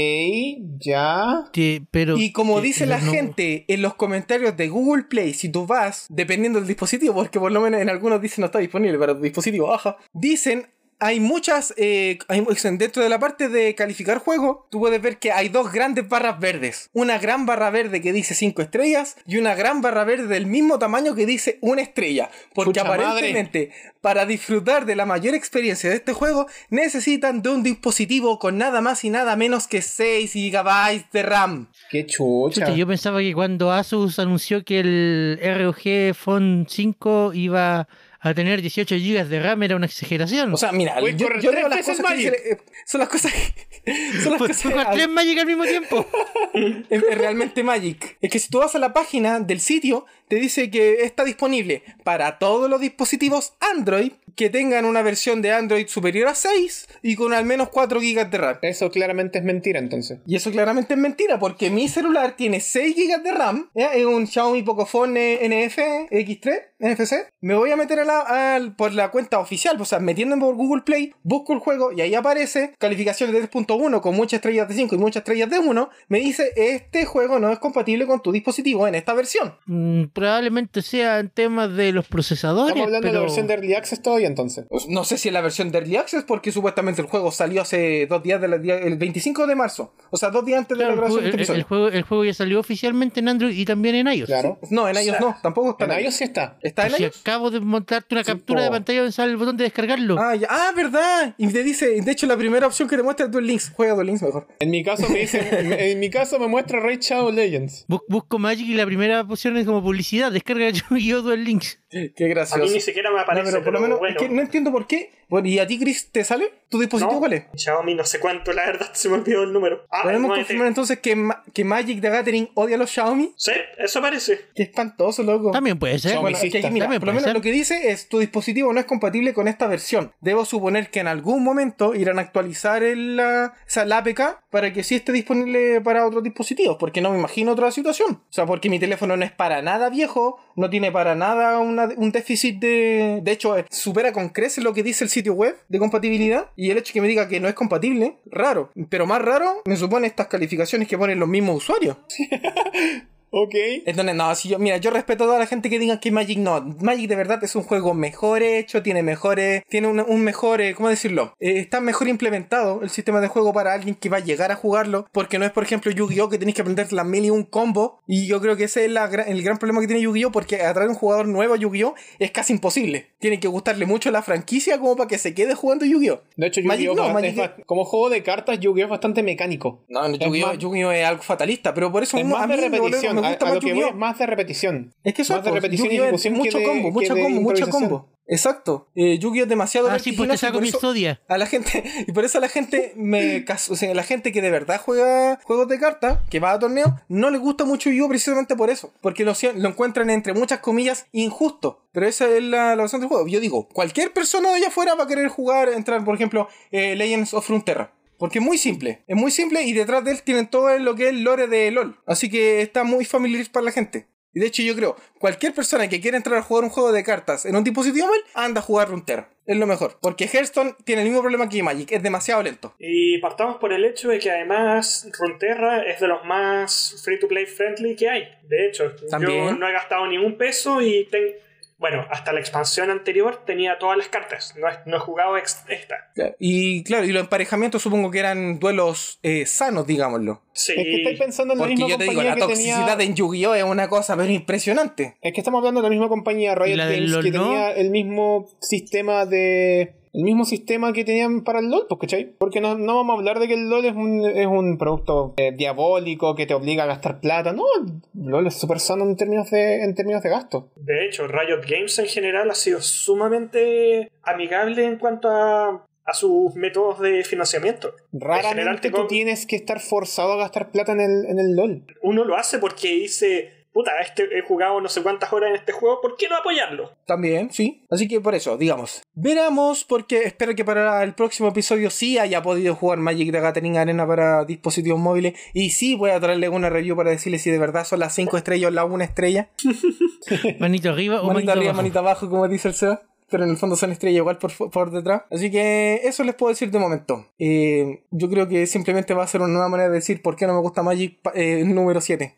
Speaker 1: Ok, ya.
Speaker 3: te- pero,
Speaker 4: Y como
Speaker 3: que-
Speaker 4: dice la
Speaker 3: no-
Speaker 4: gente en los comentarios de Google Play, si tú vas, dependiendo del dispositivo, porque por lo menos en algunos dicen no está disponible para tu dispositivo, ajá, dicen... Hay muchas, eh, hay- dentro de la parte de calificar juego, tú puedes ver que hay dos grandes barras verdes. Una gran barra verde que dice 5 estrellas y una gran barra verde del mismo tamaño que dice una estrella. Porque
Speaker 1: Pucha madre.
Speaker 4: aparentemente, para disfrutar de la mayor experiencia de este juego, necesitan de un dispositivo con nada más y nada menos que 6 GB de RAM.
Speaker 1: Qué chucha.
Speaker 3: Chuta, yo pensaba que cuando Asus anunció que el ROG Phone 5 iba a tener 18 GB de RAM era una exageración.
Speaker 4: O sea, mira,
Speaker 1: Voy a
Speaker 4: yo,
Speaker 1: correr
Speaker 4: yo
Speaker 1: tres
Speaker 4: leo las
Speaker 1: veces
Speaker 4: cosas que
Speaker 1: Magic.
Speaker 4: dice- eh, son las cosas que- [LAUGHS] son las
Speaker 3: Pues, [LAUGHS]
Speaker 4: cosas
Speaker 3: jugar
Speaker 4: ah,
Speaker 3: tres Magic al mismo tiempo.
Speaker 4: es- es realmente Magic. Es que si tú vas a la página del sitio te dice que está disponible para todos los dispositivos Android que tengan una versión de Android superior a 6 y con al menos 4 GB de RAM.
Speaker 1: Eso claramente es mentira, entonces.
Speaker 4: Y eso claramente es mentira, porque mi celular tiene 6 GB de RAM, ¿ya? es un Xiaomi Pocophone eh, NF X3, NFC. Me voy a meter a la- al- por la cuenta oficial, o sea, metiéndome por Google Play, busco el juego y ahí aparece calificación de 3.1 con muchas estrellas de 5 y muchas estrellas de 1. Me dice, este juego no es compatible con tu dispositivo en esta versión.
Speaker 3: Mm, probablemente sea en temas de los procesadores.
Speaker 1: Estamos hablando de la
Speaker 3: pero-
Speaker 1: versión de Early Access todavía, entonces.
Speaker 4: Pues, No sé si es la versión de Early Access, porque supuestamente el juego salió hace dos días, del el 25 de marzo, o sea, dos días antes de
Speaker 3: Claro,
Speaker 4: la
Speaker 3: el,
Speaker 4: grabación
Speaker 3: juego,
Speaker 4: de este
Speaker 3: el- el
Speaker 4: episodio.
Speaker 3: juego, el juego ya salió oficialmente en Android y también en iOS.
Speaker 1: Claro.
Speaker 4: No, en iOS
Speaker 2: sea,
Speaker 4: no, tampoco está
Speaker 1: En iOS sí está.
Speaker 4: ¿Está en
Speaker 3: Si
Speaker 4: iOS?
Speaker 3: acabo de montarte una captura
Speaker 1: po.
Speaker 3: de pantalla donde sale el botón de descargarlo.
Speaker 4: Ah, ya. Ah, verdad. Y te dice, de hecho, la primera opción que te muestra es Duel Links. Juega Duel Links mejor.
Speaker 1: En mi caso me dice,
Speaker 4: [LAUGHS]
Speaker 1: en mi caso me muestra Raid Shadow Legends.
Speaker 3: Bus- busco Magic y la primera opción es como publicidad. Descarga [LAUGHS] yo y yo el links.
Speaker 4: Qué
Speaker 2: A mí
Speaker 4: gracioso.
Speaker 2: ni siquiera me
Speaker 4: No,
Speaker 2: aparece,
Speaker 4: pero por lo
Speaker 2: pero
Speaker 4: menos,
Speaker 2: bueno.
Speaker 4: es que no entiendo por qué. Bueno, ¿y a ti, Chris, te sale? ¿Tu dispositivo
Speaker 2: No.
Speaker 4: cuál es?
Speaker 2: Xiaomi, no sé cuánto, la verdad, se me olvidó el número. Ah,
Speaker 4: ¿Podemos
Speaker 2: el 9T.
Speaker 4: confirmar entonces que, Ma- que Magic the Gathering odia a los Xiaomi?
Speaker 2: Sí, eso parece.
Speaker 4: Qué espantoso, loco.
Speaker 3: También puede ser.
Speaker 1: Son
Speaker 4: Bueno, es que aquí, mira,
Speaker 3: También
Speaker 4: por lo
Speaker 3: puede
Speaker 4: menos
Speaker 3: ser.
Speaker 4: lo que dice es tu dispositivo no es compatible con esta versión. Debo suponer que en algún momento irán a actualizar el, la, o sea, la APK para que sí esté disponible para otros dispositivos, porque no me imagino otra situación. O sea, porque mi teléfono no es para nada viejo, no tiene para nada una- un déficit de... De hecho, eh, supera con creces lo que dice el sitio web de compatibilidad y el hecho que me diga que no es compatible, raro. Pero más raro me supone estas calificaciones que ponen los mismos usuarios.
Speaker 1: Ok.
Speaker 4: Entonces, no, si yo, mira, yo respeto a toda la gente que diga que Magic no. Magic de verdad es un juego mejor hecho, tiene mejores, tiene un, un mejor, eh, ¿cómo decirlo? Eh, está mejor implementado el sistema de juego para alguien que va a llegar a jugarlo, porque no es, por ejemplo, Yu-Gi-Oh! que tenés que aprender las mil y un combo, y yo creo que ese es la gra- el gran problema que tiene Yu-Gi-Oh! porque atraer un jugador nuevo a Yu-Gi-Oh! es casi imposible. Tiene que gustarle mucho la franquicia como para que se quede jugando Yu-Gi-Oh!
Speaker 1: De hecho,
Speaker 4: Magic
Speaker 1: Yu-Gi-Oh!
Speaker 4: no,
Speaker 1: es
Speaker 4: Magic-
Speaker 1: bast- como juego de cartas, Yu-Gi-Oh! es bastante mecánico.
Speaker 4: No, no,
Speaker 1: Es
Speaker 4: Yu-Gi-Oh!
Speaker 1: más-
Speaker 4: Yu-Gi-Oh! es algo fatalista, pero por eso
Speaker 1: Es
Speaker 4: mismo
Speaker 1: más
Speaker 4: a
Speaker 1: de
Speaker 4: mí me-
Speaker 1: repetición.
Speaker 4: me
Speaker 1: A,
Speaker 4: gusta
Speaker 1: a
Speaker 4: más
Speaker 1: lo que voy
Speaker 4: Yu-Gi-oh!
Speaker 1: es más de repetición.
Speaker 4: Es que eso
Speaker 1: más de
Speaker 4: pues,
Speaker 1: repetición y
Speaker 4: Yu-Gi-Oh! es
Speaker 1: ejecución que
Speaker 4: mucho
Speaker 1: de-
Speaker 4: combo,
Speaker 1: que
Speaker 4: mucho
Speaker 1: de
Speaker 4: combo, mucho
Speaker 1: improvisación.
Speaker 4: combo. Exacto. Eh, Yu-Gi-Oh! es demasiado
Speaker 3: Ah, sí, pues te
Speaker 4: vertiginoso y
Speaker 3: saco
Speaker 4: por
Speaker 3: mi
Speaker 4: eso-
Speaker 3: Zodia.
Speaker 4: a la gente, [LAUGHS] y por eso a la gente me cas- o sea, la gente que de verdad juega juegos de cartas, que va a torneos, no le gusta mucho Yu-Gi-Oh! precisamente por eso, porque lo, sie- lo encuentran entre muchas comillas injusto. Pero esa es la, la razón del juego. Yo digo, cualquier persona de allá afuera va a querer jugar, entrar, por ejemplo, eh, Legends of Runeterra. Porque es muy simple, es muy simple y detrás de él tienen todo lo que es el lore de LOL. Así que está muy familiar para la gente. Y de hecho yo creo, cualquier persona que quiera entrar a jugar un juego de cartas en un dispositivo móvil, anda a jugar Runeterra. Es lo mejor. Porque Hearthstone tiene el mismo problema que Magic, es demasiado lento.
Speaker 2: Y partamos por el hecho de que además Runeterra es de los más free to play friendly que hay. De hecho, yo
Speaker 4: También.
Speaker 2: no he gastado ni un peso y ten- bueno, hasta la expansión anterior tenía todas las cartas. No he, no he jugado ex- esta.
Speaker 4: Y claro, y los emparejamientos supongo que eran duelos eh, sanos, digámoslo.
Speaker 2: Sí.
Speaker 1: Es que estáis pensando en la
Speaker 4: Porque
Speaker 1: misma
Speaker 4: yo te digo,
Speaker 1: compañía
Speaker 4: la
Speaker 1: que tenía...
Speaker 4: toxicidad en Yu-Gi-Oh! es una cosa pero impresionante.
Speaker 1: Es que estamos hablando de la misma compañía Riot
Speaker 3: la del
Speaker 1: Games
Speaker 3: LOL
Speaker 1: que
Speaker 3: no?
Speaker 1: tenía el mismo sistema de el mismo sistema que tenían para el LOL, pues, ¿cachai? Porque no, no vamos a hablar de que el LOL es un, es un producto eh, diabólico que te obliga a gastar plata. No, el LOL es súper sano en términos de, en términos de gasto.
Speaker 2: De hecho, Riot Games en general ha sido sumamente amigable en cuanto a, a sus métodos de financiamiento. general
Speaker 1: Raramente
Speaker 2: te
Speaker 1: tú
Speaker 2: com-
Speaker 1: tienes que estar forzado a gastar plata en el, en el LOL. [LAUGHS]
Speaker 2: Uno lo hace porque dice, puta, este, he jugado no sé cuántas horas en este juego, ¿por qué no apoyarlo?
Speaker 4: También, sí. Así que por eso, digamos. Veramos, porque espero que para el próximo episodio sí haya podido jugar Magic the Gathering Arena para dispositivos móviles. Y sí voy a traerle una review para decirle si de verdad son las 5 estrellas o la 1 estrella.
Speaker 3: Manito arriba o
Speaker 4: manita,
Speaker 3: manito,
Speaker 4: arriba,
Speaker 3: abajo.
Speaker 4: manita abajo, como dice el Seba. Pero en el fondo son estrellas igual por, fu- por detrás. Así que eso les puedo decir de momento. Eh, yo creo que simplemente va a ser una nueva manera de decir por qué no me gusta Magic pa- eh, número 7.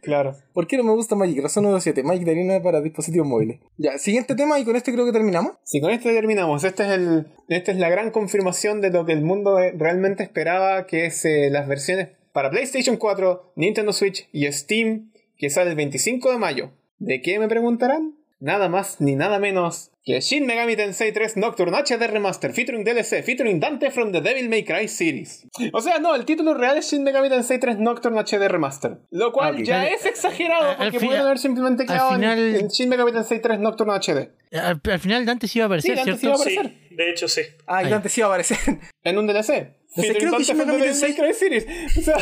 Speaker 1: Claro.
Speaker 4: [LAUGHS] ¿Por qué no me gusta Magic? Razón número 7. Magic de Arena para dispositivos móviles. Ya, siguiente tema y con este creo que terminamos.
Speaker 1: Si con esto terminamos, esta es, el, esta es la gran confirmación de lo que el mundo eh, realmente esperaba, que es eh, las versiones para PlayStation 4, Nintendo Switch y Steam, que sale el 25 de mayo. ¿De qué me preguntarán? Nada más ni nada menos que Shin Megami Tensei 3 Nocturne HD Remaster featuring DLC featuring Dante from the Devil May Cry series. O sea, no, el título real es Shin Megami Tensei 3 Nocturne HD Remaster, lo cual
Speaker 4: Ah, ok.
Speaker 1: ya es exagerado
Speaker 3: Al- al
Speaker 1: porque
Speaker 3: fin-
Speaker 1: pudieron haber simplemente
Speaker 3: al
Speaker 1: quedado en-
Speaker 3: final-
Speaker 1: en Shin Megami Tensei 3 Nocturne HD.
Speaker 3: Al, al final Dante sí iba a aparecer,
Speaker 1: Sí, Dante sí
Speaker 3: ¿cierto?
Speaker 1: Va a
Speaker 2: Sí,
Speaker 1: aparecer.
Speaker 2: de hecho sí.
Speaker 4: Ah, y
Speaker 3: Ahí.
Speaker 4: antes sí iba a aparecer. [LAUGHS]
Speaker 1: En un DLC.
Speaker 4: No sé,
Speaker 1: Featuring
Speaker 4: creo que
Speaker 1: Dante
Speaker 4: Shin Megami
Speaker 1: from the
Speaker 4: Tensei-
Speaker 1: Devil May Cry Series. O sea,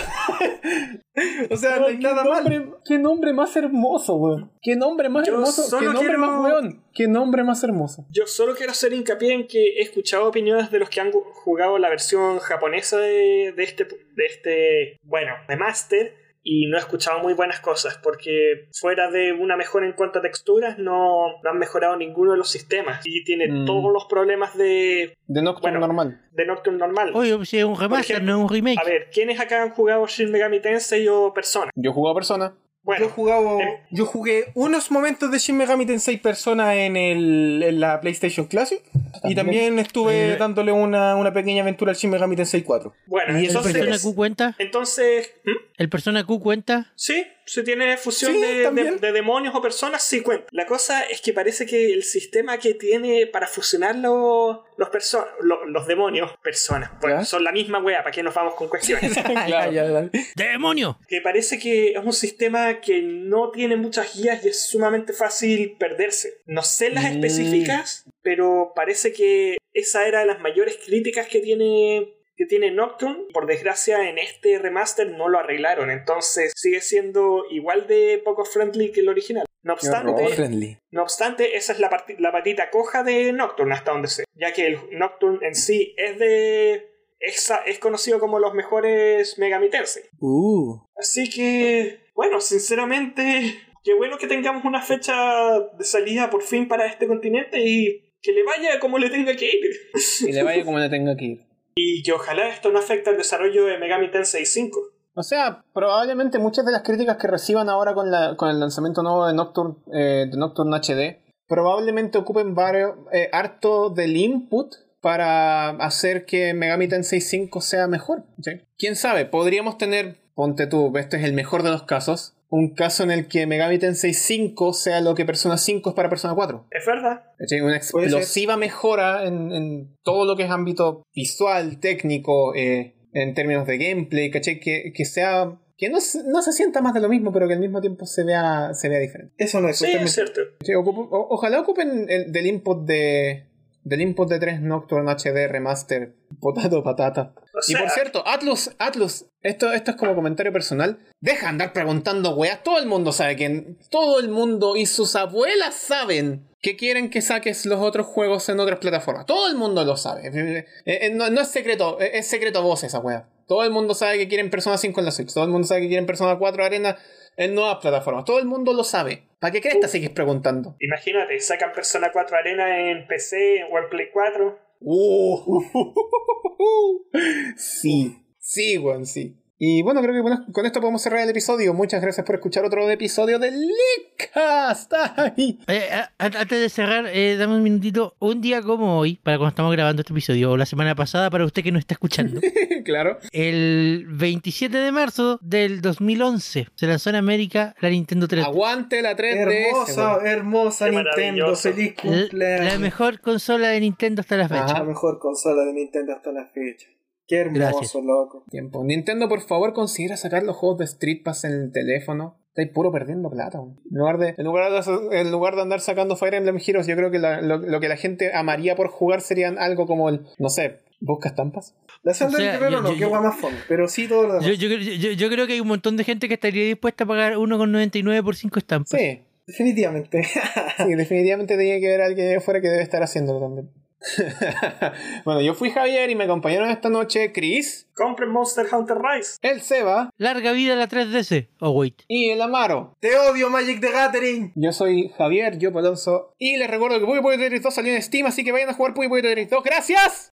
Speaker 4: O sea, no hay
Speaker 1: [LAUGHS]
Speaker 4: nada
Speaker 1: qué
Speaker 4: mal.
Speaker 1: nombre- Qué nombre más hermoso, weón. Qué nombre más
Speaker 2: Yo
Speaker 1: hermoso. Qué
Speaker 2: solo
Speaker 1: nombre
Speaker 2: quiero-
Speaker 1: más weón. Qué nombre más hermoso.
Speaker 2: Yo solo quiero hacer hincapié en que he escuchado opiniones de los que han gu- jugado la versión japonesa de, de este, de este, bueno, de Master y no he escuchado muy buenas cosas porque fuera de una mejora en cuanto a texturas no, no han mejorado ninguno de los sistemas y tiene
Speaker 1: Mm.
Speaker 2: todos los problemas de,
Speaker 1: De Nocturne
Speaker 2: Bueno.
Speaker 1: normal.
Speaker 2: de Nocturne normal.
Speaker 3: Oye, pues, es un remaster,
Speaker 2: ejemplo,
Speaker 3: no es un remake.
Speaker 2: A ver, ¿quiénes acá han jugado Shin Megami Tensei o Persona?
Speaker 1: Yo jugué a Persona.
Speaker 2: Bueno,
Speaker 4: yo, jugaba,
Speaker 2: eh.
Speaker 4: yo jugué unos momentos de Shin Megami Tensei Persona en, el, en la PlayStation Classic. Y también estuve
Speaker 3: Eh.
Speaker 4: dándole una, una pequeña aventura al Shin Megami Tensei 4.
Speaker 2: bueno,
Speaker 4: y el
Speaker 3: ¿El Persona
Speaker 2: entonces,
Speaker 3: Q cuenta?
Speaker 2: entonces ¿hmm?
Speaker 3: ¿El Persona Q cuenta?
Speaker 2: Sí, si tiene fusión
Speaker 4: Sí,
Speaker 2: de, de-
Speaker 4: también.
Speaker 2: de demonios o personas, sí cuenta. La cosa es que parece que el sistema que tiene para fusionar los los, perso- lo- los demonios, personas, bueno,
Speaker 4: ¿Ya?
Speaker 2: son la misma wea, ¿para qué nos vamos con cuestiones?
Speaker 4: [LAUGHS]
Speaker 2: [LAUGHS]
Speaker 4: Ya, ya, dale.
Speaker 3: ¡Demonio!
Speaker 2: que parece que es un sistema que no tiene muchas guías y es sumamente fácil perderse. No sé las
Speaker 1: Mm.
Speaker 2: específicas, pero parece que esa era de las mayores críticas que tiene que tiene Nocturne. Por desgracia, en este remaster no lo arreglaron, entonces sigue siendo igual de poco friendly que el original. No
Speaker 3: Oh,
Speaker 2: obstante,
Speaker 4: Friendly.
Speaker 2: no obstante esa es la, parti- la patita coja de Nocturne hasta donde sé, ya que el Nocturne en sí es de es, es conocido como los mejores Megami Tensei.
Speaker 4: Uh.
Speaker 2: Así que, bueno, sinceramente, qué bueno que tengamos una fecha de salida por fin para este continente y que le vaya como le tenga que ir.
Speaker 1: Y le vaya como le tenga que ir.
Speaker 2: [LAUGHS] Y que ojalá esto no afecte al desarrollo de Megami Tensei 5.
Speaker 1: O sea, probablemente muchas de las críticas que reciban ahora con, la, con el lanzamiento nuevo de Nocturne, eh, de Nocturne HD probablemente ocupen varios, eh, harto del input para hacer que Megami Tensei 5 sea mejor. ¿sí? ¿Quién sabe? Podríamos tener, ponte tú, este es el mejor de los casos, un caso en el que Megami Tensei 5 sea lo que Persona 5 es para Persona 4.
Speaker 2: Es verdad.
Speaker 1: ¿Cachai? Una
Speaker 4: Puede ser.
Speaker 1: explosiva mejora en, en todo lo que es ámbito visual, técnico, eh, en términos de gameplay, ¿cachai? Que, que sea. Que no, se- no se sienta más de lo mismo, pero que al mismo tiempo se vea, se vea diferente.
Speaker 4: Eso no es
Speaker 2: Sí, es
Speaker 4: justamente.
Speaker 2: cierto.
Speaker 1: ¿Cachai? Ocupo- o- ojalá ocupen el- del input de. Del input de 3 Nocturne HD Remaster. Potato patata.
Speaker 2: O
Speaker 1: Y
Speaker 2: sea,
Speaker 1: por cierto, Atlus, Atlus, esto, esto es como comentario personal. Deja de andar preguntando, weas. Todo el mundo sabe que todo el mundo y sus abuelas saben que quieren que saques los otros juegos en otras plataformas. Todo el mundo lo sabe. Eh, eh, no, no es secreto, eh, es secreto a voz esa wea. Todo el mundo sabe que quieren Persona 5 en la Switch. Todo el mundo sabe que quieren Persona 4 Arena en nuevas plataformas. Todo el mundo lo sabe. ¿Para qué crees que sigues preguntando?
Speaker 2: imagínate, sacan Persona 4 Arena en PC o en Play 4.
Speaker 1: Uh, Oh. [LAUGHS] sí, sí, weón, sí. Y bueno, creo que con- con esto podemos cerrar el episodio. Muchas gracias por escuchar otro episodio de Leakcast. ¡Ay! [LAUGHS]
Speaker 3: Eh, a- a- antes de cerrar, eh, dame un minutito. Un día como hoy, para cuando estamos grabando este episodio, o la semana pasada, para usted que no está escuchando,
Speaker 1: claro.
Speaker 3: el 27 de marzo del 2011 se lanzó en América la Nintendo 3.
Speaker 1: Aguante la 3D.
Speaker 4: Hermosa, hermosa
Speaker 2: Qué
Speaker 4: Nintendo.
Speaker 2: maravilloso.
Speaker 4: Feliz
Speaker 3: L- La
Speaker 4: cumpleaños.
Speaker 3: mejor consola de Nintendo hasta la fecha.
Speaker 1: Ajá.
Speaker 4: La mejor consola de Nintendo hasta la fecha. Qué hermoso,
Speaker 3: Gracias.
Speaker 4: loco.
Speaker 1: Tiempo. Nintendo, por favor, considera sacar los juegos de Street Pass en el teléfono. Estáis puro perdiendo plata. weón. En lugar, de, en, lugar de, en lugar de andar sacando Fire Emblem Heroes, yo creo que la- lo, lo que la gente amaría por jugar serían algo como el, no sé, busca estampas.
Speaker 4: La
Speaker 3: O
Speaker 4: senda
Speaker 3: sea,
Speaker 4: del guerrero
Speaker 3: yo-
Speaker 4: no,
Speaker 3: yo-
Speaker 4: qué guay más fondo. Pero sí todo lo demás.
Speaker 3: Yo, yo creo- yo- yo creo que hay un montón de gente que estaría dispuesta a pagar 1,99 por 5 estampas.
Speaker 1: Sí.
Speaker 4: Definitivamente. [LAUGHS]
Speaker 1: [LAUGHS] Sí, definitivamente tenía que ver a alguien allá afuera que debe estar haciéndolo también. [LAUGHS] bueno, yo fui Javier y me acompañaron esta noche Chris,
Speaker 2: Compren Monster Hunter Rise.
Speaker 1: el Seba
Speaker 3: Larga vida la 3DS. Oh, wait.
Speaker 1: y el Amaro.
Speaker 4: Te odio, Magic the Gathering.
Speaker 1: Yo soy Javier, yo Palonso. Y les recuerdo que Puyo Puyo Tetris 2 salió en Steam, así que vayan a jugar Puyo Puyo Tetris 2. ¡Gracias!